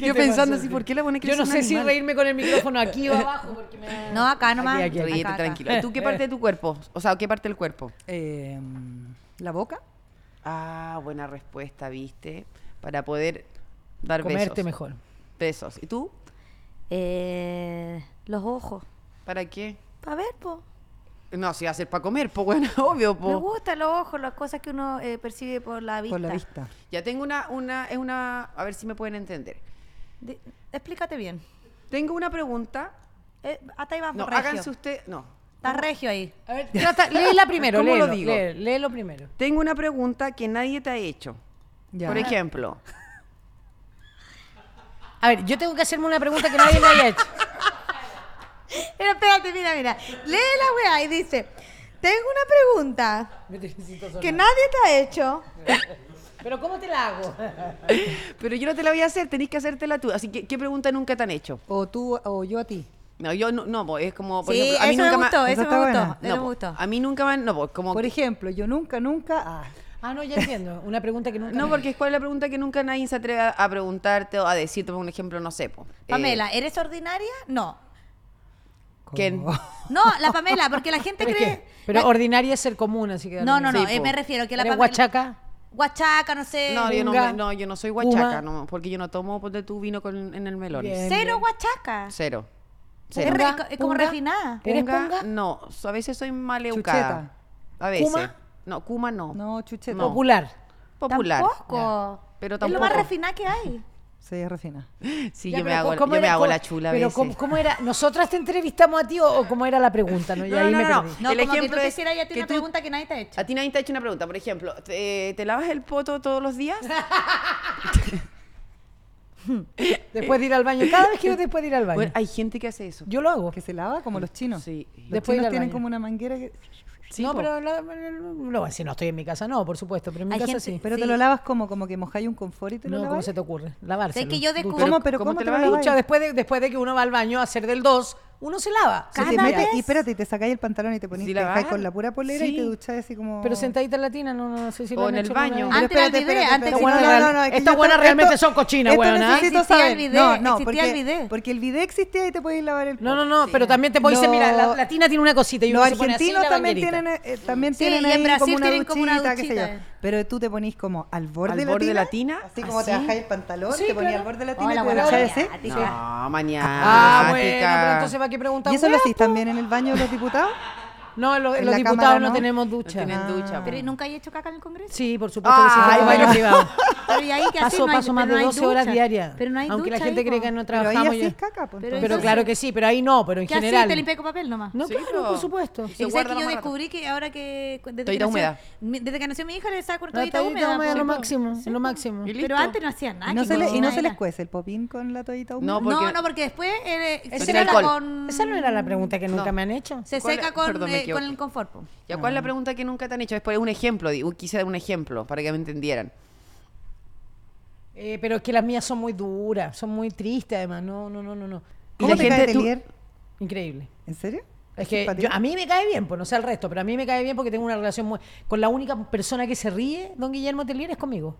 Speaker 1: yo pensando así, ¿por qué la buena quiere
Speaker 3: Yo no
Speaker 1: ser
Speaker 3: sé
Speaker 1: un
Speaker 3: si
Speaker 1: animal?
Speaker 3: reírme con el micrófono aquí o abajo, porque me...
Speaker 4: No, acá nomás.
Speaker 3: Aquí, aquí, aquí.
Speaker 1: Ríete,
Speaker 4: Acá, acá.
Speaker 1: tranquilo. ¿Tú qué parte de tu cuerpo? O sea, ¿qué parte del cuerpo?
Speaker 5: Eh,
Speaker 4: Em,
Speaker 5: ¿La boca?
Speaker 1: Ah, buena respuesta, viste. Para poder dar besos.
Speaker 3: Comerte mejor.
Speaker 1: Besos. ¿Y tú?
Speaker 4: Eh, los ojos.
Speaker 1: ¿Para qué?
Speaker 4: A ver, po.
Speaker 1: No, si va a ser para comer, pues bueno, obvio,
Speaker 4: Me
Speaker 1: pues.
Speaker 4: gustan los ojos, las cosas que uno eh, percibe por la vista.
Speaker 5: Por la vista.
Speaker 1: Ya tengo una, una, es una, a ver si me pueden entender.
Speaker 4: De- explícate bien.
Speaker 1: Tengo una pregunta.
Speaker 4: Eh, hasta ahí vamos.
Speaker 1: No,
Speaker 4: regio.
Speaker 1: háganse usted, no.
Speaker 4: Está regio ahí.
Speaker 3: A ver, trata, léela primero,
Speaker 1: ¿Cómo lo
Speaker 3: léelo,
Speaker 1: digo?
Speaker 3: lé- léelo primero.
Speaker 1: Tengo una pregunta que nadie te ha hecho.
Speaker 5: Ya.
Speaker 1: Por ejemplo,
Speaker 3: A ver, yo tengo que hacerme una pregunta que nadie me haya hecho.
Speaker 6: Mira, espérate, mira, mira. Lee la weá y dice, tengo una pregunta que nadie te ha hecho.
Speaker 3: Pero ¿cómo te la hago?
Speaker 1: pero yo no te la voy a hacer, tenés que hacértela tú. Así que, ¿qué pregunta nunca te han hecho?
Speaker 5: O tú o yo a ti.
Speaker 1: No, yo no, no po, es como, por
Speaker 4: sí,
Speaker 1: ejemplo, a mí
Speaker 4: eso me
Speaker 1: nunca
Speaker 4: gustó,
Speaker 1: me
Speaker 4: eso
Speaker 5: Esa está
Speaker 4: me gustó.
Speaker 5: buena.
Speaker 4: Eso
Speaker 1: no,
Speaker 4: me
Speaker 1: po,
Speaker 4: gustó.
Speaker 1: A mí nunca me han- no, po, como
Speaker 5: Por ejemplo, yo nunca, nunca. ah,
Speaker 3: Ah, no, ya entiendo. Una pregunta que nunca.
Speaker 1: No,
Speaker 3: me-
Speaker 1: porque es cuál es la pregunta que nunca nadie se atreve a, a preguntarte o a decirte, por un ejemplo, no sé. po, eh,
Speaker 4: Pamela, ¿eres ordinaria? No.
Speaker 1: ¿Quién?
Speaker 5: como-
Speaker 4: No, la Pamela, porque la gente
Speaker 3: Pero, es
Speaker 4: cree...
Speaker 3: que- pero
Speaker 4: la-
Speaker 3: ordinaria es ser común, así que. da
Speaker 4: No,
Speaker 3: lo
Speaker 4: no,
Speaker 3: mismo.
Speaker 4: no,
Speaker 1: Sí,
Speaker 4: eh,
Speaker 1: po.
Speaker 4: me refiero que la
Speaker 3: ¿Eres
Speaker 4: Pamela...
Speaker 3: guachaca?
Speaker 4: Guachaca, no sé.
Speaker 1: no, yo no, me-
Speaker 3: Bunga,
Speaker 1: no, yo no soy guachaca,
Speaker 3: Uma.
Speaker 1: no, porque yo no tomo ponte tu vino con, en el melón.
Speaker 3: Bien.
Speaker 4: Cero guachaca.
Speaker 1: Cero.
Speaker 4: Es,
Speaker 1: Cero.
Speaker 4: re- es como
Speaker 3: Punga.
Speaker 4: refinada.
Speaker 3: ¿Eres
Speaker 1: Punga,
Speaker 3: punga?
Speaker 1: No, so- a veces soy maleucada. A veces.
Speaker 3: ¿Kuma?
Speaker 1: No, Kuma no.
Speaker 5: No, chucheta.
Speaker 1: No.
Speaker 3: Popular.
Speaker 1: Popular.
Speaker 4: Tampoco.
Speaker 1: Pero
Speaker 4: Es
Speaker 1: tampoco.
Speaker 4: lo más refinada que hay.
Speaker 5: Se refina.
Speaker 1: Sí,
Speaker 3: Ya,
Speaker 1: yo me
Speaker 3: pero
Speaker 1: hago,
Speaker 3: ¿cómo
Speaker 1: yo me
Speaker 3: era-
Speaker 1: hago
Speaker 3: cómo-
Speaker 1: la chula a
Speaker 3: Pero
Speaker 1: veces.
Speaker 3: ¿cómo, cómo era? ¿Nosotras te entrevistamos a ti o, o cómo era la pregunta? No, Yo
Speaker 1: No,
Speaker 3: ahí
Speaker 1: no,
Speaker 3: me
Speaker 1: no,
Speaker 3: perdí.
Speaker 1: no.
Speaker 4: No,
Speaker 1: El
Speaker 4: como que tú
Speaker 1: ejemplo
Speaker 4: te
Speaker 1: es
Speaker 4: hicieras ya a ti
Speaker 1: que
Speaker 4: una
Speaker 1: tú-
Speaker 4: pregunta que nadie te ha hecho.
Speaker 1: A ti nadie te ha hecho una pregunta, por ejemplo, ¿te, te lavas el poto todos los días?
Speaker 3: Después de ir al baño. Cada vez quiero después de ir al baño.
Speaker 1: Bueno, Pues, hay gente que hace eso.
Speaker 3: Yo lo hago.
Speaker 5: Que se lava como los chinos.
Speaker 1: Sí.
Speaker 5: Los
Speaker 3: Después ir
Speaker 5: chinos
Speaker 3: al
Speaker 5: tienen
Speaker 3: baño.
Speaker 5: como una manguera que.
Speaker 1: Sí,
Speaker 3: no,
Speaker 1: po.
Speaker 3: pero la- no, si no estoy en mi casa, no, por supuesto, pero en mi
Speaker 4: Hay
Speaker 3: casa
Speaker 4: gente-
Speaker 3: sí.
Speaker 5: Pero te
Speaker 4: Sí.
Speaker 5: lo lavas como, como que mojáis un confort y te lo
Speaker 3: No, ¿cómo
Speaker 5: lavas.
Speaker 3: se te ocurre? Lavarse.
Speaker 4: Sé que yo descubrí-
Speaker 5: ¿Cómo, pero
Speaker 1: ¿Cómo
Speaker 5: cómo,
Speaker 1: te
Speaker 5: te,
Speaker 1: lavas?
Speaker 5: lo
Speaker 1: Ducha
Speaker 5: lavas?
Speaker 3: después de, después de que uno va al baño a hacer del 2, uno se lava.
Speaker 5: Se te
Speaker 4: Cada
Speaker 5: mete,
Speaker 4: vez.
Speaker 5: y espérate, y te sacáis el pantalón y te ponís,
Speaker 1: Sí,
Speaker 5: te
Speaker 1: la
Speaker 5: dejáis
Speaker 1: va.
Speaker 5: con la pura polera y te
Speaker 1: Sí.
Speaker 5: ducháis así como.
Speaker 3: Pero sentadita en latina, no, no, sé si lo
Speaker 1: O
Speaker 3: han
Speaker 1: en el
Speaker 3: hecho alguna
Speaker 1: baño.
Speaker 3: vez.
Speaker 5: Pero
Speaker 4: Antes era el
Speaker 5: espérate,
Speaker 4: video,
Speaker 5: espérate,
Speaker 4: antes
Speaker 5: espérate.
Speaker 4: era
Speaker 5: No,
Speaker 4: el
Speaker 5: no,
Speaker 3: video.
Speaker 5: no, es que
Speaker 3: Estas
Speaker 5: yo
Speaker 3: buenas
Speaker 5: esto-
Speaker 3: realmente son cochinas,
Speaker 5: esto
Speaker 3: weona.
Speaker 5: necesito
Speaker 4: Existía
Speaker 5: saber.
Speaker 4: el video,
Speaker 5: No, no,
Speaker 4: existía
Speaker 5: porque,
Speaker 4: el video.
Speaker 5: porque el video existía y te podías lavar el
Speaker 3: No,
Speaker 5: poto.
Speaker 3: no, no, pero también te podéis
Speaker 5: Lo-
Speaker 3: mira, la latina tiene una cosita y uno
Speaker 5: Los
Speaker 3: se pone así
Speaker 5: argentinos
Speaker 3: la
Speaker 5: también
Speaker 3: banderita.
Speaker 5: tienen, eh, también
Speaker 4: Sí,
Speaker 5: tienen
Speaker 4: y en
Speaker 5: ahí
Speaker 4: Brasil
Speaker 5: como una
Speaker 4: tienen como una
Speaker 5: duchita, qué sé yo.
Speaker 4: duchita.
Speaker 5: Pero tú te ponís como al borde
Speaker 1: ¿Al
Speaker 5: de
Speaker 1: borde de
Speaker 5: la
Speaker 1: la tina?
Speaker 5: tina. Así como te
Speaker 1: ¿Así?
Speaker 5: bajáis el pantalón,
Speaker 3: Sí,
Speaker 5: te ponías
Speaker 3: claro.
Speaker 5: al borde de la
Speaker 4: Hola,
Speaker 5: tina y te
Speaker 4: buena
Speaker 5: lo dejáis
Speaker 4: idea.
Speaker 5: así.
Speaker 4: Tica.
Speaker 1: No, mañana.
Speaker 3: Ah, bueno, pero entonces va que preguntar.
Speaker 5: ¿Y eso lo hacís también en el baño de los diputados?
Speaker 3: No, los,
Speaker 5: En
Speaker 3: los
Speaker 5: la
Speaker 3: diputados
Speaker 5: cámara,
Speaker 3: no
Speaker 5: ¿no?
Speaker 3: tenemos
Speaker 1: No
Speaker 3: ducha. Ah,
Speaker 1: tienen ducha.
Speaker 4: Pero ¿y
Speaker 1: po.
Speaker 4: nunca hay hecho caca en el Congreso.
Speaker 3: Sí, por supuesto que sí,
Speaker 1: Ay,
Speaker 3: hay baño
Speaker 1: bueno.
Speaker 3: privado.
Speaker 4: Pero ¿y ahí qué hacen?
Speaker 3: Paso,
Speaker 4: No hay-
Speaker 3: paso más
Speaker 4: pero
Speaker 3: de
Speaker 4: no hay
Speaker 3: 12 horas
Speaker 4: ducha.
Speaker 3: diarias.
Speaker 4: Pero no hay
Speaker 3: Aunque la
Speaker 4: ducha,
Speaker 3: gente
Speaker 4: hijo.
Speaker 3: cree que no
Speaker 5: Pero ahí
Speaker 3: trabajamos.
Speaker 5: así
Speaker 3: ya.
Speaker 5: es caca, pues,
Speaker 4: Pero
Speaker 5: entonces.
Speaker 3: Pero
Speaker 4: Entonces-
Speaker 3: claro que sí, pero ahí no, pero en
Speaker 4: ¿Qué
Speaker 3: general.
Speaker 4: haces? Te limpié con papel nomás.
Speaker 3: No,
Speaker 1: Sí,
Speaker 3: claro,
Speaker 1: po.
Speaker 3: por supuesto.
Speaker 1: se
Speaker 4: Y sabes
Speaker 1: guarda
Speaker 4: que yo
Speaker 1: más rato.
Speaker 4: descubrí que ahora que desde que,
Speaker 1: Toallita
Speaker 4: nació,
Speaker 1: húmeda.
Speaker 4: mi- desde que nació mi hija le saco
Speaker 3: No,
Speaker 4: toallita
Speaker 3: está
Speaker 4: húmeda.
Speaker 3: húmeda,
Speaker 4: po.
Speaker 3: lo máximo, lo máximo.
Speaker 1: Y listo.
Speaker 4: Pero antes no hacían nada.
Speaker 5: Y no, se
Speaker 4: chicos,
Speaker 5: le, y no se les
Speaker 4: era-
Speaker 5: cuece el popín con la toallita
Speaker 1: No,
Speaker 5: húmeda.
Speaker 1: porque-
Speaker 4: No, no, porque después eh,
Speaker 1: tiene
Speaker 4: se seca
Speaker 1: alcohol.
Speaker 4: con
Speaker 3: Esa no era la pregunta que nunca me han hecho.
Speaker 4: se
Speaker 1: ¿Cuál
Speaker 4: seca
Speaker 1: es?
Speaker 4: con,
Speaker 1: Perdón, me
Speaker 4: eh, con
Speaker 1: equivoqué.
Speaker 4: el confort. po.
Speaker 1: ¿Ya cuál es la pregunta que nunca te han hecho? Es por un ejemplo, digo, quise dar un ejemplo para que me entendieran.
Speaker 3: Eh, pero es que las mías son muy duras, son muy tristes además. No, no, no, no, no.
Speaker 1: Y
Speaker 5: ¿Cómo
Speaker 1: la
Speaker 5: te cae
Speaker 1: gente, tú-
Speaker 5: Telier?
Speaker 3: Increíble.
Speaker 5: ¿En serio?
Speaker 3: Es que
Speaker 5: simpático.
Speaker 3: yo- a mí me cae bien, pues no sé al resto, pero a mí me cae bien porque tengo una relación muy... Con la única persona que se ríe, don Guillermo Telier, es conmigo.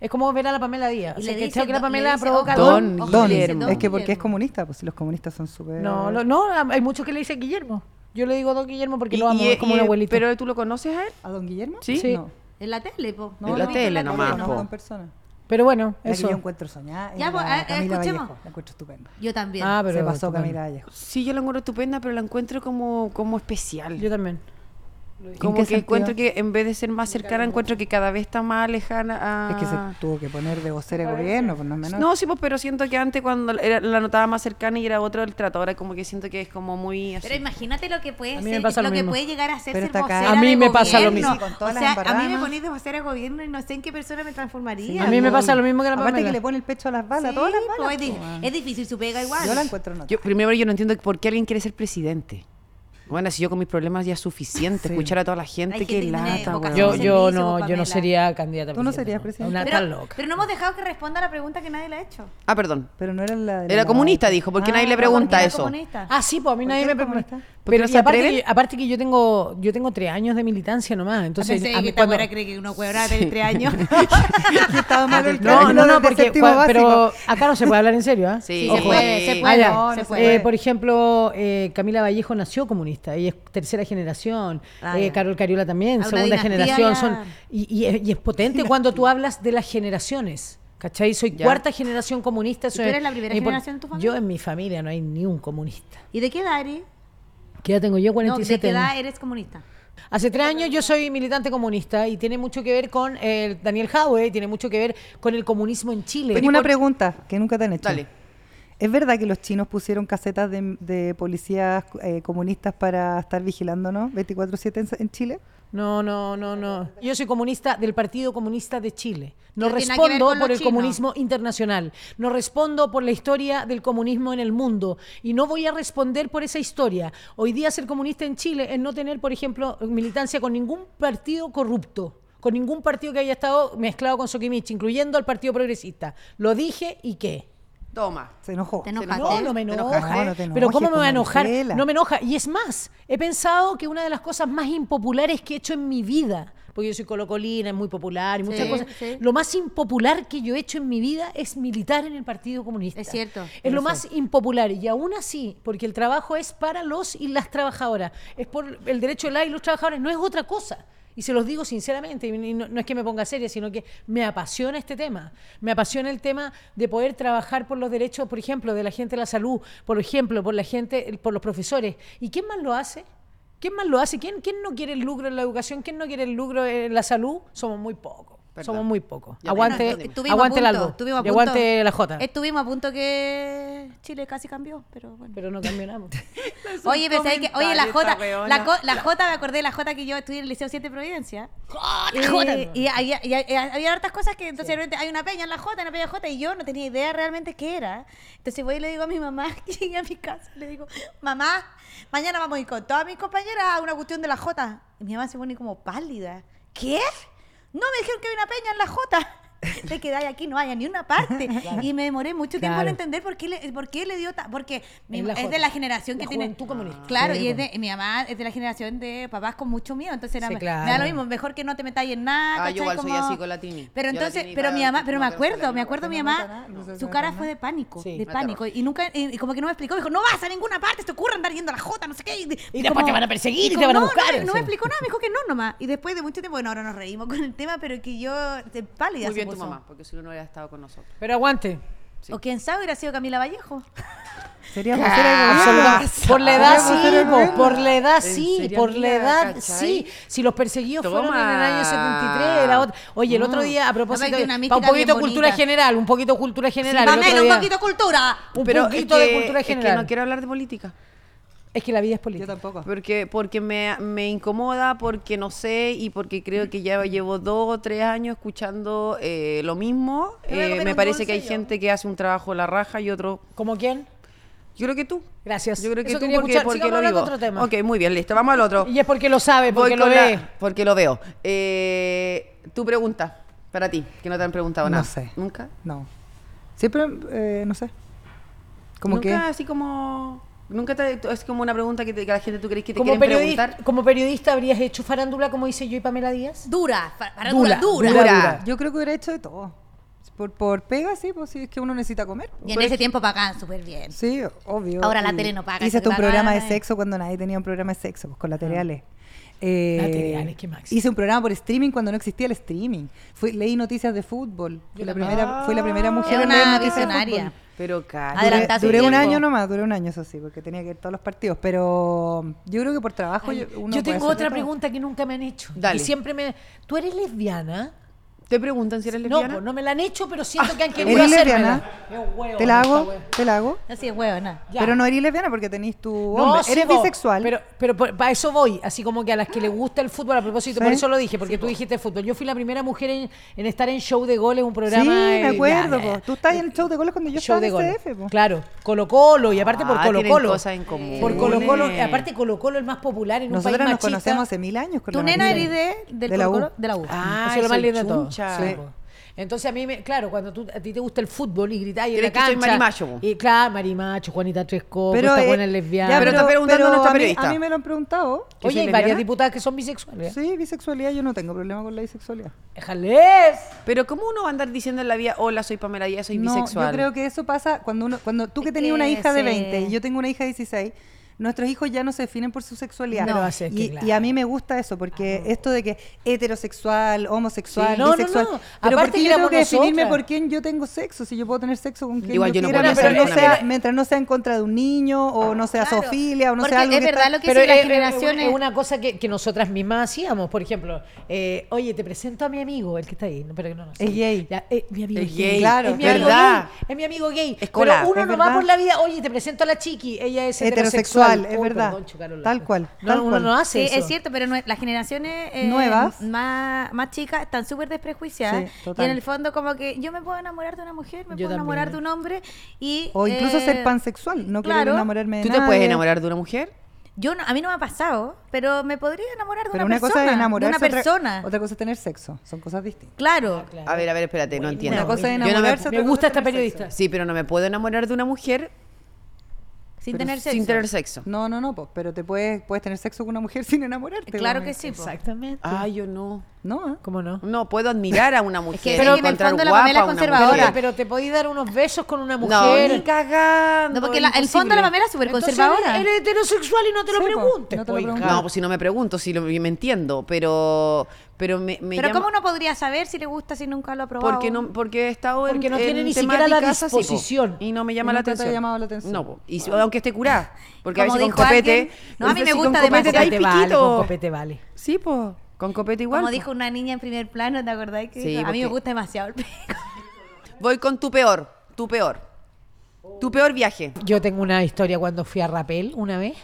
Speaker 3: Es como ver a la Pamela Díaz.
Speaker 4: Y
Speaker 3: O sea,
Speaker 4: le
Speaker 3: que
Speaker 4: dice
Speaker 3: creo que la
Speaker 4: don- le
Speaker 3: Pamela
Speaker 4: dice
Speaker 3: provoca
Speaker 4: don-
Speaker 3: don.
Speaker 1: Don
Speaker 4: ojo,
Speaker 1: Guillermo.
Speaker 4: le dice don
Speaker 5: Es que porque es
Speaker 4: Guillermo.
Speaker 5: comunista, pues si los comunistas son súper...
Speaker 3: No, lo- no, hay muchos que le dicen Guillermo. Yo le digo don Guillermo porque
Speaker 1: Y-
Speaker 3: lo amo,
Speaker 1: y-
Speaker 3: es como
Speaker 1: y-
Speaker 3: un abuelito.
Speaker 1: ¿Pero tú lo conoces a él?
Speaker 5: ¿A don Guillermo?
Speaker 1: Sí.
Speaker 5: No.
Speaker 4: En la tele, po.
Speaker 1: En la
Speaker 5: no,
Speaker 1: tele
Speaker 5: no,
Speaker 1: nomás,
Speaker 5: No,
Speaker 1: po.
Speaker 5: no, en persona.
Speaker 3: Pero bueno,
Speaker 5: La que
Speaker 3: eso.
Speaker 5: yo encuentro soñada es
Speaker 4: Ya, pues,
Speaker 5: la
Speaker 4: a- a-
Speaker 5: Camila
Speaker 4: escuchemos.
Speaker 5: Vallejo. La encuentro estupenda.
Speaker 4: Yo también.
Speaker 3: Ah, pero
Speaker 5: Se pasó
Speaker 3: estupendo.
Speaker 5: Camila Vallejo.
Speaker 1: Sí, yo la encuentro estupenda, pero la encuentro como, como especial.
Speaker 3: Yo también.
Speaker 1: como
Speaker 5: qué
Speaker 1: que
Speaker 5: sentido?
Speaker 1: encuentro que en vez de ser más cercana, encuentro que cada vez está más lejana a...
Speaker 5: Es que
Speaker 4: Ah.
Speaker 5: se tuvo que poner de vocera de gobierno, pues no es menor.
Speaker 1: No, sí, pues, pero siento que antes cuando era- la notaba más cercana y era otro el trato, ahora como que siento que es como muy... así.
Speaker 4: Pero imagínate lo que puede
Speaker 3: A mí me
Speaker 4: ser,
Speaker 3: pasa lo
Speaker 4: lo, que
Speaker 3: mismo.
Speaker 4: puede llegar a ser
Speaker 5: Pero
Speaker 4: ser
Speaker 5: está acá.
Speaker 4: vocera
Speaker 3: A mí
Speaker 4: de
Speaker 3: me pasa lo
Speaker 4: gobierno.
Speaker 5: mismo. Sí, con todas
Speaker 4: o
Speaker 5: las
Speaker 4: sea, a mí me
Speaker 5: embarradas.
Speaker 4: ponéis de vocera de gobierno y no sé en qué persona me transformaría.
Speaker 3: A mí me pasa lo mismo que la
Speaker 5: Aparte
Speaker 3: Pamela.
Speaker 5: que le pone el pecho a las balas,
Speaker 4: Sí,
Speaker 5: todas las
Speaker 4: po,
Speaker 5: balas.
Speaker 4: es, di-
Speaker 5: po, weón.
Speaker 4: es difícil su pega igual.
Speaker 5: Yo la encuentro nota.
Speaker 1: Yo, primero, yo no entiendo por qué alguien quiere ser presidente. Bueno, si yo con mis problemas ya es suficiente,
Speaker 5: Sí.
Speaker 1: escuchar a toda la gente,
Speaker 4: Hay
Speaker 1: que
Speaker 4: gente que tiene
Speaker 1: lata, weón.
Speaker 4: vocación.
Speaker 3: Yo,
Speaker 4: Hacemos
Speaker 3: yo,
Speaker 4: servicio,
Speaker 3: no, yo
Speaker 4: Pamela.
Speaker 3: no sería candidata a
Speaker 5: Tú no serías
Speaker 3: presidenta, no.
Speaker 5: presidenta.
Speaker 3: Una
Speaker 4: pero,
Speaker 3: tan loca.
Speaker 4: pero no hemos dejado que responda la pregunta que nadie le ha hecho.
Speaker 1: Ah, perdón.
Speaker 5: Pero no era la de
Speaker 1: Era
Speaker 5: la-
Speaker 1: comunista, dijo, porque
Speaker 5: Ah,
Speaker 1: nadie le
Speaker 5: era
Speaker 1: pregunta
Speaker 5: comunista.
Speaker 4: Era
Speaker 1: eso.
Speaker 4: comunista.
Speaker 3: Ah, sí, pues a mí
Speaker 5: ¿Por
Speaker 3: nadie
Speaker 5: qué
Speaker 3: me
Speaker 5: es comunista?
Speaker 3: pregunta.
Speaker 1: ¿Porque
Speaker 3: Pero
Speaker 1: no
Speaker 3: y
Speaker 1: se
Speaker 3: aparte,
Speaker 1: atreven?
Speaker 3: que, aparte que yo tengo yo tengo tres años de militancia nomás, entonces
Speaker 4: Pensé
Speaker 3: a mí
Speaker 4: que esta
Speaker 3: cuando-
Speaker 4: mujer cree que uno puede hablar de tres años.
Speaker 5: Que estaba mal el
Speaker 3: No, no,
Speaker 5: cálculo
Speaker 3: no,
Speaker 5: desde
Speaker 3: porque
Speaker 5: séptimo
Speaker 3: cua- pero
Speaker 5: básico.
Speaker 3: acá no se puede hablar en serio, ¿ah?
Speaker 1: Sí,
Speaker 4: Sí, se
Speaker 3: Ojo.
Speaker 4: puede, se
Speaker 3: Ah,
Speaker 4: puede.
Speaker 3: ya.
Speaker 5: no,
Speaker 4: se
Speaker 5: no se
Speaker 4: puede.
Speaker 3: Eh, por ejemplo, eh, Camila Vallejo nació comunista, ella es tercera generación,
Speaker 4: Ah,
Speaker 3: eh,
Speaker 4: ya.
Speaker 3: Carol Cariola también,
Speaker 4: Ah, una
Speaker 3: segunda
Speaker 4: dinastía
Speaker 3: generación,
Speaker 4: ya.
Speaker 3: son y, y es- y es potente cuando tú hablas de las generaciones. ¿Cachai? Soy
Speaker 1: Ya.
Speaker 3: cuarta generación comunista. eso
Speaker 4: tú
Speaker 3: es-
Speaker 4: eres la primera
Speaker 3: y por-
Speaker 4: generación de tu
Speaker 3: Yo
Speaker 4: familia?
Speaker 3: en mi familia no hay ni un comunista.
Speaker 4: ¿Y de qué edad eres?
Speaker 3: ¿Qué edad tengo yo?
Speaker 4: No,
Speaker 3: 47
Speaker 4: ¿De qué
Speaker 3: años.
Speaker 4: edad eres comunista?
Speaker 3: Hace tres años yo soy militante comunista y tiene mucho que ver con eh,
Speaker 4: Pues
Speaker 3: Daniel Jaue, tiene mucho que ver con el comunismo en Chile.
Speaker 5: Tengo una pregunta que nunca te han hecho.
Speaker 1: Dale.
Speaker 5: ¿Es verdad que los chinos pusieron casetas de, de policías eh, comunistas para estar vigilándonos 24-7 en, en Chile?
Speaker 3: No, no, no, no. Yo soy comunista del Partido Comunista de Chile. No
Speaker 4: No tiene nada que ver
Speaker 3: respondo
Speaker 4: con lo
Speaker 3: por el
Speaker 4: chino.
Speaker 3: comunismo internacional. No respondo por la historia del comunismo en el mundo. Y no voy a responder por esa historia. Hoy día ser comunista en Chile es no tener, por ejemplo, militancia con ningún partido corrupto. Con ningún partido que haya estado mezclado con Soquimich, incluyendo al Partido Progresista. Lo dije y qué.
Speaker 1: Toma.
Speaker 5: Se enojó.
Speaker 4: Te
Speaker 1: enojaste.
Speaker 3: No, no me
Speaker 1: Te
Speaker 3: enoja.
Speaker 1: enojaste.
Speaker 5: No, no te enojes,
Speaker 3: Pero ¿cómo me voy a enojar?
Speaker 5: Marcela.
Speaker 3: No me enoja. Y es más, he pensado que una de las cosas más impopulares que he hecho en mi vida, porque yo soy colocolina, es muy popular y muchas
Speaker 4: Sí,
Speaker 3: cosas,
Speaker 4: sí.
Speaker 3: lo más impopular que yo he hecho en mi vida es militar en el Partido Comunista.
Speaker 4: Es cierto.
Speaker 3: Es lo más impopular. Y aún así, porque el trabajo es para los y las trabajadoras, es por el derecho de las y los trabajadores, no es otra cosa. Y se los digo sinceramente, y no, no es que me ponga seria, sino que me apasiona este tema. Me apasiona el tema de poder trabajar por los derechos, por ejemplo, de la gente de la salud, por ejemplo, por la gente, por los profesores. ¿Y quién más lo hace? ¿Quién más lo hace? ¿Quién, quién no quiere el lucro en la educación? ¿Quién no quiere el lucro en la salud? Somos muy pocos.
Speaker 1: Perdón.
Speaker 3: Somos muy pocos.
Speaker 1: Ya,
Speaker 3: Aguante,
Speaker 1: perdón,
Speaker 4: Estuvimos
Speaker 3: aguante el
Speaker 4: a punto,
Speaker 3: algo.
Speaker 4: estuvimos a
Speaker 3: Y aguante
Speaker 4: punto.
Speaker 3: la Jota.
Speaker 4: Estuvimos a punto que Chile casi cambió, pero bueno.
Speaker 3: Pero no cambió nada.
Speaker 4: Oye, pero ¿sabes qué? Oye, la
Speaker 1: comentario,
Speaker 4: Jota,
Speaker 1: esta weona.
Speaker 4: la, co- la Jota, me acordé de la Jota que yo estudié en el Liceo 7 de Providencia. Y, y había, y había- había hartas cosas que entonces realmente hay una peña en la Jota, una peña Jota, y yo no tenía idea realmente qué era. Entonces voy y le digo a mi mamá, que llegué a mi casa, le digo, mamá, mañana vamos a ir con todas mis compañeras a una cuestión de la Jota. Y mi mamá se pone como pálida. ¿Qué? No me dijeron que había una peña en la Jota. De que de aquí no haya ni una parte. Y me demoré mucho tiempo
Speaker 3: Claro.
Speaker 4: en entender por qué le, por qué le dio. ta- porque mi
Speaker 3: En la
Speaker 4: ma- es
Speaker 3: Jota.
Speaker 4: de la generación que
Speaker 3: La Ah.
Speaker 4: tiene.
Speaker 3: juventud comunista.
Speaker 4: Claro,
Speaker 3: Sí,
Speaker 4: y es
Speaker 3: bueno.
Speaker 4: de, mi mamá es de la generación de papás con mucho miedo. Entonces era
Speaker 3: Sí,
Speaker 4: me-
Speaker 3: claro.
Speaker 4: me da lo mismo, mejor que no te metáis en nada.
Speaker 1: Ah, yo
Speaker 4: ¿cachai?
Speaker 1: igual soy así con la Tini.
Speaker 4: Pero
Speaker 1: Yo la
Speaker 4: entonces,
Speaker 1: Tini
Speaker 4: pero
Speaker 1: va-
Speaker 4: mi mamá, pero me
Speaker 1: no tengo
Speaker 4: acuerdo, me
Speaker 1: salario,
Speaker 4: acuerdo
Speaker 5: no
Speaker 4: mi
Speaker 5: me
Speaker 4: mamá,
Speaker 5: mata nada, no se
Speaker 4: su
Speaker 5: me
Speaker 4: cara
Speaker 5: mata
Speaker 4: fue
Speaker 5: nada.
Speaker 4: de pánico,
Speaker 3: Sí.
Speaker 4: de
Speaker 1: Me
Speaker 4: pánico. Y nunca, y, y como que no me explicó, me dijo, no vas a ninguna parte, te ocurre andar yendo a la Jota, no sé qué. Y,
Speaker 3: Y después te van a perseguir y te van a
Speaker 4: no,
Speaker 3: buscar,
Speaker 4: No, me-
Speaker 3: sí.
Speaker 4: no me explicó nada, me dijo que no nomás. Y después de mucho tiempo, bueno, ahora nos reímos con el tema, pero que yo, de pálida
Speaker 1: Muy
Speaker 4: se
Speaker 1: bien tu
Speaker 4: puso.
Speaker 1: mamá, porque si no, no hubiera estado con nosotros.
Speaker 3: Pero aguante.
Speaker 1: Sí.
Speaker 4: O quién sabe, hubiera sido Camila Vallejo.
Speaker 5: Sería vocera de gobierno.
Speaker 3: Absolutamente. Por
Speaker 1: Ah,
Speaker 3: la edad
Speaker 5: Sería vocera de
Speaker 3: sí, po,
Speaker 5: gobierno.
Speaker 3: por la edad
Speaker 1: ¿En
Speaker 3: sí,
Speaker 1: serio,
Speaker 3: por la
Speaker 1: amiga?
Speaker 3: edad
Speaker 1: ¿Cachai?
Speaker 3: sí. Si los perseguidos fueron en el
Speaker 1: Toma. Mm.
Speaker 3: año 73, era otra. Oye, el otro día, a propósito,
Speaker 4: Aparte, una
Speaker 3: pa' un
Speaker 4: mística bien
Speaker 3: poquito de cultura
Speaker 4: bonita.
Speaker 3: general, un poquito de cultura general. el
Speaker 4: Pamela,
Speaker 3: otro
Speaker 4: un
Speaker 3: día-
Speaker 4: poquito de cultura.
Speaker 3: un
Speaker 1: Pero es
Speaker 3: poquito de
Speaker 1: que-
Speaker 3: cultura
Speaker 1: es que
Speaker 3: general.
Speaker 1: no quiero hablar de política.
Speaker 3: Es que la vida es política.
Speaker 5: Yo tampoco.
Speaker 1: Porque, porque me, me incomoda, porque no sé y porque creo que ya llevo dos o tres años escuchando eh, lo mismo.
Speaker 3: Me voy a
Speaker 1: Eh,
Speaker 3: comer
Speaker 1: me
Speaker 3: un
Speaker 1: parece que hay
Speaker 3: dulce yo.
Speaker 1: gente que hace un trabajo la raja y otro...
Speaker 3: ¿Como quién?
Speaker 1: Yo creo que tú.
Speaker 3: Gracias.
Speaker 1: Yo creo que
Speaker 3: Eso
Speaker 1: tú
Speaker 3: quería
Speaker 1: porque,
Speaker 3: escuchar.
Speaker 1: porque
Speaker 3: Sigamos
Speaker 1: lo
Speaker 3: hablando
Speaker 1: vivo.
Speaker 3: de otro tema.
Speaker 1: Ok, muy bien, listo. Vamos al otro.
Speaker 3: Y es porque lo sabe, porque
Speaker 1: Voy
Speaker 3: lo
Speaker 1: con
Speaker 3: ve.
Speaker 1: la- porque lo veo. Eh, tu pregunta, para ti, que no te han preguntado nada.
Speaker 5: No sé.
Speaker 1: ¿Nunca?
Speaker 5: No. Siempre, eh, no sé. Como
Speaker 1: ¿Nunca
Speaker 5: que.
Speaker 1: así como... Nunca te- es como una pregunta que, te- que la gente tú crees que te
Speaker 3: Como,
Speaker 1: quieren
Speaker 3: periodi-
Speaker 1: preguntar.
Speaker 3: como periodista, ¿habrías hecho farándula como hice yo y Pamela Díaz?
Speaker 4: Dura, fa-
Speaker 3: Dura,
Speaker 4: farándula dura.
Speaker 1: dura.
Speaker 5: Yo creo que hubiera hecho de todo. Por, por pega, sí, pues sí, es que uno necesita comer.
Speaker 4: Y en ese tiempo pagaban súper bien.
Speaker 5: Pues- Sí, obvio.
Speaker 4: Ahora la
Speaker 5: Y
Speaker 4: tele no paga,
Speaker 5: Hice
Speaker 4: eso
Speaker 5: hasta un
Speaker 4: que la
Speaker 5: programa de
Speaker 4: pagan, eh.
Speaker 5: sexo cuando nadie tenía un programa de sexo, pues con la tele Ale. Eh,
Speaker 3: Ah. La tele Ale, qué máximo.
Speaker 5: hice un programa por streaming cuando no existía el streaming. Fui, leí noticias de fútbol. Fui la, primera, fui la
Speaker 3: Ah,
Speaker 5: primera mujer
Speaker 4: Era
Speaker 5: en leer
Speaker 4: una
Speaker 5: noticias de
Speaker 4: visionaria.
Speaker 1: Pero cara.
Speaker 5: Duré,
Speaker 4: Adelantaste
Speaker 5: duré un
Speaker 4: tiempo.
Speaker 5: año nomás, duré un año, eso sí, porque tenía que ir todos los partidos. Pero yo creo que por trabajo. yo, uno
Speaker 3: yo
Speaker 5: puede
Speaker 3: tengo
Speaker 5: hacer
Speaker 3: otra
Speaker 5: de todo.
Speaker 3: pregunta que nunca me han hecho.
Speaker 1: Dale.
Speaker 3: Y siempre me... ¿Tú eres lesbiana?
Speaker 1: ¿Te preguntan si eres
Speaker 3: No,
Speaker 1: lesbiana?
Speaker 3: pues no me la han hecho, pero siento que han querido
Speaker 5: Ah, ¿Eres
Speaker 3: hacérmela.
Speaker 5: lesbiana?
Speaker 3: Es un huevo,
Speaker 5: Te
Speaker 3: esta
Speaker 5: la hago,
Speaker 3: wea.
Speaker 5: te la hago.
Speaker 4: Así es, huevona.
Speaker 3: Ya.
Speaker 5: Pero no eres lesbiana porque tenés tu
Speaker 3: No,
Speaker 5: hombre.
Speaker 3: sí,
Speaker 5: eres
Speaker 3: po,
Speaker 5: bisexual.
Speaker 3: Pero, pero para eso voy, así como que a las que le gusta el fútbol, a propósito,
Speaker 5: Sí.
Speaker 3: por eso lo dije, porque tú dijiste fútbol. Yo fui la primera mujer en, en estar en show de goles, un programa.
Speaker 5: sí,
Speaker 3: eh,
Speaker 5: me acuerdo.
Speaker 3: ya, ya,
Speaker 5: po.
Speaker 3: ya.
Speaker 5: Tú estás en el show de goles cuando yo
Speaker 3: show de
Speaker 5: estaba en
Speaker 3: goles.
Speaker 5: CF. po.
Speaker 3: Claro, Colo Colo, y aparte por
Speaker 1: Ah,
Speaker 3: Colo
Speaker 1: tienen
Speaker 3: Colo.
Speaker 1: cosas en común.
Speaker 3: Por Colo Colo, aparte Colo Colo el más popular en un
Speaker 5: Nosotros
Speaker 3: país
Speaker 5: nos
Speaker 3: machista.
Speaker 5: conocemos hace mil años. Con
Speaker 4: Tu
Speaker 5: la
Speaker 4: nena
Speaker 5: Marisa.
Speaker 4: eres de, del
Speaker 5: De la U.
Speaker 4: Colo-Colo- de la U.
Speaker 1: Ah,
Speaker 3: Eso es lo más
Speaker 1: soy
Speaker 3: lindo de todo.
Speaker 1: chuncha.
Speaker 3: Sí, po. Entonces a mí, me, claro, cuando tú, a ti te gusta el fútbol y gritáis en la
Speaker 1: ¿Crees que soy
Speaker 3: cancha.
Speaker 1: marimacho, po?
Speaker 3: y claro, marimacho, Juanita Tresco,
Speaker 5: Pero,
Speaker 3: esta
Speaker 5: eh,
Speaker 3: buena es
Speaker 5: ya,
Speaker 3: lesbiana.
Speaker 1: pero está preguntando
Speaker 5: pero
Speaker 1: nuestra
Speaker 5: a mí-
Speaker 1: periodista.
Speaker 5: A mí me lo han preguntado.
Speaker 1: ¿Que
Speaker 3: Oye,
Speaker 1: soy
Speaker 3: hay varias
Speaker 1: lesbiana?
Speaker 3: diputadas que son bisexuales. ¿eh?
Speaker 5: Sí, bisexualidad, yo no tengo problema con la bisexualidad.
Speaker 3: ¡Jalés!
Speaker 1: Pero ¿cómo uno va a andar diciendo en la vida, hola, soy Pamela Díaz, soy
Speaker 5: No,
Speaker 1: bisexual?
Speaker 5: yo creo que eso pasa cuando uno, cuando tú que
Speaker 4: Es
Speaker 5: tenías una
Speaker 4: que
Speaker 5: hija de
Speaker 4: sí.
Speaker 5: 20 y yo tengo una hija de 16, nuestros hijos ya no se definen por su sexualidad.
Speaker 3: No, así es que
Speaker 5: y,
Speaker 3: claro.
Speaker 5: y a mí me gusta eso, porque esto de que heterosexual, homosexual,
Speaker 3: Sí. No, no,
Speaker 5: bisexual,
Speaker 3: no. Aparte
Speaker 5: pero ¿por qué yo tengo
Speaker 3: éramos
Speaker 5: que definirme
Speaker 3: nosotras.
Speaker 5: por quién yo tengo sexo? Si yo puedo tener sexo con quien
Speaker 1: Igual
Speaker 5: yo
Speaker 1: yo no
Speaker 5: quiera,
Speaker 1: puedo
Speaker 5: mientras,
Speaker 1: tener
Speaker 5: no
Speaker 1: sexo con
Speaker 5: sea,
Speaker 1: una
Speaker 5: mientras no sea en contra de un niño o no sea
Speaker 4: Claro,
Speaker 5: zoofilia o no
Speaker 4: porque
Speaker 5: sea algo
Speaker 4: es
Speaker 5: que está-
Speaker 4: verdad lo que
Speaker 3: Pero
Speaker 4: dicen
Speaker 3: es,
Speaker 4: las
Speaker 3: es- es
Speaker 4: generaciones.
Speaker 3: una- es una cosa que, que nosotras mismas hacíamos. Por ejemplo, eh, oye, te presento a mi amigo, el que está ahí. no, pero no, no,
Speaker 5: Es
Speaker 3: sí.
Speaker 5: gay.
Speaker 3: Ya, eh, mi amigo
Speaker 1: Es
Speaker 3: es
Speaker 1: gay,
Speaker 3: gay.
Speaker 5: claro,
Speaker 3: es mi
Speaker 1: verdad.
Speaker 3: amigo gay. Es mi amigo gay.
Speaker 1: Es cola,
Speaker 3: pero uno
Speaker 5: es
Speaker 3: no
Speaker 5: verdad.
Speaker 3: va por la vida, oye, te presento a la chiqui, ella es heterosexual.
Speaker 5: Heterosexual, es
Speaker 3: Uy,
Speaker 5: verdad.
Speaker 3: perdón, chocaron las-
Speaker 5: Tal cual,
Speaker 3: No,
Speaker 5: tal
Speaker 3: uno
Speaker 5: cual.
Speaker 3: no hace
Speaker 6: Sí,
Speaker 3: eso.
Speaker 6: es cierto, pero nue- las generaciones eh,
Speaker 5: Nuevas.
Speaker 6: más, más chicas están súper desprejuiciadas.
Speaker 5: Sí,
Speaker 6: y
Speaker 5: total.
Speaker 6: en el fondo como que yo me puedo enamorar de una mujer, me
Speaker 3: Yo
Speaker 6: puedo enamorar de
Speaker 3: también.
Speaker 6: un hombre y...
Speaker 5: O incluso
Speaker 6: eh,
Speaker 5: ser pansexual, no quiero
Speaker 6: claro.
Speaker 5: enamorarme de
Speaker 1: ¿Tú te puedes
Speaker 5: nadie.
Speaker 1: enamorar de una mujer?
Speaker 6: Yo no- a mí no me ha pasado, pero me podría enamorar de
Speaker 5: Pero
Speaker 6: una,
Speaker 5: una,
Speaker 6: persona.
Speaker 5: cosa es
Speaker 6: de
Speaker 5: enamorarse,
Speaker 6: una persona.
Speaker 5: Otra, otra cosa es tener sexo, son cosas distintas.
Speaker 6: Claro.
Speaker 1: A ver, a ver, espérate, no entiendo.
Speaker 5: Una cosa es
Speaker 1: Yo no me-
Speaker 5: enamorarse,
Speaker 3: Me
Speaker 5: otra cosa
Speaker 3: gusta
Speaker 5: es
Speaker 3: esta
Speaker 5: tener sexo.
Speaker 3: periodista.
Speaker 1: Sí, pero no me puedo enamorar de una mujer
Speaker 6: Sin
Speaker 1: pero
Speaker 6: tener sexo.
Speaker 1: sin tener sexo.
Speaker 5: No, no, no, po, pero te puedes, puedes tener sexo con una mujer sin enamorarte.
Speaker 4: Eh,
Speaker 6: Claro
Speaker 5: po.
Speaker 6: que sí. po.
Speaker 3: Exactamente.
Speaker 1: Ay, yo no.
Speaker 5: No, ¿ah?
Speaker 3: ¿Cómo no?
Speaker 1: No, puedo admirar a una mujer.
Speaker 6: que sé que en el
Speaker 1: encontrar
Speaker 6: fondo la
Speaker 1: guapa
Speaker 6: Pamela
Speaker 1: a
Speaker 6: es
Speaker 1: una
Speaker 6: conservadora.
Speaker 1: mujer.
Speaker 3: Pero te podéis dar unos besos con una
Speaker 1: No, ni
Speaker 3: mujer.
Speaker 1: cagando.
Speaker 6: No, porque la- el fondo
Speaker 3: imposible.
Speaker 6: la Pamela es súper
Speaker 3: Entonces,
Speaker 6: conservadora.
Speaker 3: Eres, eres heterosexual y no te lo
Speaker 5: Sí, po,
Speaker 3: preguntes.
Speaker 5: no te lo
Speaker 3: po, hija.
Speaker 5: preguntes.
Speaker 1: No, pues si no me pregunto, si lo, me entiendo, pero, pero me, me
Speaker 6: Pero
Speaker 1: llama-
Speaker 6: ¿cómo uno podría saber si le gusta si nunca lo ha probado?
Speaker 1: porque no porque he estado en-
Speaker 3: Porque no
Speaker 1: en
Speaker 3: tiene ni siquiera la
Speaker 1: temáticas así, po,
Speaker 3: disposición.
Speaker 1: y no me llama
Speaker 5: Y
Speaker 1: la
Speaker 5: nunca te ha
Speaker 1: atención
Speaker 5: llamado la atención.
Speaker 1: no po, y si- aunque esté curada porque a
Speaker 6: Como
Speaker 1: veces con
Speaker 6: dijo
Speaker 1: copete
Speaker 6: alguien, no, a mí
Speaker 1: veces
Speaker 6: me
Speaker 1: con
Speaker 6: gusta
Speaker 1: copete
Speaker 6: demasiado.
Speaker 1: te dais
Speaker 3: Copete vale,
Speaker 1: piquito.
Speaker 3: con copete vale.
Speaker 1: sí po con copete igual
Speaker 6: Como
Speaker 1: po.
Speaker 6: dijo una niña en primer plano, ¿te acordáis? Que
Speaker 1: Sí,
Speaker 6: dijo, a mí me
Speaker 1: porque-
Speaker 6: gusta demasiado el pico.
Speaker 1: voy con tu peor tu peor tu peor viaje
Speaker 3: Yo tengo una historia cuando fui a Rapel una vez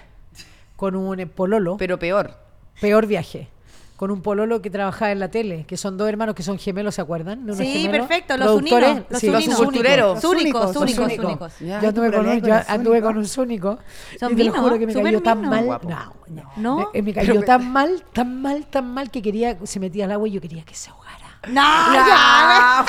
Speaker 3: con un eh, pololo,
Speaker 1: pero peor
Speaker 3: peor viaje, con un pololo que trabajaba en la tele, que son dos hermanos que son gemelos, ¿se acuerdan? De unos
Speaker 6: Sí,
Speaker 3: gemelos,
Speaker 6: perfecto, los
Speaker 3: productores,
Speaker 6: uninos, los
Speaker 3: sí,
Speaker 1: los
Speaker 6: uninos.
Speaker 1: cultureros
Speaker 5: Los únicos,
Speaker 6: Zúnicos,
Speaker 5: los
Speaker 6: zúnicos,
Speaker 5: únicos.
Speaker 6: zúnicos.
Speaker 1: Ya.
Speaker 3: Yo anduve
Speaker 5: Tú
Speaker 3: con,
Speaker 5: peleas
Speaker 3: un,
Speaker 5: con
Speaker 3: yo
Speaker 5: los
Speaker 3: anduve con
Speaker 5: únicos.
Speaker 3: un zúnico.
Speaker 6: Son
Speaker 3: y te lo
Speaker 6: vinos,
Speaker 3: juro que me
Speaker 6: súper
Speaker 3: cayó tan
Speaker 6: vinos.
Speaker 3: mal.
Speaker 1: Guapo.
Speaker 3: No, Eh,
Speaker 6: No.
Speaker 3: Me, me cayó tan mal, tan mal, tan mal que quería, se metía al agua y yo quería que se ahogara.
Speaker 6: No, ya.
Speaker 1: Ah,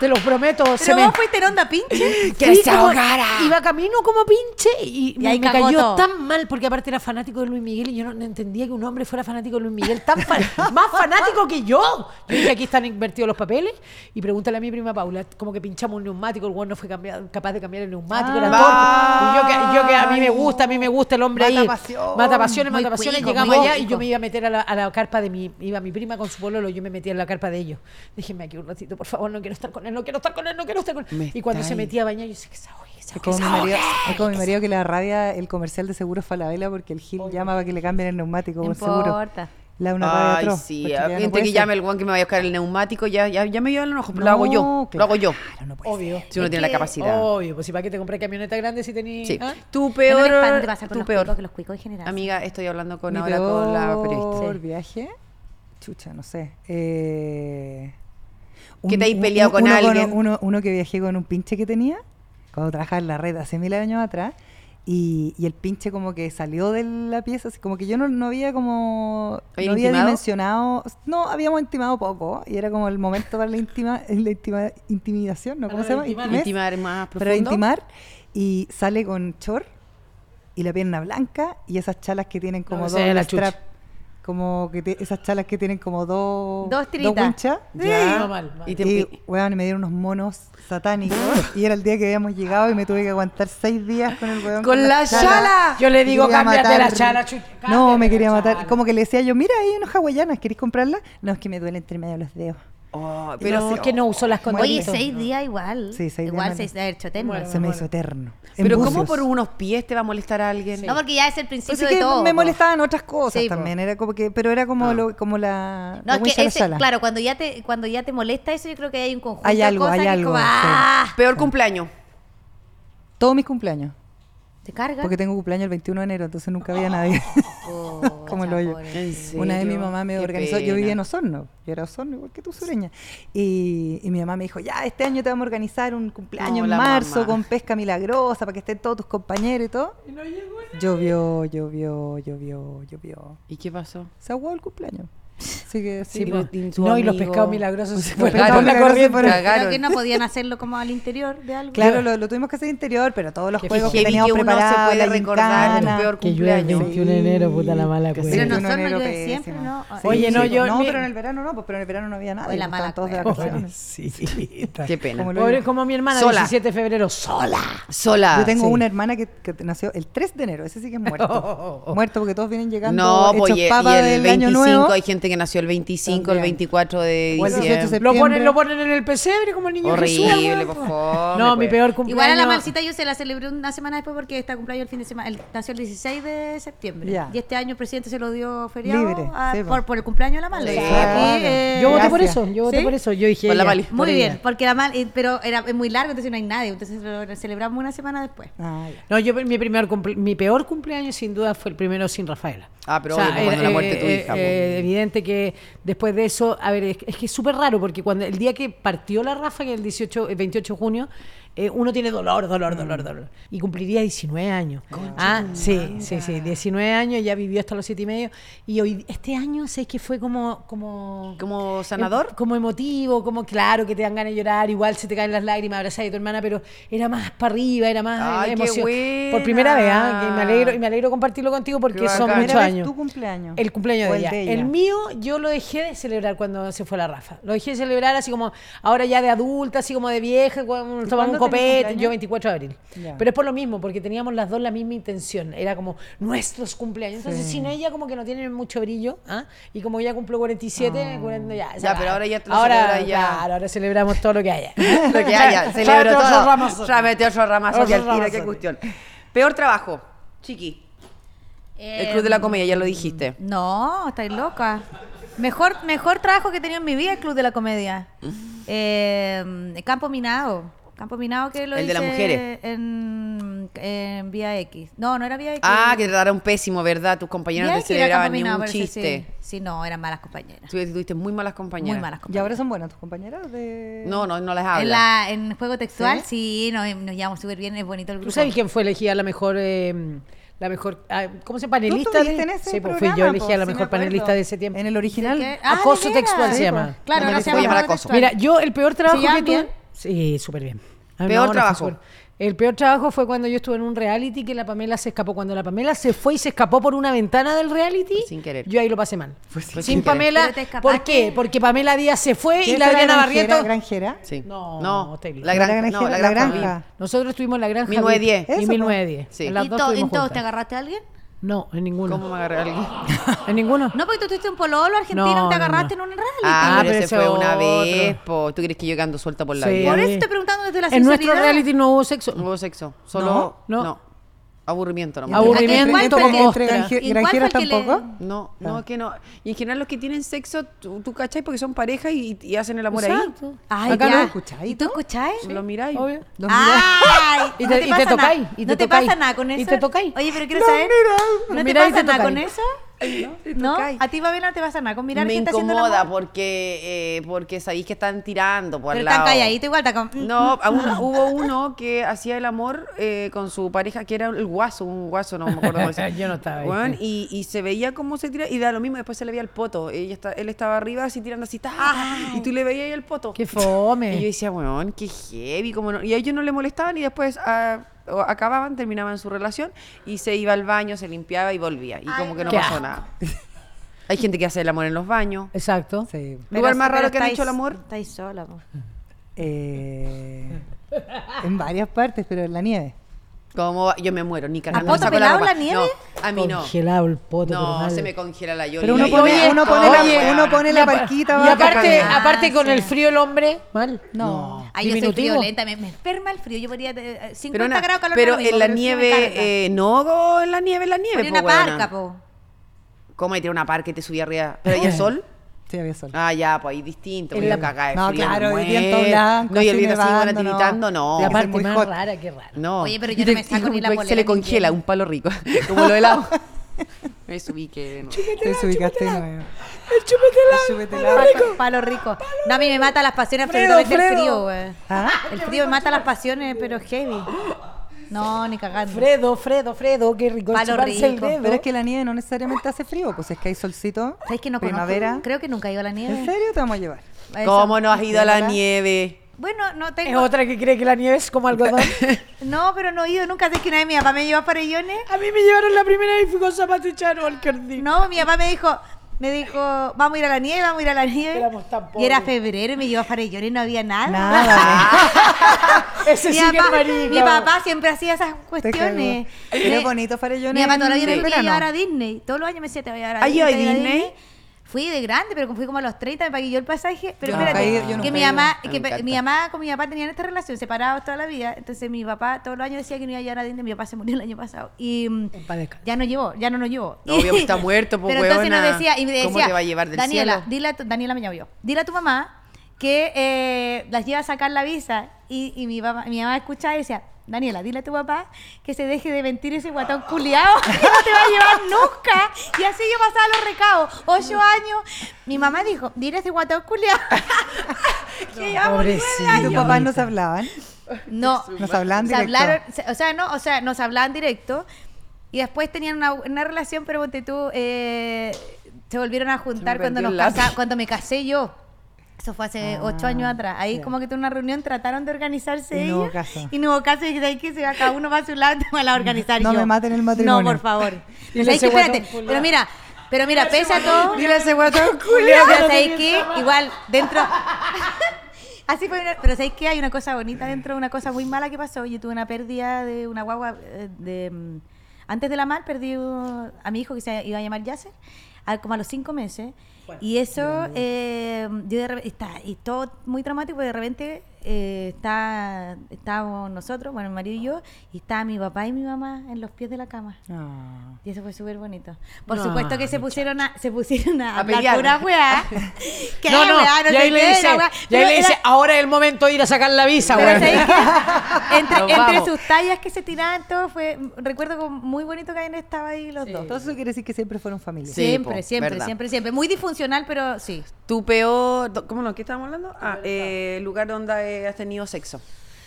Speaker 3: Te lo prometo, se
Speaker 6: Pero
Speaker 3: me.
Speaker 6: vos fuiste en onda pinche.
Speaker 3: Fui como- Iba camino como pinche y,
Speaker 6: Y
Speaker 3: me-
Speaker 6: ahí
Speaker 3: me
Speaker 6: cagó
Speaker 3: cayó
Speaker 6: todo.
Speaker 3: tan mal porque aparte era fanático de Luis Miguel y yo no, no entendía que un hombre fuera fanático de Luis Miguel, tan fa- más fanático que yo. Yo dije, aquí están invertidos los papeles y pregúntale a mi prima Paula, como que pinchamos un neumático, el güey no fue cambiado- capaz de cambiar el
Speaker 6: Ah.
Speaker 3: neumático, era torpe. Y yo que, yo que a mí me gusta, a mí me gusta el hombre
Speaker 5: Mata
Speaker 3: ahí.
Speaker 5: pasión.
Speaker 3: Mata pasiones,
Speaker 6: Muy
Speaker 3: mata pasiones.
Speaker 6: cuico,
Speaker 3: Llegamos
Speaker 6: muy
Speaker 3: allá y
Speaker 6: cuico.
Speaker 3: yo me iba a meter a la, a la carpa de mi, iba mi prima con su pololo, yo me metía en la carpa de ellos. Déjenme aquí un ratito, por favor, no quiero estar con él, no quiero estar con él, no quiero estar con él.
Speaker 1: Me
Speaker 3: y cuando se
Speaker 1: estáis.
Speaker 3: metía a bañar, yo sé que se ahogue, se
Speaker 5: Es
Speaker 3: ahogue,
Speaker 5: como,
Speaker 3: se
Speaker 5: mi marido,
Speaker 3: ahogue.
Speaker 5: es como mi marido que le arrabia el comercial de seguros Falabella porque el Gil llama para que le cambien el neumático
Speaker 6: No
Speaker 5: por seguro.
Speaker 6: importa.
Speaker 5: La una rabia
Speaker 1: Ay,
Speaker 5: atroz,
Speaker 1: sí,
Speaker 5: porque
Speaker 1: a-
Speaker 5: ya no
Speaker 1: gente
Speaker 5: puede
Speaker 1: que
Speaker 5: ser.
Speaker 1: llame el guan que me vaya a buscar el neumático, ya, ya, ya me lleva el enojo, pero lo
Speaker 5: No,
Speaker 1: hago yo, lo hago yo,
Speaker 5: claro, no puede
Speaker 3: Obvio.
Speaker 1: si uno
Speaker 6: Es
Speaker 1: tiene
Speaker 6: que-
Speaker 1: la capacidad.
Speaker 3: Obvio, pues si para qué te compré camioneta grande si tenías.
Speaker 1: Sí.
Speaker 3: ¿Ah?
Speaker 5: ¿eh?
Speaker 1: Tu
Speaker 6: Pero
Speaker 1: peor,
Speaker 6: no te pasa con
Speaker 1: tu
Speaker 6: los
Speaker 1: peor.
Speaker 6: cuicos, que los cuicos en general.
Speaker 1: Amiga, estoy hablando con
Speaker 5: Mi
Speaker 1: ahora con la periodista.
Speaker 5: peor viaje? Chucha, no sé. Eh,
Speaker 1: ¿Que te hayas peleado con
Speaker 5: uno
Speaker 1: alguien?
Speaker 5: uno, uno que viajé con un pinche que tenía, cuando trabajaba en la red hace mil años atrás, y, y el pinche como que salió de la pieza, así como que yo no, no había como...
Speaker 1: ¿Habían
Speaker 5: no había
Speaker 1: intimado?
Speaker 5: dimensionado... No, habíamos intimado poco, y era como el momento para la, intima, la intima- intimidación, ¿no? ¿Cómo
Speaker 3: Ah,
Speaker 5: se llama?
Speaker 3: intimar.
Speaker 5: Intimez.
Speaker 1: Intimar más profundo.
Speaker 5: Para intimar, y sale con chor y la pierna blanca y esas chalas que tienen como
Speaker 3: esa
Speaker 5: dos
Speaker 3: era la
Speaker 5: strap,
Speaker 3: chucha.
Speaker 5: como que te- esas chalas que tienen como dos
Speaker 6: Dos tiritas.
Speaker 5: winchas.
Speaker 1: Ya.
Speaker 3: No, mal, mal.
Speaker 1: Y te
Speaker 5: Y,
Speaker 1: pi-
Speaker 5: weón, me dieron unos monos satánicos y era el día que habíamos llegado y me tuve que aguantar seis días con el weón.
Speaker 1: ¡Con la
Speaker 5: las chalas.
Speaker 1: chala!
Speaker 3: Yo le
Speaker 5: Me
Speaker 3: digo,
Speaker 5: quería
Speaker 3: "Cámbiate
Speaker 5: matar".
Speaker 3: la chala, chucha,
Speaker 5: No,
Speaker 3: cámbiate
Speaker 5: me quería
Speaker 3: la
Speaker 5: matar.
Speaker 3: chala.
Speaker 5: Como que le decía yo, mira, hay unas hawaianas, ¿queréis comprarlas? No, es que me duele entre medio los dedos.
Speaker 1: Oh, pero
Speaker 3: Pero
Speaker 1: sí,
Speaker 3: que no usó las
Speaker 6: Oye,
Speaker 3: condiciones.
Speaker 6: seis días igual.
Speaker 5: Sí, seis días
Speaker 6: Igual
Speaker 5: menos.
Speaker 6: seis días, hecho eterno.
Speaker 5: Se me hizo eterno. En
Speaker 1: Pero ¿cómo
Speaker 5: bucios.
Speaker 1: por unos pies te va a molestar a alguien?
Speaker 6: No, porque ya es el principio
Speaker 5: Pues sí
Speaker 6: de
Speaker 5: que
Speaker 6: todo.
Speaker 5: me
Speaker 6: po.
Speaker 5: molestaban otras cosas
Speaker 6: Sí, po.
Speaker 5: también, era como que, pero era como,
Speaker 1: Ah.
Speaker 5: lo- como la...
Speaker 6: No,
Speaker 5: la
Speaker 6: es
Speaker 5: huella
Speaker 6: que
Speaker 5: de la
Speaker 6: ese,
Speaker 5: sala.
Speaker 6: claro, cuando ya te cuando ya te molesta eso, yo creo que hay un conjunto
Speaker 5: Hay
Speaker 6: de
Speaker 5: algo,
Speaker 6: cosas
Speaker 5: hay
Speaker 6: que es
Speaker 5: algo,
Speaker 6: como,
Speaker 5: sí.
Speaker 6: ¡ah!
Speaker 1: Peor cumpleaños.
Speaker 5: Todos mis cumpleaños,
Speaker 6: Te carga.
Speaker 5: porque tengo cumpleaños el 21 de enero, entonces nunca
Speaker 6: Oh,
Speaker 5: había nadie. como el hoyo. Una vez mi mamá me organizó, yo vivía en Osorno, yo era Osorno, igual que tú, sureña. Y, y mi mamá me dijo, ya, este año te vamos a organizar un cumpleaños
Speaker 1: No,
Speaker 5: en
Speaker 1: Oh, la
Speaker 5: marzo
Speaker 1: mamá.
Speaker 5: con pesca milagrosa para que estén todos tus compañeros y todo. Llovió, llovió, llovió, llovió.
Speaker 1: ¿Y qué pasó?
Speaker 5: Se aguó el cumpleaños. Así que sí. pues.
Speaker 3: Sí,
Speaker 6: pues,
Speaker 1: Y
Speaker 3: po.
Speaker 1: lo- y su
Speaker 3: no, y los
Speaker 1: amigo-
Speaker 3: pescados milagrosos se fueron
Speaker 1: Cagaron,
Speaker 3: con la
Speaker 5: milagrosos
Speaker 3: corriente.
Speaker 5: fueron-
Speaker 1: cagaron.
Speaker 4: Creo que no podían hacerlo como al interior de algo.
Speaker 5: Claro, lo, lo tuvimos que hacer interior, pero todos los
Speaker 3: Qué
Speaker 5: juegos que
Speaker 1: heavy que
Speaker 5: teníamos
Speaker 1: uno se
Speaker 5: preparados,
Speaker 1: puede
Speaker 5: la
Speaker 1: recordar tu
Speaker 5: gincana.
Speaker 1: peor
Speaker 3: Que llueve el
Speaker 1: cumpleaños.
Speaker 3: 21 de enero, puta la mala
Speaker 5: Que
Speaker 3: cueva.
Speaker 4: Pero
Speaker 5: sí,
Speaker 4: nosotros
Speaker 5: un enero
Speaker 4: llueve siempre, ¿no?
Speaker 3: Oye, no, yo-
Speaker 5: No,
Speaker 3: mi-
Speaker 5: pero en el verano no, pues, pero en el verano no había nada.
Speaker 4: Oye, la
Speaker 5: estaban
Speaker 4: mala
Speaker 5: todos de
Speaker 4: cueva.
Speaker 5: vacaciones.
Speaker 3: Pobrecita.
Speaker 1: Qué pena.
Speaker 5: Como lo
Speaker 3: Pobre
Speaker 5: digo.
Speaker 3: como mi hermana,
Speaker 1: Sola.
Speaker 3: 17 de febrero, sola.
Speaker 1: Sola.
Speaker 3: Ah,
Speaker 5: Yo tengo
Speaker 1: Sí.
Speaker 5: una hermana que, que nació el 3 de enero, ese sí que es muerto. Muerto porque todos vienen llegando
Speaker 1: No,
Speaker 5: hechos
Speaker 1: oye, y
Speaker 5: papas
Speaker 1: el
Speaker 5: del
Speaker 1: 25,
Speaker 5: año nuevo.
Speaker 1: hay gente que nació el 25, el
Speaker 5: También.
Speaker 1: 24 de
Speaker 5: O el 18 de
Speaker 1: diciembre.
Speaker 3: Lo ponen,
Speaker 5: septiembre.
Speaker 3: lo ponen en el pesebre como el niño Jesús.
Speaker 1: Horrible,
Speaker 3: po.
Speaker 1: por favor. pues.
Speaker 3: No, mi peor cumpleaños.
Speaker 4: Igual a la Marcita yo se la celebré una semana después porque está cumpleaños el fin de semana, el, nació el 16 de septiembre.
Speaker 5: Ya.
Speaker 4: Y este año el presidente se lo dio feriado
Speaker 5: Libre,
Speaker 4: a-
Speaker 5: sí, po.
Speaker 4: por, por el cumpleaños de la Mala.
Speaker 1: Sí,
Speaker 4: Y,
Speaker 5: claro.
Speaker 4: eh,
Speaker 3: Yo voté por
Speaker 5: Gracias.
Speaker 3: eso, yo voté
Speaker 4: ¿Sí?
Speaker 3: por eso. Yo dije.
Speaker 1: Por la
Speaker 3: ella,
Speaker 1: Mali.
Speaker 3: por
Speaker 4: Muy
Speaker 3: ella.
Speaker 4: bien, porque la mal, eh, pero era es muy largo, entonces no hay nadie, entonces lo celebramos una semana después.
Speaker 5: Ah, ya.
Speaker 3: No, yo mi primer cumple- mi peor cumpleaños sin duda fue el primero sin Rafaela.
Speaker 1: Ah, pero obvio, pues, cuando la muerte de tu hija,
Speaker 3: eh,
Speaker 1: pues.
Speaker 3: evidente que después de eso, a ver, es, es que es súper raro porque cuando el día que partió la Rafa, que el 18, el 28 de junio, eh, uno tiene dolor, dolor, dolor, dolor. Y cumpliría 19 años. ah, sí, sí, sí, 19 años, ya vivió hasta los 7 y medio. Y hoy, este año, sé que fue como... como
Speaker 1: ¿Como sanador?
Speaker 3: em- como emotivo, como claro que te dan ganas de llorar, igual se te caen las lágrimas, abrazar a tu hermana, pero era más para arriba, era más
Speaker 1: Ay,
Speaker 3: eh,
Speaker 1: qué
Speaker 3: emoción.
Speaker 1: buena.
Speaker 3: Por primera vez, ¿ah? Que me alegro, y me alegro compartirlo contigo
Speaker 1: Qué
Speaker 3: porque son
Speaker 1: bacán.
Speaker 3: muchos
Speaker 5: Primera vez
Speaker 3: años.
Speaker 5: tu cumpleaños.
Speaker 3: El cumpleaños
Speaker 5: O
Speaker 3: de
Speaker 5: el
Speaker 3: ella.
Speaker 5: de
Speaker 3: El
Speaker 5: ella.
Speaker 3: mío yo lo dejé de celebrar cuando se fue la Rafa. Lo dejé de celebrar así como ahora ya de adulta, así como de vieja, cuando nos tomamos un
Speaker 5: cuándo tenés
Speaker 3: copete,
Speaker 5: cumpleaños?
Speaker 3: yo 24 de abril.
Speaker 5: Ya.
Speaker 3: Pero es por lo mismo, porque teníamos las dos la misma intención. Era como nuestros cumpleaños. Entonces sin ella como que no tienen mucho brillo. ¿ah? Y como ella cumplió 47, 40 ya. se
Speaker 1: Ya,
Speaker 3: va.
Speaker 1: pero ahora ya te lo
Speaker 3: ahora,
Speaker 1: celebras ya.
Speaker 3: claro, ahora celebramos todo lo que haya.
Speaker 1: Lo que haya, celebro
Speaker 3: Tráete otro
Speaker 1: todo.
Speaker 3: ramazote.
Speaker 1: Tráete otro ramazo
Speaker 3: Otro
Speaker 1: al tiro, qué
Speaker 3: ramazote.
Speaker 1: cuestión. Peor trabajo, chiqui. El Club de
Speaker 4: Em,
Speaker 1: la Comedia, ya lo dijiste.
Speaker 4: No, estáis loca. Mejor, mejor trabajo que he tenido en mi vida el Club de la Comedia. Eh, Campo Minado. Campo Minado que lo
Speaker 1: El de las
Speaker 4: hice
Speaker 1: mujeres.
Speaker 4: En, en Vía X. No, no era Vía X.
Speaker 1: Ah, que te trataron pésimo, ¿verdad? Tus compañeros
Speaker 4: Vía
Speaker 1: no te
Speaker 4: X era
Speaker 1: celebraban
Speaker 4: Campo
Speaker 1: ni
Speaker 4: Minado,
Speaker 1: un
Speaker 4: parece,
Speaker 1: chiste.
Speaker 4: Sí. Sí, no, eran malas compañeras.
Speaker 1: Tú Tuviste muy malas compañeras.
Speaker 4: Muy malas compañeras.
Speaker 5: ¿Y ahora son buenas tus compañeras? De...
Speaker 1: No, no, no las
Speaker 4: En,
Speaker 1: hablas.
Speaker 4: la, en juego textual, sí, nos, nos llevamos súper bien, es bonito el grupo.
Speaker 3: ¿Tú sabes quién fue elegida la mejor, eh, la mejor, ah, ¿cómo se llama? panelista?
Speaker 5: estuviste en ese
Speaker 3: sí, pues, fui
Speaker 5: programa,
Speaker 3: yo elegida
Speaker 5: pues,
Speaker 3: la
Speaker 5: sí me
Speaker 3: mejor
Speaker 5: acuerdo.
Speaker 3: panelista de ese tiempo.
Speaker 5: En el original.
Speaker 4: ¿De qué? Ah,
Speaker 3: Acoso
Speaker 4: ¿de veras?
Speaker 3: textual se
Speaker 5: Sí,
Speaker 3: llama.
Speaker 5: pues.
Speaker 4: Claro,
Speaker 1: No me
Speaker 4: ahora
Speaker 1: les
Speaker 4: se
Speaker 1: puedo
Speaker 4: llama
Speaker 1: llamar
Speaker 4: juego
Speaker 1: acoso.
Speaker 4: textual.
Speaker 3: Mira, yo el peor trabajo
Speaker 4: llevan
Speaker 3: que tuve...
Speaker 4: bien?
Speaker 3: Sí, súper bien. Ah,
Speaker 1: Peor
Speaker 3: fue
Speaker 1: trabajo.
Speaker 3: súper- El peor trabajo fue cuando yo estuve en un reality que la Pamela se escapó. Cuando la Pamela se fue y se escapó por una ventana del reality,
Speaker 1: Sin querer.
Speaker 3: yo ahí lo pasé mal.
Speaker 1: sin
Speaker 3: sin
Speaker 1: querer.
Speaker 3: Pamela,
Speaker 4: Pero te escapaste.
Speaker 3: ¿por qué? Porque Pamela Díaz se fue y
Speaker 5: ¿Quién
Speaker 3: la
Speaker 5: fue
Speaker 3: Adriana
Speaker 5: granjera,
Speaker 3: Barrieto...
Speaker 5: granjera?
Speaker 1: Sí.
Speaker 3: No, estoy loca.
Speaker 1: la
Speaker 5: ¿La
Speaker 1: granja. No,
Speaker 5: granjera?
Speaker 1: la
Speaker 5: La
Speaker 1: granja.
Speaker 5: granja.
Speaker 1: VIP.
Speaker 3: Nosotros estuvimos en la granja...
Speaker 1: 1910.
Speaker 3: VIP,
Speaker 5: Eso,
Speaker 3: Y
Speaker 5: pues.
Speaker 3: 1910.
Speaker 1: Sí.
Speaker 3: Las
Speaker 4: ¿Y
Speaker 3: dos
Speaker 4: to-
Speaker 3: estuvimos
Speaker 4: en todos
Speaker 3: juntas.
Speaker 4: te agarraste a alguien?
Speaker 3: No, en ninguno.
Speaker 1: ¿Cómo me agarré a alguien?
Speaker 3: ¿En ninguno?
Speaker 4: No, porque tú tuviste un pololo argentino
Speaker 3: No,
Speaker 4: y te
Speaker 3: no,
Speaker 4: agarraste
Speaker 3: no.
Speaker 4: en un reality.
Speaker 1: Ah,
Speaker 3: Ah,
Speaker 1: pero
Speaker 3: pero
Speaker 1: se fue
Speaker 3: ese
Speaker 1: una
Speaker 3: otro.
Speaker 1: vez, po. ¿Tú crees que yo que ando suelta por la
Speaker 3: Sí.
Speaker 1: vida?
Speaker 4: Por eso estoy preguntando desde la
Speaker 3: En nuestro
Speaker 4: sinceridad.
Speaker 3: reality no hubo sexo.
Speaker 1: No hubo sexo. Solo. No.
Speaker 3: No, no.
Speaker 1: Aburrimiento nomás.
Speaker 3: Aburri- Aburrimiento
Speaker 5: Entre-
Speaker 4: como
Speaker 5: entre- entre
Speaker 3: ostra.
Speaker 5: granje-
Speaker 4: ¿Y cuál fue
Speaker 5: granjeras
Speaker 4: el que le-
Speaker 5: tampoco.
Speaker 1: No, no, que no. Y en general los que tienen sexo, tú, tú cachai porque son pareja y, y hacen el amor
Speaker 3: Exacto.
Speaker 4: Ay,
Speaker 5: Acá
Speaker 4: ya.
Speaker 5: no escucháis,
Speaker 4: ¿Y tú escucháis?
Speaker 1: ahí. Lo miráis.
Speaker 3: Obvio.
Speaker 5: Los
Speaker 4: Ay,
Speaker 3: Y
Speaker 4: no
Speaker 3: te- y te
Speaker 4: pasa nada.
Speaker 3: tocáis, y
Speaker 4: no
Speaker 3: te
Speaker 4: te
Speaker 3: tocáis.
Speaker 4: pasa nada con eso.
Speaker 3: Y te tocáis.
Speaker 4: Oye, pero quiero
Speaker 5: No,
Speaker 4: saber.
Speaker 5: mira.
Speaker 4: ¿No te
Speaker 3: Mira, y te
Speaker 4: pasa nada
Speaker 3: tocáis.
Speaker 4: con eso?
Speaker 1: No,
Speaker 4: No, a ti Pamela no te pasa nada con mirar
Speaker 1: me
Speaker 4: gente haciendo el
Speaker 1: incomoda
Speaker 4: amor?
Speaker 1: porque eh, porque sabéis que están tirando por
Speaker 4: Pero
Speaker 1: al
Speaker 4: están
Speaker 1: lado.
Speaker 4: calladitos igual, están como- mm,
Speaker 1: No, a uno- hubo uno que hacía el amor eh, con su pareja, que era el guaso, un guaso, no me acuerdo cómo se llama.
Speaker 3: Yo no estaba ahí.
Speaker 1: Weón, y, y se veía cómo se tira, y da lo mismo, después se le veía el poto. Ella está- él estaba arriba así tirando así, ta, ta, y tú le veías ahí el poto.
Speaker 3: Qué fome.
Speaker 1: Y yo decía, weón, qué heavy. Como no. Y a ellos no le molestaban y después ah, o- acababan, terminaban su relación y se iba al baño, se limpiaba y volvía. Y como que no
Speaker 3: Qué
Speaker 1: pasó
Speaker 3: asco.
Speaker 1: nada. Hay gente que hace el amor en los baños.
Speaker 3: Exacto.
Speaker 5: Sí.
Speaker 1: ¿Lugar más
Speaker 4: Pero
Speaker 1: raro que han
Speaker 4: estáis-
Speaker 1: hecho el amor?
Speaker 4: Estáis sola, po.
Speaker 5: Eh, en varias partes, pero en la nieve.
Speaker 1: ¿Cómo va? Yo me muero, ni cagando.
Speaker 4: ¿A poto
Speaker 1: me saco
Speaker 4: pelado
Speaker 1: ropa.
Speaker 4: la nieve?
Speaker 1: No, a mí no.
Speaker 3: Congelado el poto. pero
Speaker 1: No,
Speaker 3: mal.
Speaker 1: se me congela la yola.
Speaker 5: Pero uno
Speaker 1: Yo-
Speaker 5: pone,
Speaker 1: Oye,
Speaker 5: uno pone la,
Speaker 1: oye.
Speaker 5: uno pone la
Speaker 3: Y apa-
Speaker 5: parquita
Speaker 3: Y
Speaker 5: abajo.
Speaker 3: aparte,
Speaker 4: Ah,
Speaker 3: aparte con
Speaker 4: sí.
Speaker 3: el frío el hombre, mal.
Speaker 5: No.
Speaker 4: Ay, yo soy
Speaker 3: Diminutivo.
Speaker 4: violenta, me, me enferma el frío. Yo podría eh, 50
Speaker 1: Pero, na-
Speaker 4: grados calor.
Speaker 1: pero
Speaker 4: me da
Speaker 1: en
Speaker 4: lo mismo,
Speaker 1: la
Speaker 4: pero sí me carga.
Speaker 1: nieve, eh, no go, en la nieve, en la nieve.
Speaker 4: Ponía una
Speaker 1: po, weona.
Speaker 4: parca, po.
Speaker 1: ¿Cómo le tiene una parca y te subía arriba? ¿Pero había sol?
Speaker 5: Sí, había sol.
Speaker 1: Ah, ya, pues ahí distinto.
Speaker 3: En
Speaker 1: porque
Speaker 3: la-
Speaker 1: yo cagada de
Speaker 5: No,
Speaker 1: frío,
Speaker 5: claro,
Speaker 1: me
Speaker 5: el viento
Speaker 1: muero.
Speaker 5: blanco,
Speaker 1: No, y el
Speaker 5: así
Speaker 1: viento así,
Speaker 5: nevando,
Speaker 1: bueno,
Speaker 5: no.
Speaker 1: tiritando, no.
Speaker 3: la
Speaker 5: Tiene que ser
Speaker 3: parte
Speaker 5: muy
Speaker 3: más
Speaker 5: hot.
Speaker 3: rara, qué rara.
Speaker 1: No.
Speaker 4: Oye, pero yo
Speaker 1: Y
Speaker 4: no
Speaker 1: te-
Speaker 4: me saco
Speaker 1: y
Speaker 4: ni la
Speaker 1: como Se
Speaker 4: polera
Speaker 1: le
Speaker 4: en
Speaker 1: congela
Speaker 4: invierno.
Speaker 1: un palo rico, como lo helado. Me desubiqué de nuevo.
Speaker 5: Te desubicaste de nuevo. El
Speaker 4: Palo
Speaker 5: chupetelado.
Speaker 4: rico. Palo rico. No, a mí me mata las pasiones absolutamente el
Speaker 3: Fredo.
Speaker 4: frío, güey.
Speaker 5: Ah,
Speaker 4: El frío me mata las pasiones, pero heavy. No, ni cagando.
Speaker 3: Fredo, Fredo, Fredo, qué rico.
Speaker 4: Palo
Speaker 3: chuparse el
Speaker 4: rico.
Speaker 3: dedo.
Speaker 5: Pero es que la nieve no necesariamente hace frío, pues es que hay solcito.
Speaker 4: ¿Sabes que no conozco?
Speaker 5: primavera.
Speaker 4: Creo que nunca he ido a la nieve.
Speaker 5: ¿En serio te vamos a llevar?
Speaker 4: A esa-
Speaker 1: ¿Cómo no has ido a la nieve?
Speaker 4: Bueno, no
Speaker 3: Es
Speaker 4: tengo.
Speaker 3: otra que cree que la nieve es como algodón.
Speaker 4: No, pero no he ido nunca. Es que nadie mi papá me llevó a Farellones.
Speaker 3: A mí me llevaron la primera vez y fui con zapatos y chano al jardín.
Speaker 4: No, mi papá me dijo, me dijo, vamos a ir a la nieve, vamos a ir a la nieve.
Speaker 3: Éramos tan
Speaker 4: Y era
Speaker 3: pobres.
Speaker 4: febrero y me llevó a Farellones y no había nada.
Speaker 5: Nada.
Speaker 3: Ese sí que es
Speaker 4: papá,
Speaker 3: marica.
Speaker 4: mi papá siempre hacía esas
Speaker 5: te cago.
Speaker 4: cuestiones.
Speaker 5: Pero
Speaker 4: Me-
Speaker 5: es bonito Farellones.
Speaker 4: Mi papá todavía
Speaker 5: en
Speaker 4: me tuvo que
Speaker 5: verano.
Speaker 4: llevar a Disney. Todos los años me decía, te voy a llevar a
Speaker 1: ¿Ah,
Speaker 4: Disney.
Speaker 1: yo a
Speaker 4: te voy a llevar a
Speaker 1: Disney?
Speaker 4: Fui de grande, pero fui como a los 30, me pagué yo el pasaje. Pero
Speaker 5: Yo
Speaker 4: espérate,
Speaker 5: nunca he ido, yo nunca
Speaker 4: que, mi
Speaker 5: he ido.
Speaker 4: mamá,
Speaker 1: Ah,
Speaker 4: que
Speaker 1: me
Speaker 4: pe- mi
Speaker 1: encanta.
Speaker 4: mamá con mi papá tenían esta relación, separados toda la vida. Entonces mi papá todos los años decía que no iba a llevar a Disney. Mi papá se murió el año pasado. Y mm,
Speaker 3: En paz descanse.
Speaker 4: ya no llevó, ya no nos llevó.
Speaker 1: Obvio que está muerto, po,
Speaker 4: Pero entonces nos
Speaker 1: huevona.
Speaker 4: decía, y me decía,
Speaker 1: ¿Cómo te va a llevar del
Speaker 4: Daniela,
Speaker 1: cielo?
Speaker 4: Dile a tu- Daniela me llamo yo. Dile a tu mamá que eh, las lleva a sacar la visa. Y, y mi, papá, mi mamá escuchaba y decía, Daniela, dile a tu papá que se deje de mentir ese guatón culiao que no te va a llevar nunca. Y así yo pasaba los recados. Ocho años. Mi mamá dijo, dile a ese guatón culiao que llevamos nueve
Speaker 3: Pobrecito.
Speaker 5: ¿Y tus papás no se hablaban?
Speaker 4: no.
Speaker 5: Nos hablaban
Speaker 4: Se
Speaker 5: directo.
Speaker 4: hablaron- se- o sea, no, o sea, nos hablaban directo y después tenían una, una relación, pero ponte tú, eh, se volvieron a juntar
Speaker 1: me
Speaker 4: cuando
Speaker 1: perdió
Speaker 4: nos
Speaker 1: el lápiz.
Speaker 4: casa- cuando me casé yo. Eso fue hace
Speaker 5: Ah,
Speaker 4: ocho años atrás. Ahí como que tuvo una reunión, trataron de organizarse
Speaker 5: Y no
Speaker 4: ellos,
Speaker 5: hubo caso.
Speaker 4: y no hubo caso. Y dije, "Ay, que se va cada uno va a su lado, me la organizar
Speaker 5: No
Speaker 4: yo".
Speaker 5: me maten el matrimonio.
Speaker 4: No, por favor.
Speaker 3: Y le
Speaker 4: Ay, que
Speaker 3: hice
Speaker 4: espérate,
Speaker 3: guatón culiao.
Speaker 4: pero mira, pero mira, pese a todo,
Speaker 1: Dile a ese guatón
Speaker 4: pero
Speaker 1: culiao.
Speaker 4: ¿sabéis qué? Igual, dentro. Así fue, una- pero ¿sabéis qué? Hay una cosa bonita dentro de una cosa muy mala que pasó. Yo tuve una pérdida de una guagua. eh, de, mm, antes de la mal, perdí un- a mi hijo que se iba a llamar Yasser, a- como a los cinco meses. y eso, eh, yo de repente, está, y todo muy traumático, porque de repente eh, está, estábamos nosotros, bueno, mi marido y yo, y estaba mi papá y mi mamá en los pies de la cama.
Speaker 5: Ah.
Speaker 4: Y eso fue súper bonito. Por
Speaker 3: No,
Speaker 4: supuesto que se pusieron a, se pusieron a,
Speaker 1: A
Speaker 4: hablar
Speaker 1: pelear.
Speaker 4: pura weá. ¿Qué
Speaker 3: no, no,
Speaker 1: Ah,
Speaker 4: weá?
Speaker 3: y ahí
Speaker 4: sé
Speaker 3: le
Speaker 4: qué,
Speaker 3: dice,
Speaker 4: la weá.
Speaker 3: y ahí
Speaker 4: Pero
Speaker 3: le dice, "Ah,
Speaker 4: era-
Speaker 3: ahora es el momento de ir a sacar la visa,
Speaker 4: pero
Speaker 3: weón.
Speaker 4: ¿sabéis qué? entre,
Speaker 1: Nos
Speaker 4: entre
Speaker 1: vamos.
Speaker 4: sus tallas que se tiraban todo fue, recuerdo como muy bonito que alguien estaba ahí los dos.
Speaker 5: Entonces eso quiere decir que siempre fueron familia.
Speaker 1: Sí,
Speaker 4: siempre,
Speaker 1: po,
Speaker 4: siempre,
Speaker 1: verdad.
Speaker 4: siempre, siempre. Muy disfuncional, pero sí.
Speaker 1: Tu peor. do- ¿Cómo no? ¿Qué estábamos hablando? Ah, eh, lugar donde eh, has tenido sexo.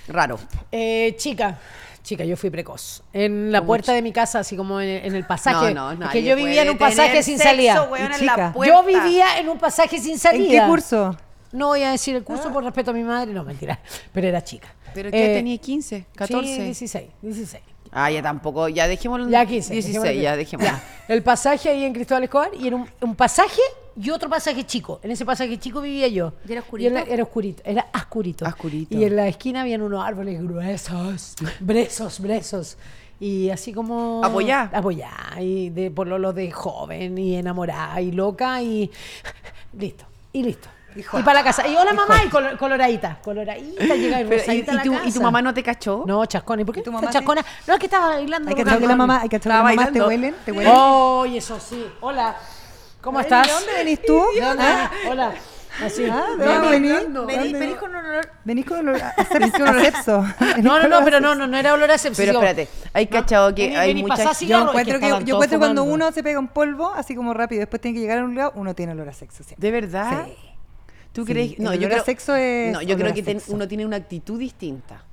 Speaker 1: Raro.
Speaker 3: Eh, chica, chica, yo fui precoz. En la puerta de mi casa, así como en, en el pasaje.
Speaker 1: No, no,
Speaker 3: Es
Speaker 1: nadie
Speaker 3: que yo vivía en
Speaker 1: puede
Speaker 3: un pasaje
Speaker 1: tener
Speaker 3: sin
Speaker 1: sexo,
Speaker 3: salida.
Speaker 1: weón,
Speaker 5: Y
Speaker 1: en la
Speaker 5: chica. Yo
Speaker 1: puerta.
Speaker 3: Yo vivía en un pasaje sin salida.
Speaker 5: ¿En qué curso?
Speaker 3: No voy a decir el curso por respeto a mi madre, no, mentira. Pero era chica.
Speaker 1: Ah. ¿Pero qué
Speaker 3: Eh,
Speaker 1: tenía 15, 14?
Speaker 3: Sí, 16, 16.
Speaker 1: Ah, ya tampoco. Ya dejémoslo. en
Speaker 3: Ya 15.
Speaker 1: 16, ya dejémoslo.
Speaker 3: Ya. El pasaje ahí en Cristóbal Escobar y era un, un pasaje y otro pasaje chico. En ese pasaje chico vivía yo.
Speaker 4: ¿Y era oscurito?
Speaker 3: en la- era oscurito, era ascurito.
Speaker 1: Ascurito.
Speaker 3: Y en la esquina habían unos árboles gruesos, brezos, brezos. Y así como...
Speaker 1: Apoyá.
Speaker 3: Apoyá. Y de pololo de joven y enamorada y loca y... Listo. Y listo. Y para la casa. Y hola mamá y colo- coloradita. Coloradita llega y
Speaker 1: Pero, ¿y,
Speaker 3: rosadita a
Speaker 1: y
Speaker 3: la
Speaker 1: tu, y tu
Speaker 3: casa.
Speaker 1: mamá no te cachó?
Speaker 3: No, chascona. ¿Y por qué
Speaker 5: ¿Y tu
Speaker 3: tu
Speaker 5: mamá sí?
Speaker 3: chascona? No, es que estaba bailando.
Speaker 5: ¿Oh? Hay que echar que la mamá, hay que echar que la
Speaker 1: Estaba
Speaker 5: mamá te
Speaker 1: bailando.
Speaker 5: huelen, te huelen.
Speaker 3: Oye, eso sí. Hola. Oh, ¿Cómo estás?
Speaker 5: ¿De dónde venís tú?
Speaker 3: ¿De dónde?
Speaker 5: ¿Ah?
Speaker 3: Hola. Así.
Speaker 5: Ah, ¿De dónde venís? ¿De
Speaker 4: Vení,
Speaker 5: dónde
Speaker 4: vení
Speaker 5: venís?
Speaker 4: con un olor.
Speaker 5: Venís con olor a sepso. a sepso. Venís
Speaker 3: No, no,
Speaker 5: con
Speaker 3: no,
Speaker 5: olor a
Speaker 3: pero
Speaker 5: sepso.
Speaker 3: no, no, no era olor a sepsis.
Speaker 1: Pero espérate, hay cachado que
Speaker 3: Vení,
Speaker 1: hay
Speaker 3: vení, pasá
Speaker 1: muchas.
Speaker 3: cigarro.
Speaker 5: Yo
Speaker 3: es que
Speaker 5: encuentro, que,
Speaker 3: estaban todos
Speaker 5: yo encuentro cuando
Speaker 3: fumando.
Speaker 5: uno se pega un polvo, así como rápido, después tiene que llegar a un lado, uno tiene olor a sexo siempre.
Speaker 1: ¿De verdad?
Speaker 5: Sí.
Speaker 1: ¿Tú
Speaker 5: Sí,
Speaker 1: crees?
Speaker 5: el olor a sexo es
Speaker 1: No, yo
Speaker 5: olor
Speaker 1: creo
Speaker 5: a
Speaker 1: que ten-
Speaker 5: sexo.
Speaker 1: uno tiene una actitud distinta.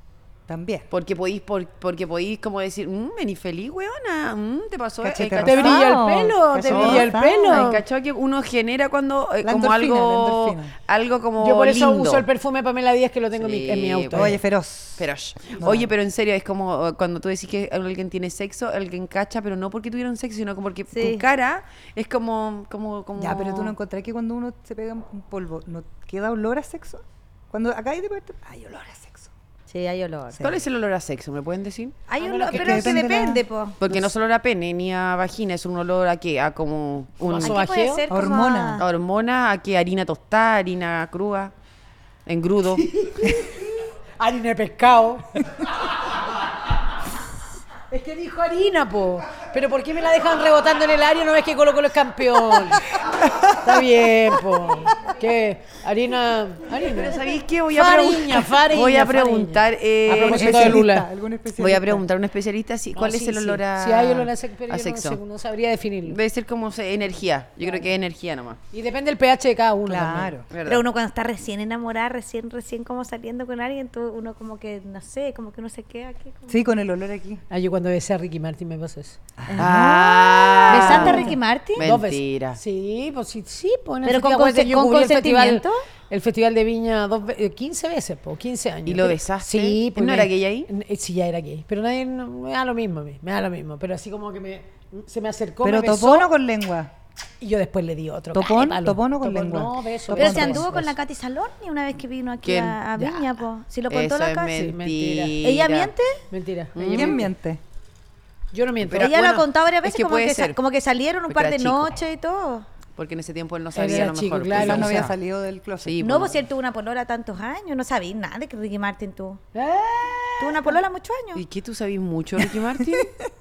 Speaker 5: También.
Speaker 1: Porque podéis, por- porque podéis como decir, mmm, vení feliz, weona, mm, te pasó. eh,
Speaker 5: Cachete
Speaker 1: cachao.
Speaker 3: Te
Speaker 5: rosado.
Speaker 3: brilla el pelo, te
Speaker 5: Cachete
Speaker 3: brilla el
Speaker 5: rosado.
Speaker 1: Ay,
Speaker 3: pelo.
Speaker 1: cachao que uno genera cuando eh,
Speaker 5: La
Speaker 1: como
Speaker 5: endorfina, la
Speaker 1: algo
Speaker 5: endorfina.
Speaker 1: algo como
Speaker 3: Yo por eso
Speaker 1: lindo.
Speaker 3: uso el perfume Pamela Díaz que lo tengo en mi- en mi
Speaker 1: Sí,
Speaker 3: auto.
Speaker 1: bueno.
Speaker 5: Oye, feroz.
Speaker 1: Pero, shh. Oye, pero en serio, es como eh, cuando tú decís que alguien tiene sexo, alguien cacha, pero no porque tuvieron sexo, sino como porque
Speaker 4: Sí.
Speaker 1: tu cara es como, como, como.
Speaker 5: Ya, pero tú no encontrás que cuando uno se pega un polvo, ¿no queda olor a sexo? Cuando acá hay de parte, hay olor a sexo.
Speaker 4: Sí, hay olor.
Speaker 1: ¿Cuál es el olor a sexo? ¿Me pueden decir?
Speaker 4: Hay
Speaker 3: Ah,
Speaker 4: olor,
Speaker 3: bueno, que-
Speaker 4: pero
Speaker 5: que
Speaker 4: es que
Speaker 5: depende de la-
Speaker 4: depende, po.
Speaker 1: Porque no solo olor a pene ni a vagina, es un olor a qué? A como un,
Speaker 3: Vaso
Speaker 1: a
Speaker 4: ¿Qué puede
Speaker 3: Bajeo.
Speaker 4: ser como
Speaker 5: Hormona.
Speaker 4: a-
Speaker 1: hormona, a qué harina tostada, harina cruda, engrudo.
Speaker 3: Harina de pescado. es que dijo harina, po. Pero ¿por qué me la dejan rebotando en el área no ves que Colo Colo es campeón? Está bien, po. ¿Qué? Harina.
Speaker 1: Pero
Speaker 3: Harina.
Speaker 1: ¿sabéis qué? Voy a,
Speaker 3: Fariña,
Speaker 1: preguntar-
Speaker 3: Fariña,
Speaker 1: voy a
Speaker 3: Fariña.
Speaker 1: preguntar. eh,
Speaker 3: A propósito de Lula.
Speaker 5: Algún especialista.
Speaker 1: voy a preguntar a un especialista si, cuál
Speaker 3: No,
Speaker 1: es
Speaker 3: sí,
Speaker 1: el olor
Speaker 3: sí.
Speaker 1: a,
Speaker 3: Si hay olor a sexo, pero
Speaker 1: a
Speaker 3: yo no sé,
Speaker 1: sexo.
Speaker 3: No, sabría definirlo.
Speaker 1: Debe ser como se- energía. Yo creo que es energía nomás.
Speaker 3: Y depende del pH de cada uno.
Speaker 5: Claro.
Speaker 1: ¿verdad?
Speaker 4: Pero uno cuando está recién enamorada, recién, recién como saliendo con alguien, tú- uno como que, no sé, como que uno se queda aquí. como-
Speaker 5: Sí, con el olor aquí.
Speaker 3: Ah, yo cuando besé a Ricky Martin me pasó eso.
Speaker 1: Ah.
Speaker 4: ¿Besaste a Ricky Martin?
Speaker 3: Dos veces.
Speaker 1: Mentira.
Speaker 3: Sí, pues sí, sí. Pues, en el
Speaker 4: ¿Pero con
Speaker 3: festival, acuérdate,
Speaker 4: conse-
Speaker 3: yo
Speaker 4: con
Speaker 3: cubrí el festival,
Speaker 4: consentimiento?
Speaker 3: el festival de Viña dos, ve- eh, 15 veces, po, 15 años.
Speaker 1: ¿Y lo besaste?
Speaker 3: Sí.
Speaker 1: ¿No
Speaker 3: nadie-
Speaker 1: era gay ahí?
Speaker 3: N- eh, Sí, ya era gay. Pero nadie, no- me da lo mismo a mí, me da lo mismo. Pero así como que me, se me acercó,
Speaker 5: ¿Pero
Speaker 3: me besó
Speaker 5: topón o con lengua?
Speaker 3: y yo después le di otro.
Speaker 5: ¿Topón?
Speaker 3: cállate, palo.
Speaker 5: ¿Topón o con lengua?
Speaker 3: No, beso.
Speaker 4: Pero
Speaker 3: beso,
Speaker 4: se anduvo
Speaker 3: beso,
Speaker 4: con la
Speaker 3: beso.
Speaker 4: Katy Salorni una vez que vino aquí
Speaker 1: ¿Quién?
Speaker 4: a, a
Speaker 1: Ya.
Speaker 4: Viña, po. Si lo contó
Speaker 1: Eso
Speaker 4: la
Speaker 1: es
Speaker 4: Katy.
Speaker 1: mentira.
Speaker 3: mentira.
Speaker 4: ¿Ella miente?
Speaker 3: Mentira.
Speaker 5: ¿Quién miente?
Speaker 3: Yo no miento.
Speaker 1: Pero-
Speaker 4: Ella lo
Speaker 1: bueno,
Speaker 4: ha contado varias
Speaker 1: es
Speaker 4: veces,
Speaker 1: que
Speaker 4: como,
Speaker 1: puede
Speaker 4: que sa-
Speaker 1: ser.
Speaker 4: como que salieron un
Speaker 1: Porque
Speaker 4: par
Speaker 1: era
Speaker 4: de
Speaker 1: chico.
Speaker 4: noches y todo.
Speaker 1: Porque en ese tiempo él no sabía
Speaker 3: era
Speaker 1: a lo mejor.
Speaker 3: chico,
Speaker 1: pues,
Speaker 3: claro,
Speaker 1: quizás
Speaker 5: Quizás no
Speaker 1: o
Speaker 5: había
Speaker 1: sea.
Speaker 5: salido del closet.
Speaker 1: Sí,
Speaker 4: No,
Speaker 1: pues,
Speaker 4: pues si él tuvo una polola tantos años, no sabía nada de que Ricky Martin tuvo.
Speaker 3: Ah,
Speaker 4: Tuvo una polola muchos
Speaker 1: ¿Y
Speaker 4: años.
Speaker 1: qué tú sabís mucho, Ricky Martin?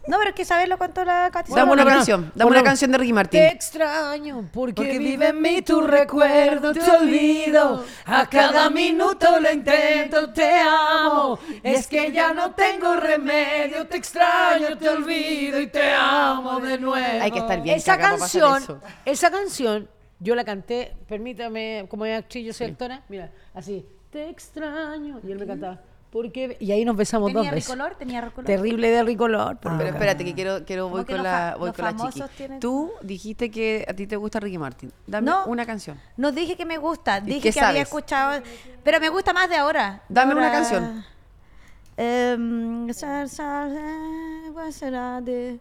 Speaker 4: No, pero es que saber lo contó la Katy
Speaker 1: dame una
Speaker 4: Salorni.
Speaker 1: canción. Dame
Speaker 3: Bueno,
Speaker 1: una canción de Ricky Martin.
Speaker 3: Te extraño porque,
Speaker 5: Porque
Speaker 3: vive en mí tu recuerdo, te olvido. A cada minuto lo intento, te amo. Es que ya no tengo remedio, te extraño, te olvido y te amo de nuevo.
Speaker 1: Hay que estar bien
Speaker 3: Esa
Speaker 1: cagado para hacer
Speaker 3: canción,
Speaker 1: eso.
Speaker 3: esa canción, yo la canté, permítame, como es actriz, yo soy actora, mira, así, te extraño. Y él me cantaba, porque... Y ahí nos besamos dos
Speaker 4: Tenía
Speaker 3: veces.
Speaker 4: ricolor, tenía ricolor.
Speaker 3: Terrible de ricolor. por
Speaker 1: Pero
Speaker 3: favor.
Speaker 1: espérate, que quiero, quiero voy
Speaker 4: que
Speaker 1: con
Speaker 4: los
Speaker 1: la,
Speaker 4: fa-
Speaker 1: voy
Speaker 4: los
Speaker 1: con la
Speaker 4: famosos
Speaker 1: chiqui.
Speaker 4: tienen-
Speaker 1: Tú dijiste que a ti te gusta Ricky Martin. Dame
Speaker 4: No.
Speaker 1: una canción.
Speaker 4: No dije que me gusta, dije
Speaker 1: qué
Speaker 4: que había
Speaker 1: sabes?
Speaker 4: escuchado, pero me gusta más de ahora. de
Speaker 1: Dame una
Speaker 4: ahora.
Speaker 1: canción.
Speaker 4: Em, sal, sal, eh, what should I do?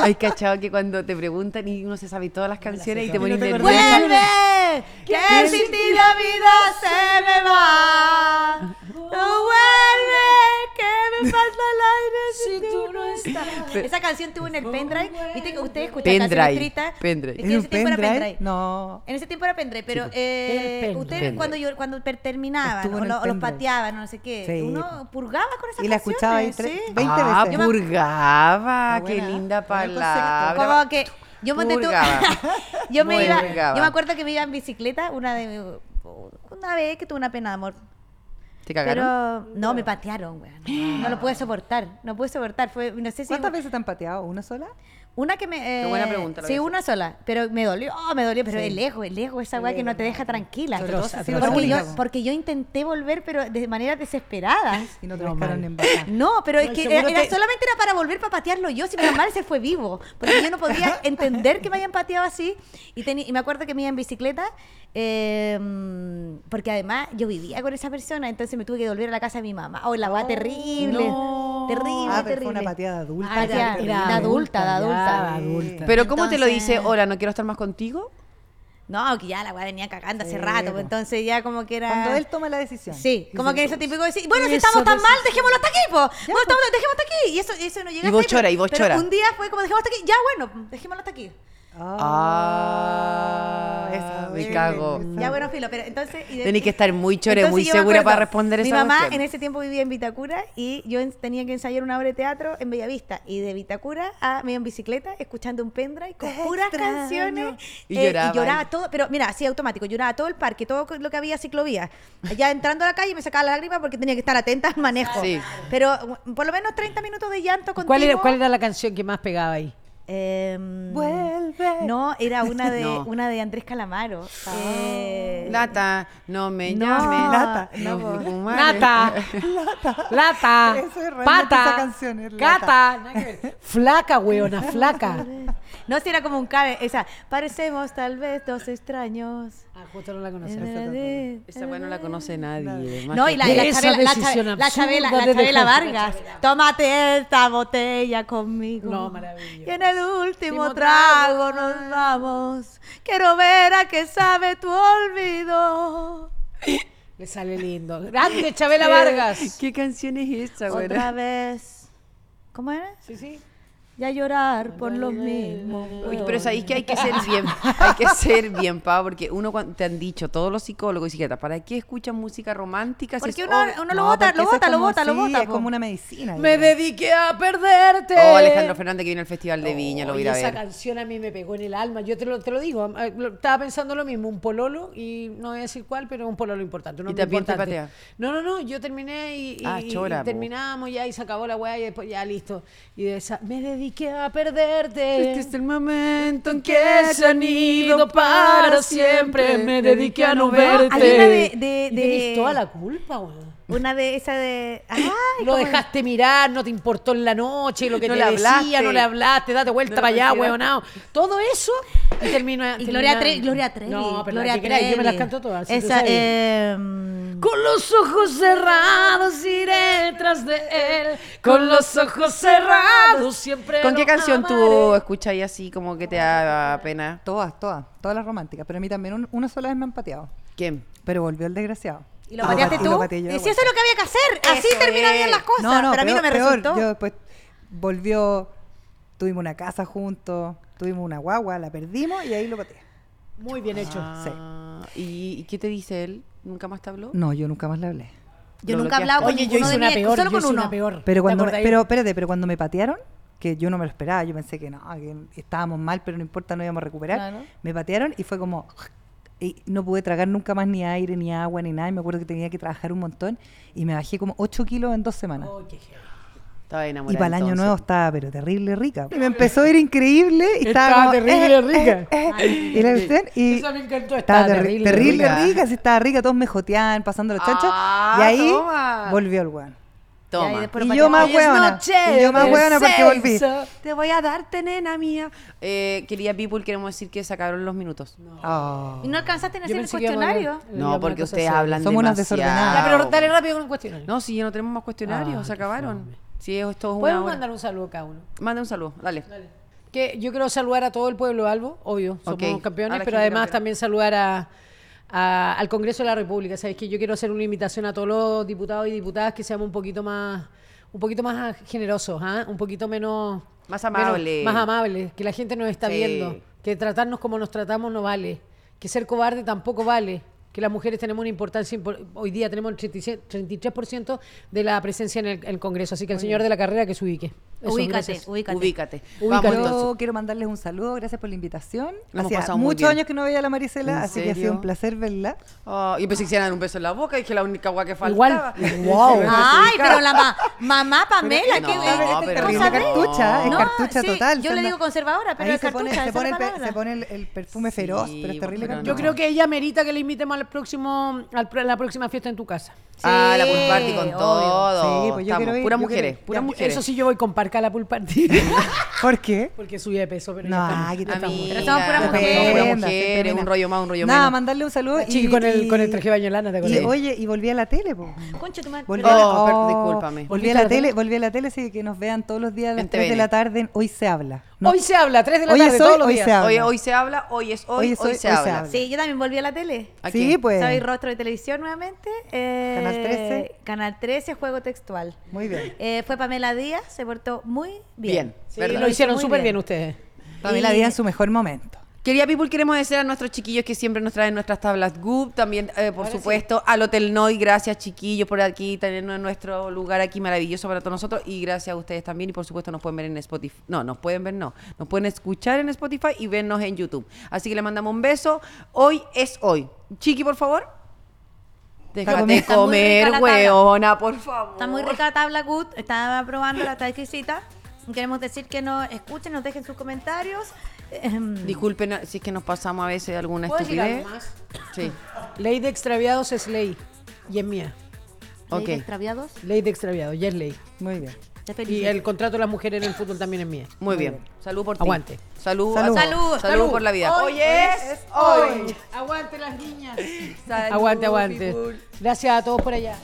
Speaker 1: Hay cachado que cuando te preguntan y uno se sabe todas las canciones y te pones nerviosa.
Speaker 4: Vuelve, que sin ti la vida se me va. No vuelve, que me pasa
Speaker 3: Ah.
Speaker 4: el aire si tú no estás. Esa canción tuvo en el pendrive, viste que ustedes escuchan
Speaker 1: Pendrive,
Speaker 4: canciones escritas.
Speaker 1: pendrive.
Speaker 4: Es que en ese tiempo era pendrive.
Speaker 5: No.
Speaker 4: En ese tiempo era pendrive, pero eh,
Speaker 3: pendrive.
Speaker 4: ustedes
Speaker 1: Pendrive.
Speaker 4: cuando, yo, cuando per- terminaban
Speaker 5: Estuvo
Speaker 4: o,
Speaker 5: en el
Speaker 4: lo- o los
Speaker 5: pendrive.
Speaker 4: pateaban o no sé qué,
Speaker 5: Sí.
Speaker 4: uno purgaba con esas
Speaker 5: Y la escuchaba ahí
Speaker 4: canciones,
Speaker 5: tres-
Speaker 4: ¿sí?
Speaker 5: veinte
Speaker 1: ah,
Speaker 5: veces.
Speaker 1: purgaba.
Speaker 5: Está
Speaker 1: Qué
Speaker 5: buena,
Speaker 1: linda
Speaker 5: buen concepto.
Speaker 1: palabra.
Speaker 4: Como que yo me
Speaker 1: Purgaba.
Speaker 4: yo me iba,
Speaker 1: Purgaba.
Speaker 4: yo me acuerdo que me iba en bicicleta una de una vez que tuve una pena de amor.
Speaker 1: ¿Te cagaron?
Speaker 4: Pero no, me patearon, weón. No lo pude soportar, no pude soportar. Fue, no sé si
Speaker 5: ¿Cuántas veces te han pateado? ¿Una sola?
Speaker 4: una que me. eh,
Speaker 1: Qué buena pregunta, la
Speaker 4: Sí,
Speaker 1: verdad.
Speaker 4: una sola. Pero me dolió, oh, me dolió. Pero el ego, el ego, esa weá que no te deja tranquila.
Speaker 5: Sobre todo si ha sido la
Speaker 4: porque,
Speaker 5: única,
Speaker 4: yo,
Speaker 5: po.
Speaker 4: porque yo intenté volver, pero de manera desesperada.
Speaker 5: Y no te
Speaker 3: No,
Speaker 5: pescaron
Speaker 3: mal.
Speaker 5: en baja.
Speaker 4: No, pero es
Speaker 3: No, y
Speaker 4: que
Speaker 3: seguro
Speaker 4: era-
Speaker 3: te-
Speaker 4: solamente era para volver para patearlo yo, si mi mamá se fue vivo, porque yo no podía entender que me hayan pateado así. Y, teni- y me acuerdo que me iba en bicicleta, eh, mm, porque además yo vivía con esa persona, entonces me tuve que volver a la casa de mi mamá. Oh, la va terrible, terrible,
Speaker 5: Ah, pero
Speaker 4: terrible.
Speaker 5: fue una pateada adulta.
Speaker 4: Ah, ya,
Speaker 5: terrible.
Speaker 4: era adulta, de adulta.
Speaker 3: ya, adulta.
Speaker 1: Pero ¿cómo te lo
Speaker 4: Entonces-
Speaker 1: dice? Hola, no quiero estar más contigo.
Speaker 4: No, que ya la weá venía cagando
Speaker 5: Sí,
Speaker 4: hace rato,
Speaker 5: po.
Speaker 4: pues, entonces ya como que era...
Speaker 5: Cuando él toma la decisión.
Speaker 4: Sí, como que eso típico de decir, bueno, si
Speaker 3: Eso,
Speaker 4: estamos tan
Speaker 3: pues,
Speaker 4: mal, dejémoslo hasta aquí, po. Bueno, estamos, dejémoslo hasta aquí. Y eso, eso no llega hasta ahí,
Speaker 1: bochora,
Speaker 4: pero-
Speaker 1: pues. y bochora.
Speaker 4: Pero un día fue como, dejémoslo hasta aquí. Ya, bueno, dejémoslo hasta aquí. Ah,
Speaker 1: Ah, esa me
Speaker 5: duele,
Speaker 1: cago.
Speaker 5: esa
Speaker 4: Ya, bueno, filo, pero entonces... y de-
Speaker 1: Tenés que estar muy chore,
Speaker 4: Entonces
Speaker 1: muy
Speaker 4: yo me
Speaker 1: segura
Speaker 4: acuerdo,
Speaker 1: para responder
Speaker 4: Mi
Speaker 1: esa
Speaker 4: mamá
Speaker 1: cuestión.
Speaker 4: en ese tiempo vivía en Vitacura y yo en- tenía que ensayar una obra de teatro en Bellavista. Y de Vitacura a medio en bicicleta, escuchando un pendrive con
Speaker 5: Te
Speaker 4: puras
Speaker 5: extraño.
Speaker 4: canciones.
Speaker 1: Y
Speaker 4: eh,
Speaker 1: lloraba ahí.
Speaker 4: todo, pero mira, así automático, lloraba todo el parque, todo lo que había ciclovía. Ya entrando a la calle me sacaba la lágrima porque tenía que estar atenta al manejo.
Speaker 1: Sí.
Speaker 4: Pero um, por lo menos 30 minutos de llanto continuo.
Speaker 3: ¿Cuál era, ¿Cuál era la canción que más pegaba ahí?
Speaker 4: Em,
Speaker 5: Vuelve.
Speaker 4: No, era una de,
Speaker 1: No.
Speaker 4: una de Andrés Calamaro. Eh,
Speaker 1: Lata, no me
Speaker 4: no,
Speaker 1: llames.
Speaker 5: Lata.
Speaker 1: No,
Speaker 4: no,
Speaker 1: me fumares.
Speaker 3: Lata, lata,
Speaker 5: Eso es realmente
Speaker 3: pata,
Speaker 5: esa canción, es lata.
Speaker 3: cata, nada que ver. flaca, weona, flaca.
Speaker 4: No, si era como un cabe, esa. Parecemos tal vez dos extraños.
Speaker 3: Ah, justo no la
Speaker 1: Esa weá no la conoce nadie. más
Speaker 4: No,
Speaker 1: que
Speaker 4: y la,
Speaker 1: tú.
Speaker 4: y la
Speaker 3: Esa
Speaker 4: Chabela, la,
Speaker 3: decisión
Speaker 4: Chabela, la Chabela,
Speaker 3: absurda
Speaker 4: la
Speaker 3: de
Speaker 4: Chabela
Speaker 3: dejar-
Speaker 4: Vargas. Tómate esta botella conmigo.
Speaker 3: No, maravilloso.
Speaker 4: Y en el último
Speaker 3: Último
Speaker 4: trago nos vamos. Quiero ver a qué sabe tu olvido.
Speaker 3: Le sale lindo. Grande Chabela Vargas.
Speaker 1: ¿Qué canción es esa, güey?
Speaker 4: Otra vez. ¿Cómo era?
Speaker 3: Sí, sí.
Speaker 4: y a llorar por los mismos.
Speaker 1: Oye, pero sabéis que hay que ser bien, hay que ser bien, pa, porque uno cuan- te han dicho todos los psicólogos y psiquiatras, ¿para qué escuchan música romántica? si
Speaker 4: Porque
Speaker 1: es
Speaker 4: uno-
Speaker 1: obvio?
Speaker 4: uno lo vota,
Speaker 5: porque
Speaker 4: lo
Speaker 5: eso es
Speaker 4: vota, lo
Speaker 5: como-
Speaker 4: vota, lo
Speaker 5: sí,
Speaker 4: vota.
Speaker 5: Es
Speaker 4: po.
Speaker 5: como una medicina.
Speaker 3: Me
Speaker 5: digamos.
Speaker 3: dediqué a perderte.
Speaker 1: Oh, Alejandro Fernández que viene al Festival de Viña, lo voy a ir
Speaker 3: Oye,
Speaker 1: a
Speaker 3: Oh, esa
Speaker 1: ver.
Speaker 3: canción a mí me pegó en el alma. Yo te lo, te lo digo. am- eh, lo- Estaba pensando lo mismo. Un pololo, y no voy a decir cuál, pero un pololo importante.
Speaker 1: ¿Y
Speaker 3: un hombre
Speaker 1: también te
Speaker 3: importante.
Speaker 1: patea?
Speaker 3: No, no, no. Yo terminé y, y-
Speaker 1: Ah,
Speaker 3: y-
Speaker 1: chora,
Speaker 3: y
Speaker 1: po.
Speaker 3: terminamos ya y se acabó la weá y después ya listo. Y de esa, me dediqué a perderte.
Speaker 1: Este es el momento en
Speaker 3: que se han ido para siempre. Me dediqué a no verte. Ah,
Speaker 4: Hay una de... de,
Speaker 3: Y
Speaker 4: de-
Speaker 3: tenés toda la culpa, weón.
Speaker 4: Una de esa de... ¡Ay!
Speaker 3: Lo
Speaker 4: ¿cómo-
Speaker 3: dejaste mirar, no te importó en la noche, lo que
Speaker 1: No
Speaker 3: te
Speaker 1: le
Speaker 3: decía,
Speaker 1: hablaste.
Speaker 3: no le hablaste, date vuelta
Speaker 1: No le
Speaker 3: para allá,
Speaker 1: consideraste.
Speaker 3: huevonao. Todo eso y termina.
Speaker 4: Y
Speaker 3: termina-
Speaker 4: Gloria, Tre- Gloria Trevi.
Speaker 3: No, pero
Speaker 4: Gloria
Speaker 3: la que queráis, yo me las
Speaker 4: Trevi.
Speaker 3: canto todas. si tú
Speaker 4: Esa,
Speaker 3: sabes.
Speaker 4: eh, mm,
Speaker 3: Con los ojos cerrados iré tras de él. Con los ojos cerrados siempre.
Speaker 1: ¿Con
Speaker 3: lo
Speaker 1: qué canción tú
Speaker 3: amaré.
Speaker 1: escuchas y así como que te da pena?
Speaker 5: Todas, todas, todas las románticas. Pero a mí también un- una sola vez me han pateado.
Speaker 1: ¿Quién?
Speaker 5: Pero volvió el desgraciado. Ah,
Speaker 4: ¿Y lo pateaste
Speaker 5: y
Speaker 4: tú?
Speaker 5: lo
Speaker 4: y
Speaker 5: pateé yo de
Speaker 4: si eso es lo que había que hacer. Así
Speaker 1: Eso
Speaker 4: terminan
Speaker 1: es.
Speaker 4: bien las cosas.
Speaker 5: No, no,
Speaker 4: pero a mí no
Speaker 5: peor-
Speaker 4: me
Speaker 5: peor.
Speaker 4: resultó.
Speaker 5: Yo después volvió, tuvimos una casa juntos, tuvimos una guagua, la perdimos y ahí lo pateé.
Speaker 3: Muy
Speaker 1: eh.
Speaker 3: bien hecho.
Speaker 1: Ah, ¿y, y qué te dice él? ¿Nunca más te habló?
Speaker 5: No, yo nunca más le hablé.
Speaker 4: Yo
Speaker 1: Lo
Speaker 4: nunca he hablado con
Speaker 3: Oye, yo
Speaker 4: ninguno
Speaker 3: hice
Speaker 4: de
Speaker 3: una
Speaker 4: mis ex,
Speaker 3: peor.
Speaker 4: solo
Speaker 3: yo
Speaker 4: con
Speaker 3: hice
Speaker 4: uno.
Speaker 3: una peor.
Speaker 5: Pero
Speaker 3: ¿Te
Speaker 5: cuando, me-
Speaker 3: acordáis?
Speaker 5: pero espérate, pero cuando me patearon, que yo no me lo esperaba, yo pensé que no, que estábamos mal, pero no importa, no íbamos a recuperar.
Speaker 4: Claro.
Speaker 5: Me patearon y fue como y no pude tragar nunca más ni aire, ni agua, ni nada. Y me acuerdo que tenía que trabajar un montón y me bajé como 8 kilos en dos semanas.
Speaker 3: Ay, qué heavy.
Speaker 1: Estaba enamorada.
Speaker 5: Y para el año
Speaker 1: entonces.
Speaker 5: nuevo estaba, pero terrible rica. Y me empezó a ir increíble. Y estaba,
Speaker 3: Estaba
Speaker 5: como, eh,
Speaker 3: terrible rica.
Speaker 5: y la cuestión, y
Speaker 3: Eso me encantó,
Speaker 5: Estaba
Speaker 3: estaba
Speaker 5: terri-
Speaker 3: terrible
Speaker 5: terrible,
Speaker 1: rica.
Speaker 5: rica. sí, estaba rica. Todos me joteaban, pasando los chanchos.
Speaker 1: Ah,
Speaker 5: y ahí
Speaker 1: toma.
Speaker 5: volvió el weón.
Speaker 1: Toma.
Speaker 4: Y ahí después- Pero
Speaker 5: Y
Speaker 4: para
Speaker 5: yo
Speaker 4: que-
Speaker 5: más
Speaker 3: Hoy es
Speaker 5: hueona.
Speaker 3: noche
Speaker 5: Y yo más
Speaker 3: de
Speaker 5: hueona porque volví.
Speaker 3: sexo.
Speaker 1: Te voy a darte, nena mía. Eh, querida People, queremos decir que se acabaron los minutos. No,
Speaker 5: Oh.
Speaker 4: ¿Y no alcanzaste a
Speaker 3: Yo
Speaker 4: hacer el
Speaker 3: pensé que íbamos a
Speaker 4: cuestionario?
Speaker 3: hablar- hablar
Speaker 1: porque
Speaker 3: una cosa
Speaker 1: ustedes
Speaker 3: seria.
Speaker 1: hablan
Speaker 5: Somos unas
Speaker 1: demasiado.
Speaker 5: desordenadas.
Speaker 3: Ya,
Speaker 1: Ah,
Speaker 3: pero dale rápido con el cuestionario.
Speaker 1: No, si ya no tenemos más cuestionarios,
Speaker 3: Ah,
Speaker 1: se
Speaker 3: qué
Speaker 1: acabaron.
Speaker 3: fome.
Speaker 1: Sí, esto es una
Speaker 3: Podemos
Speaker 1: hora.
Speaker 3: mandar un saludo a cada uno.
Speaker 1: Manda un saludo, dale.
Speaker 3: Que yo quiero saludar a todo el pueblo albo, obvio, somos
Speaker 1: Ok, a
Speaker 3: campeones,
Speaker 1: la
Speaker 3: pero
Speaker 1: gente
Speaker 3: además
Speaker 1: campeona.
Speaker 3: también saludar a, a- al Congreso de la República. Sabes que yo quiero hacer una invitación a todos los diputados y diputadas que seamos un poquito más un poquito más generosos, ¿ah? un poquito menos
Speaker 1: Más amables.
Speaker 3: menos- más amables, que la gente nos está
Speaker 1: Sí.
Speaker 3: viendo, que tratarnos como nos tratamos no vale, que ser cobarde tampoco vale, que las mujeres tenemos una importancia impor- hoy día tenemos el 36 33% de la presencia en el, en el Congreso, así que el señor de la carrera que se ubique. Eso,
Speaker 4: Ubícate,
Speaker 3: gracias.
Speaker 4: ubícate.
Speaker 1: Ubícate.
Speaker 3: Ubícate.
Speaker 1: Vamos entonces.
Speaker 5: Yo quiero mandarles un saludo, gracias por la invitación.
Speaker 1: Lo hemos
Speaker 5: Hacía
Speaker 1: pasado muy
Speaker 5: muchos
Speaker 1: bien.
Speaker 5: años que no veía a la Marisela,
Speaker 1: ¿En
Speaker 5: así que ha sido
Speaker 1: serio?
Speaker 5: un placer verla.
Speaker 1: Ah, yo pensé que se iban a dar un beso en la boca, dije la única agua que faltaba.
Speaker 3: Igual. Wow.
Speaker 4: Ay, pero la ma- mamá Pamela,
Speaker 1: no,
Speaker 4: qué
Speaker 1: pero
Speaker 4: qué
Speaker 1: terrible
Speaker 5: es
Speaker 4: cosa
Speaker 5: este cartucha,
Speaker 1: no.
Speaker 4: bella.
Speaker 5: es
Speaker 4: No,
Speaker 5: cartucha
Speaker 4: sí,
Speaker 5: total.
Speaker 4: yo
Speaker 5: se
Speaker 4: le
Speaker 5: anda-
Speaker 4: digo conservadora, pero
Speaker 5: ahí
Speaker 4: es
Speaker 5: se pone,
Speaker 4: cartucha,
Speaker 5: se
Speaker 4: esa
Speaker 5: pone,
Speaker 4: es
Speaker 5: el,
Speaker 4: la
Speaker 5: pe-
Speaker 4: palabra.
Speaker 5: se pone el- el perfume
Speaker 1: Sí,
Speaker 5: feroz, pero es terrible.
Speaker 1: pero no.
Speaker 5: cartucha.
Speaker 3: Yo creo que ella merita que le invitemos al próximo, al pro- a la próxima fiesta en tu casa.
Speaker 1: Ah, la
Speaker 4: Sí,
Speaker 1: pool party con
Speaker 4: obvio.
Speaker 1: todo.
Speaker 5: Sí, pues yo
Speaker 1: Estamos,
Speaker 5: quiero
Speaker 1: puras
Speaker 5: ir, yo quiero
Speaker 1: mujeres,
Speaker 5: ir.
Speaker 1: puras
Speaker 5: Ya,
Speaker 1: mujeres.
Speaker 3: Eso sí, yo voy con parca a la pool party.
Speaker 5: ¿Por qué?
Speaker 3: Porque subí de peso, pero
Speaker 5: No,
Speaker 3: ya estamos.
Speaker 5: aquí te
Speaker 1: Amiga,
Speaker 5: estamos.
Speaker 1: pero
Speaker 4: somos puras
Speaker 1: estamos
Speaker 4: mujeres.
Speaker 1: puras
Speaker 5: Tremenda,
Speaker 1: mujeres,
Speaker 5: tremenda.
Speaker 1: un rollo más, un rollo
Speaker 5: Nada,
Speaker 1: menos.
Speaker 5: mandarle un saludo.
Speaker 3: Sí, con el- con el traje de baño de lana, ¿te
Speaker 5: y,
Speaker 3: acuerdas?
Speaker 5: Oye, y volví a la tele, po.
Speaker 4: Concha tu madre.
Speaker 5: Volví
Speaker 1: Oh,
Speaker 5: a la,
Speaker 1: per- discúlpame.
Speaker 5: Volví a la tele, volví a la tele, así que nos vean todos los días a
Speaker 1: En
Speaker 5: las 3 de
Speaker 1: TVN.
Speaker 5: la tarde. en Hoy se habla. No,
Speaker 3: Hoy se habla, 3 de la
Speaker 5: Hoy
Speaker 3: tarde,
Speaker 5: es
Speaker 3: todos
Speaker 5: hoy,
Speaker 3: los
Speaker 5: hoy
Speaker 3: días.
Speaker 5: se habla.
Speaker 1: Hoy, hoy se habla, hoy es hoy, hoy,
Speaker 5: Hoy es hoy,
Speaker 1: se
Speaker 5: hoy se
Speaker 1: habla.
Speaker 5: habla.
Speaker 4: Sí, yo también volví a la tele.
Speaker 1: ¿A
Speaker 5: sí,
Speaker 1: quién?
Speaker 5: pues.
Speaker 4: Soy rostro de televisión nuevamente. eh,
Speaker 5: Canal 13.
Speaker 4: Canal 13, juego textual.
Speaker 5: Muy bien.
Speaker 4: Eh, fue Pamela Díaz, se portó muy
Speaker 1: Bien,
Speaker 4: bien.
Speaker 3: Sí,
Speaker 1: ¿verdad?
Speaker 3: lo hicieron
Speaker 4: Muy
Speaker 3: súper bien.
Speaker 4: bien.
Speaker 3: ustedes.
Speaker 5: Pamela
Speaker 4: Y-
Speaker 5: Díaz en su mejor momento.
Speaker 1: Querida People, queremos agradecer a nuestros chiquillos que siempre nos traen nuestras tablas GUP, también, eh, por supuesto, al Hotel Noy, gracias chiquillos por aquí, tenernos en nuestro lugar aquí maravilloso para todos nosotros y gracias a ustedes también y por supuesto nos pueden ver en Spotify, no, nos pueden ver, no, nos pueden escuchar en Spotify y vernos en YouTube. Así que le mandamos un beso, hoy es hoy. Chiqui, por favor,
Speaker 5: comiendo.
Speaker 1: déjate
Speaker 4: Está muy rica
Speaker 1: comer,
Speaker 4: la tabla.
Speaker 1: weona, por favor.
Speaker 4: Está muy rica la tabla Good, estaba probando, la está exquisita. Queremos decir que nos escuchen, nos dejen sus comentarios. Em, Ehem.
Speaker 1: Disculpen eh, si es que nos pasamos a veces alguna
Speaker 3: ¿Puedo decir
Speaker 1: estupidez.
Speaker 3: algo más?
Speaker 1: Sí,
Speaker 3: Ley de extraviados es ley. Y es mía.
Speaker 4: Ley de
Speaker 1: ok.
Speaker 4: Extraviados,
Speaker 3: Ley de extraviados, ya es ley.
Speaker 5: Muy bien.
Speaker 4: te
Speaker 3: Y
Speaker 4: felicito.
Speaker 3: el contrato de las mujeres en el fútbol también es mía.
Speaker 1: Muy bien. Salud por ti.
Speaker 3: Aguante.
Speaker 1: Salud.
Speaker 5: Salud.
Speaker 1: a todos.
Speaker 4: Salud.
Speaker 1: Salud por la vida.
Speaker 3: es hoy. Aguante las niñas. Aguante, aguante. Gracias a todos por allá.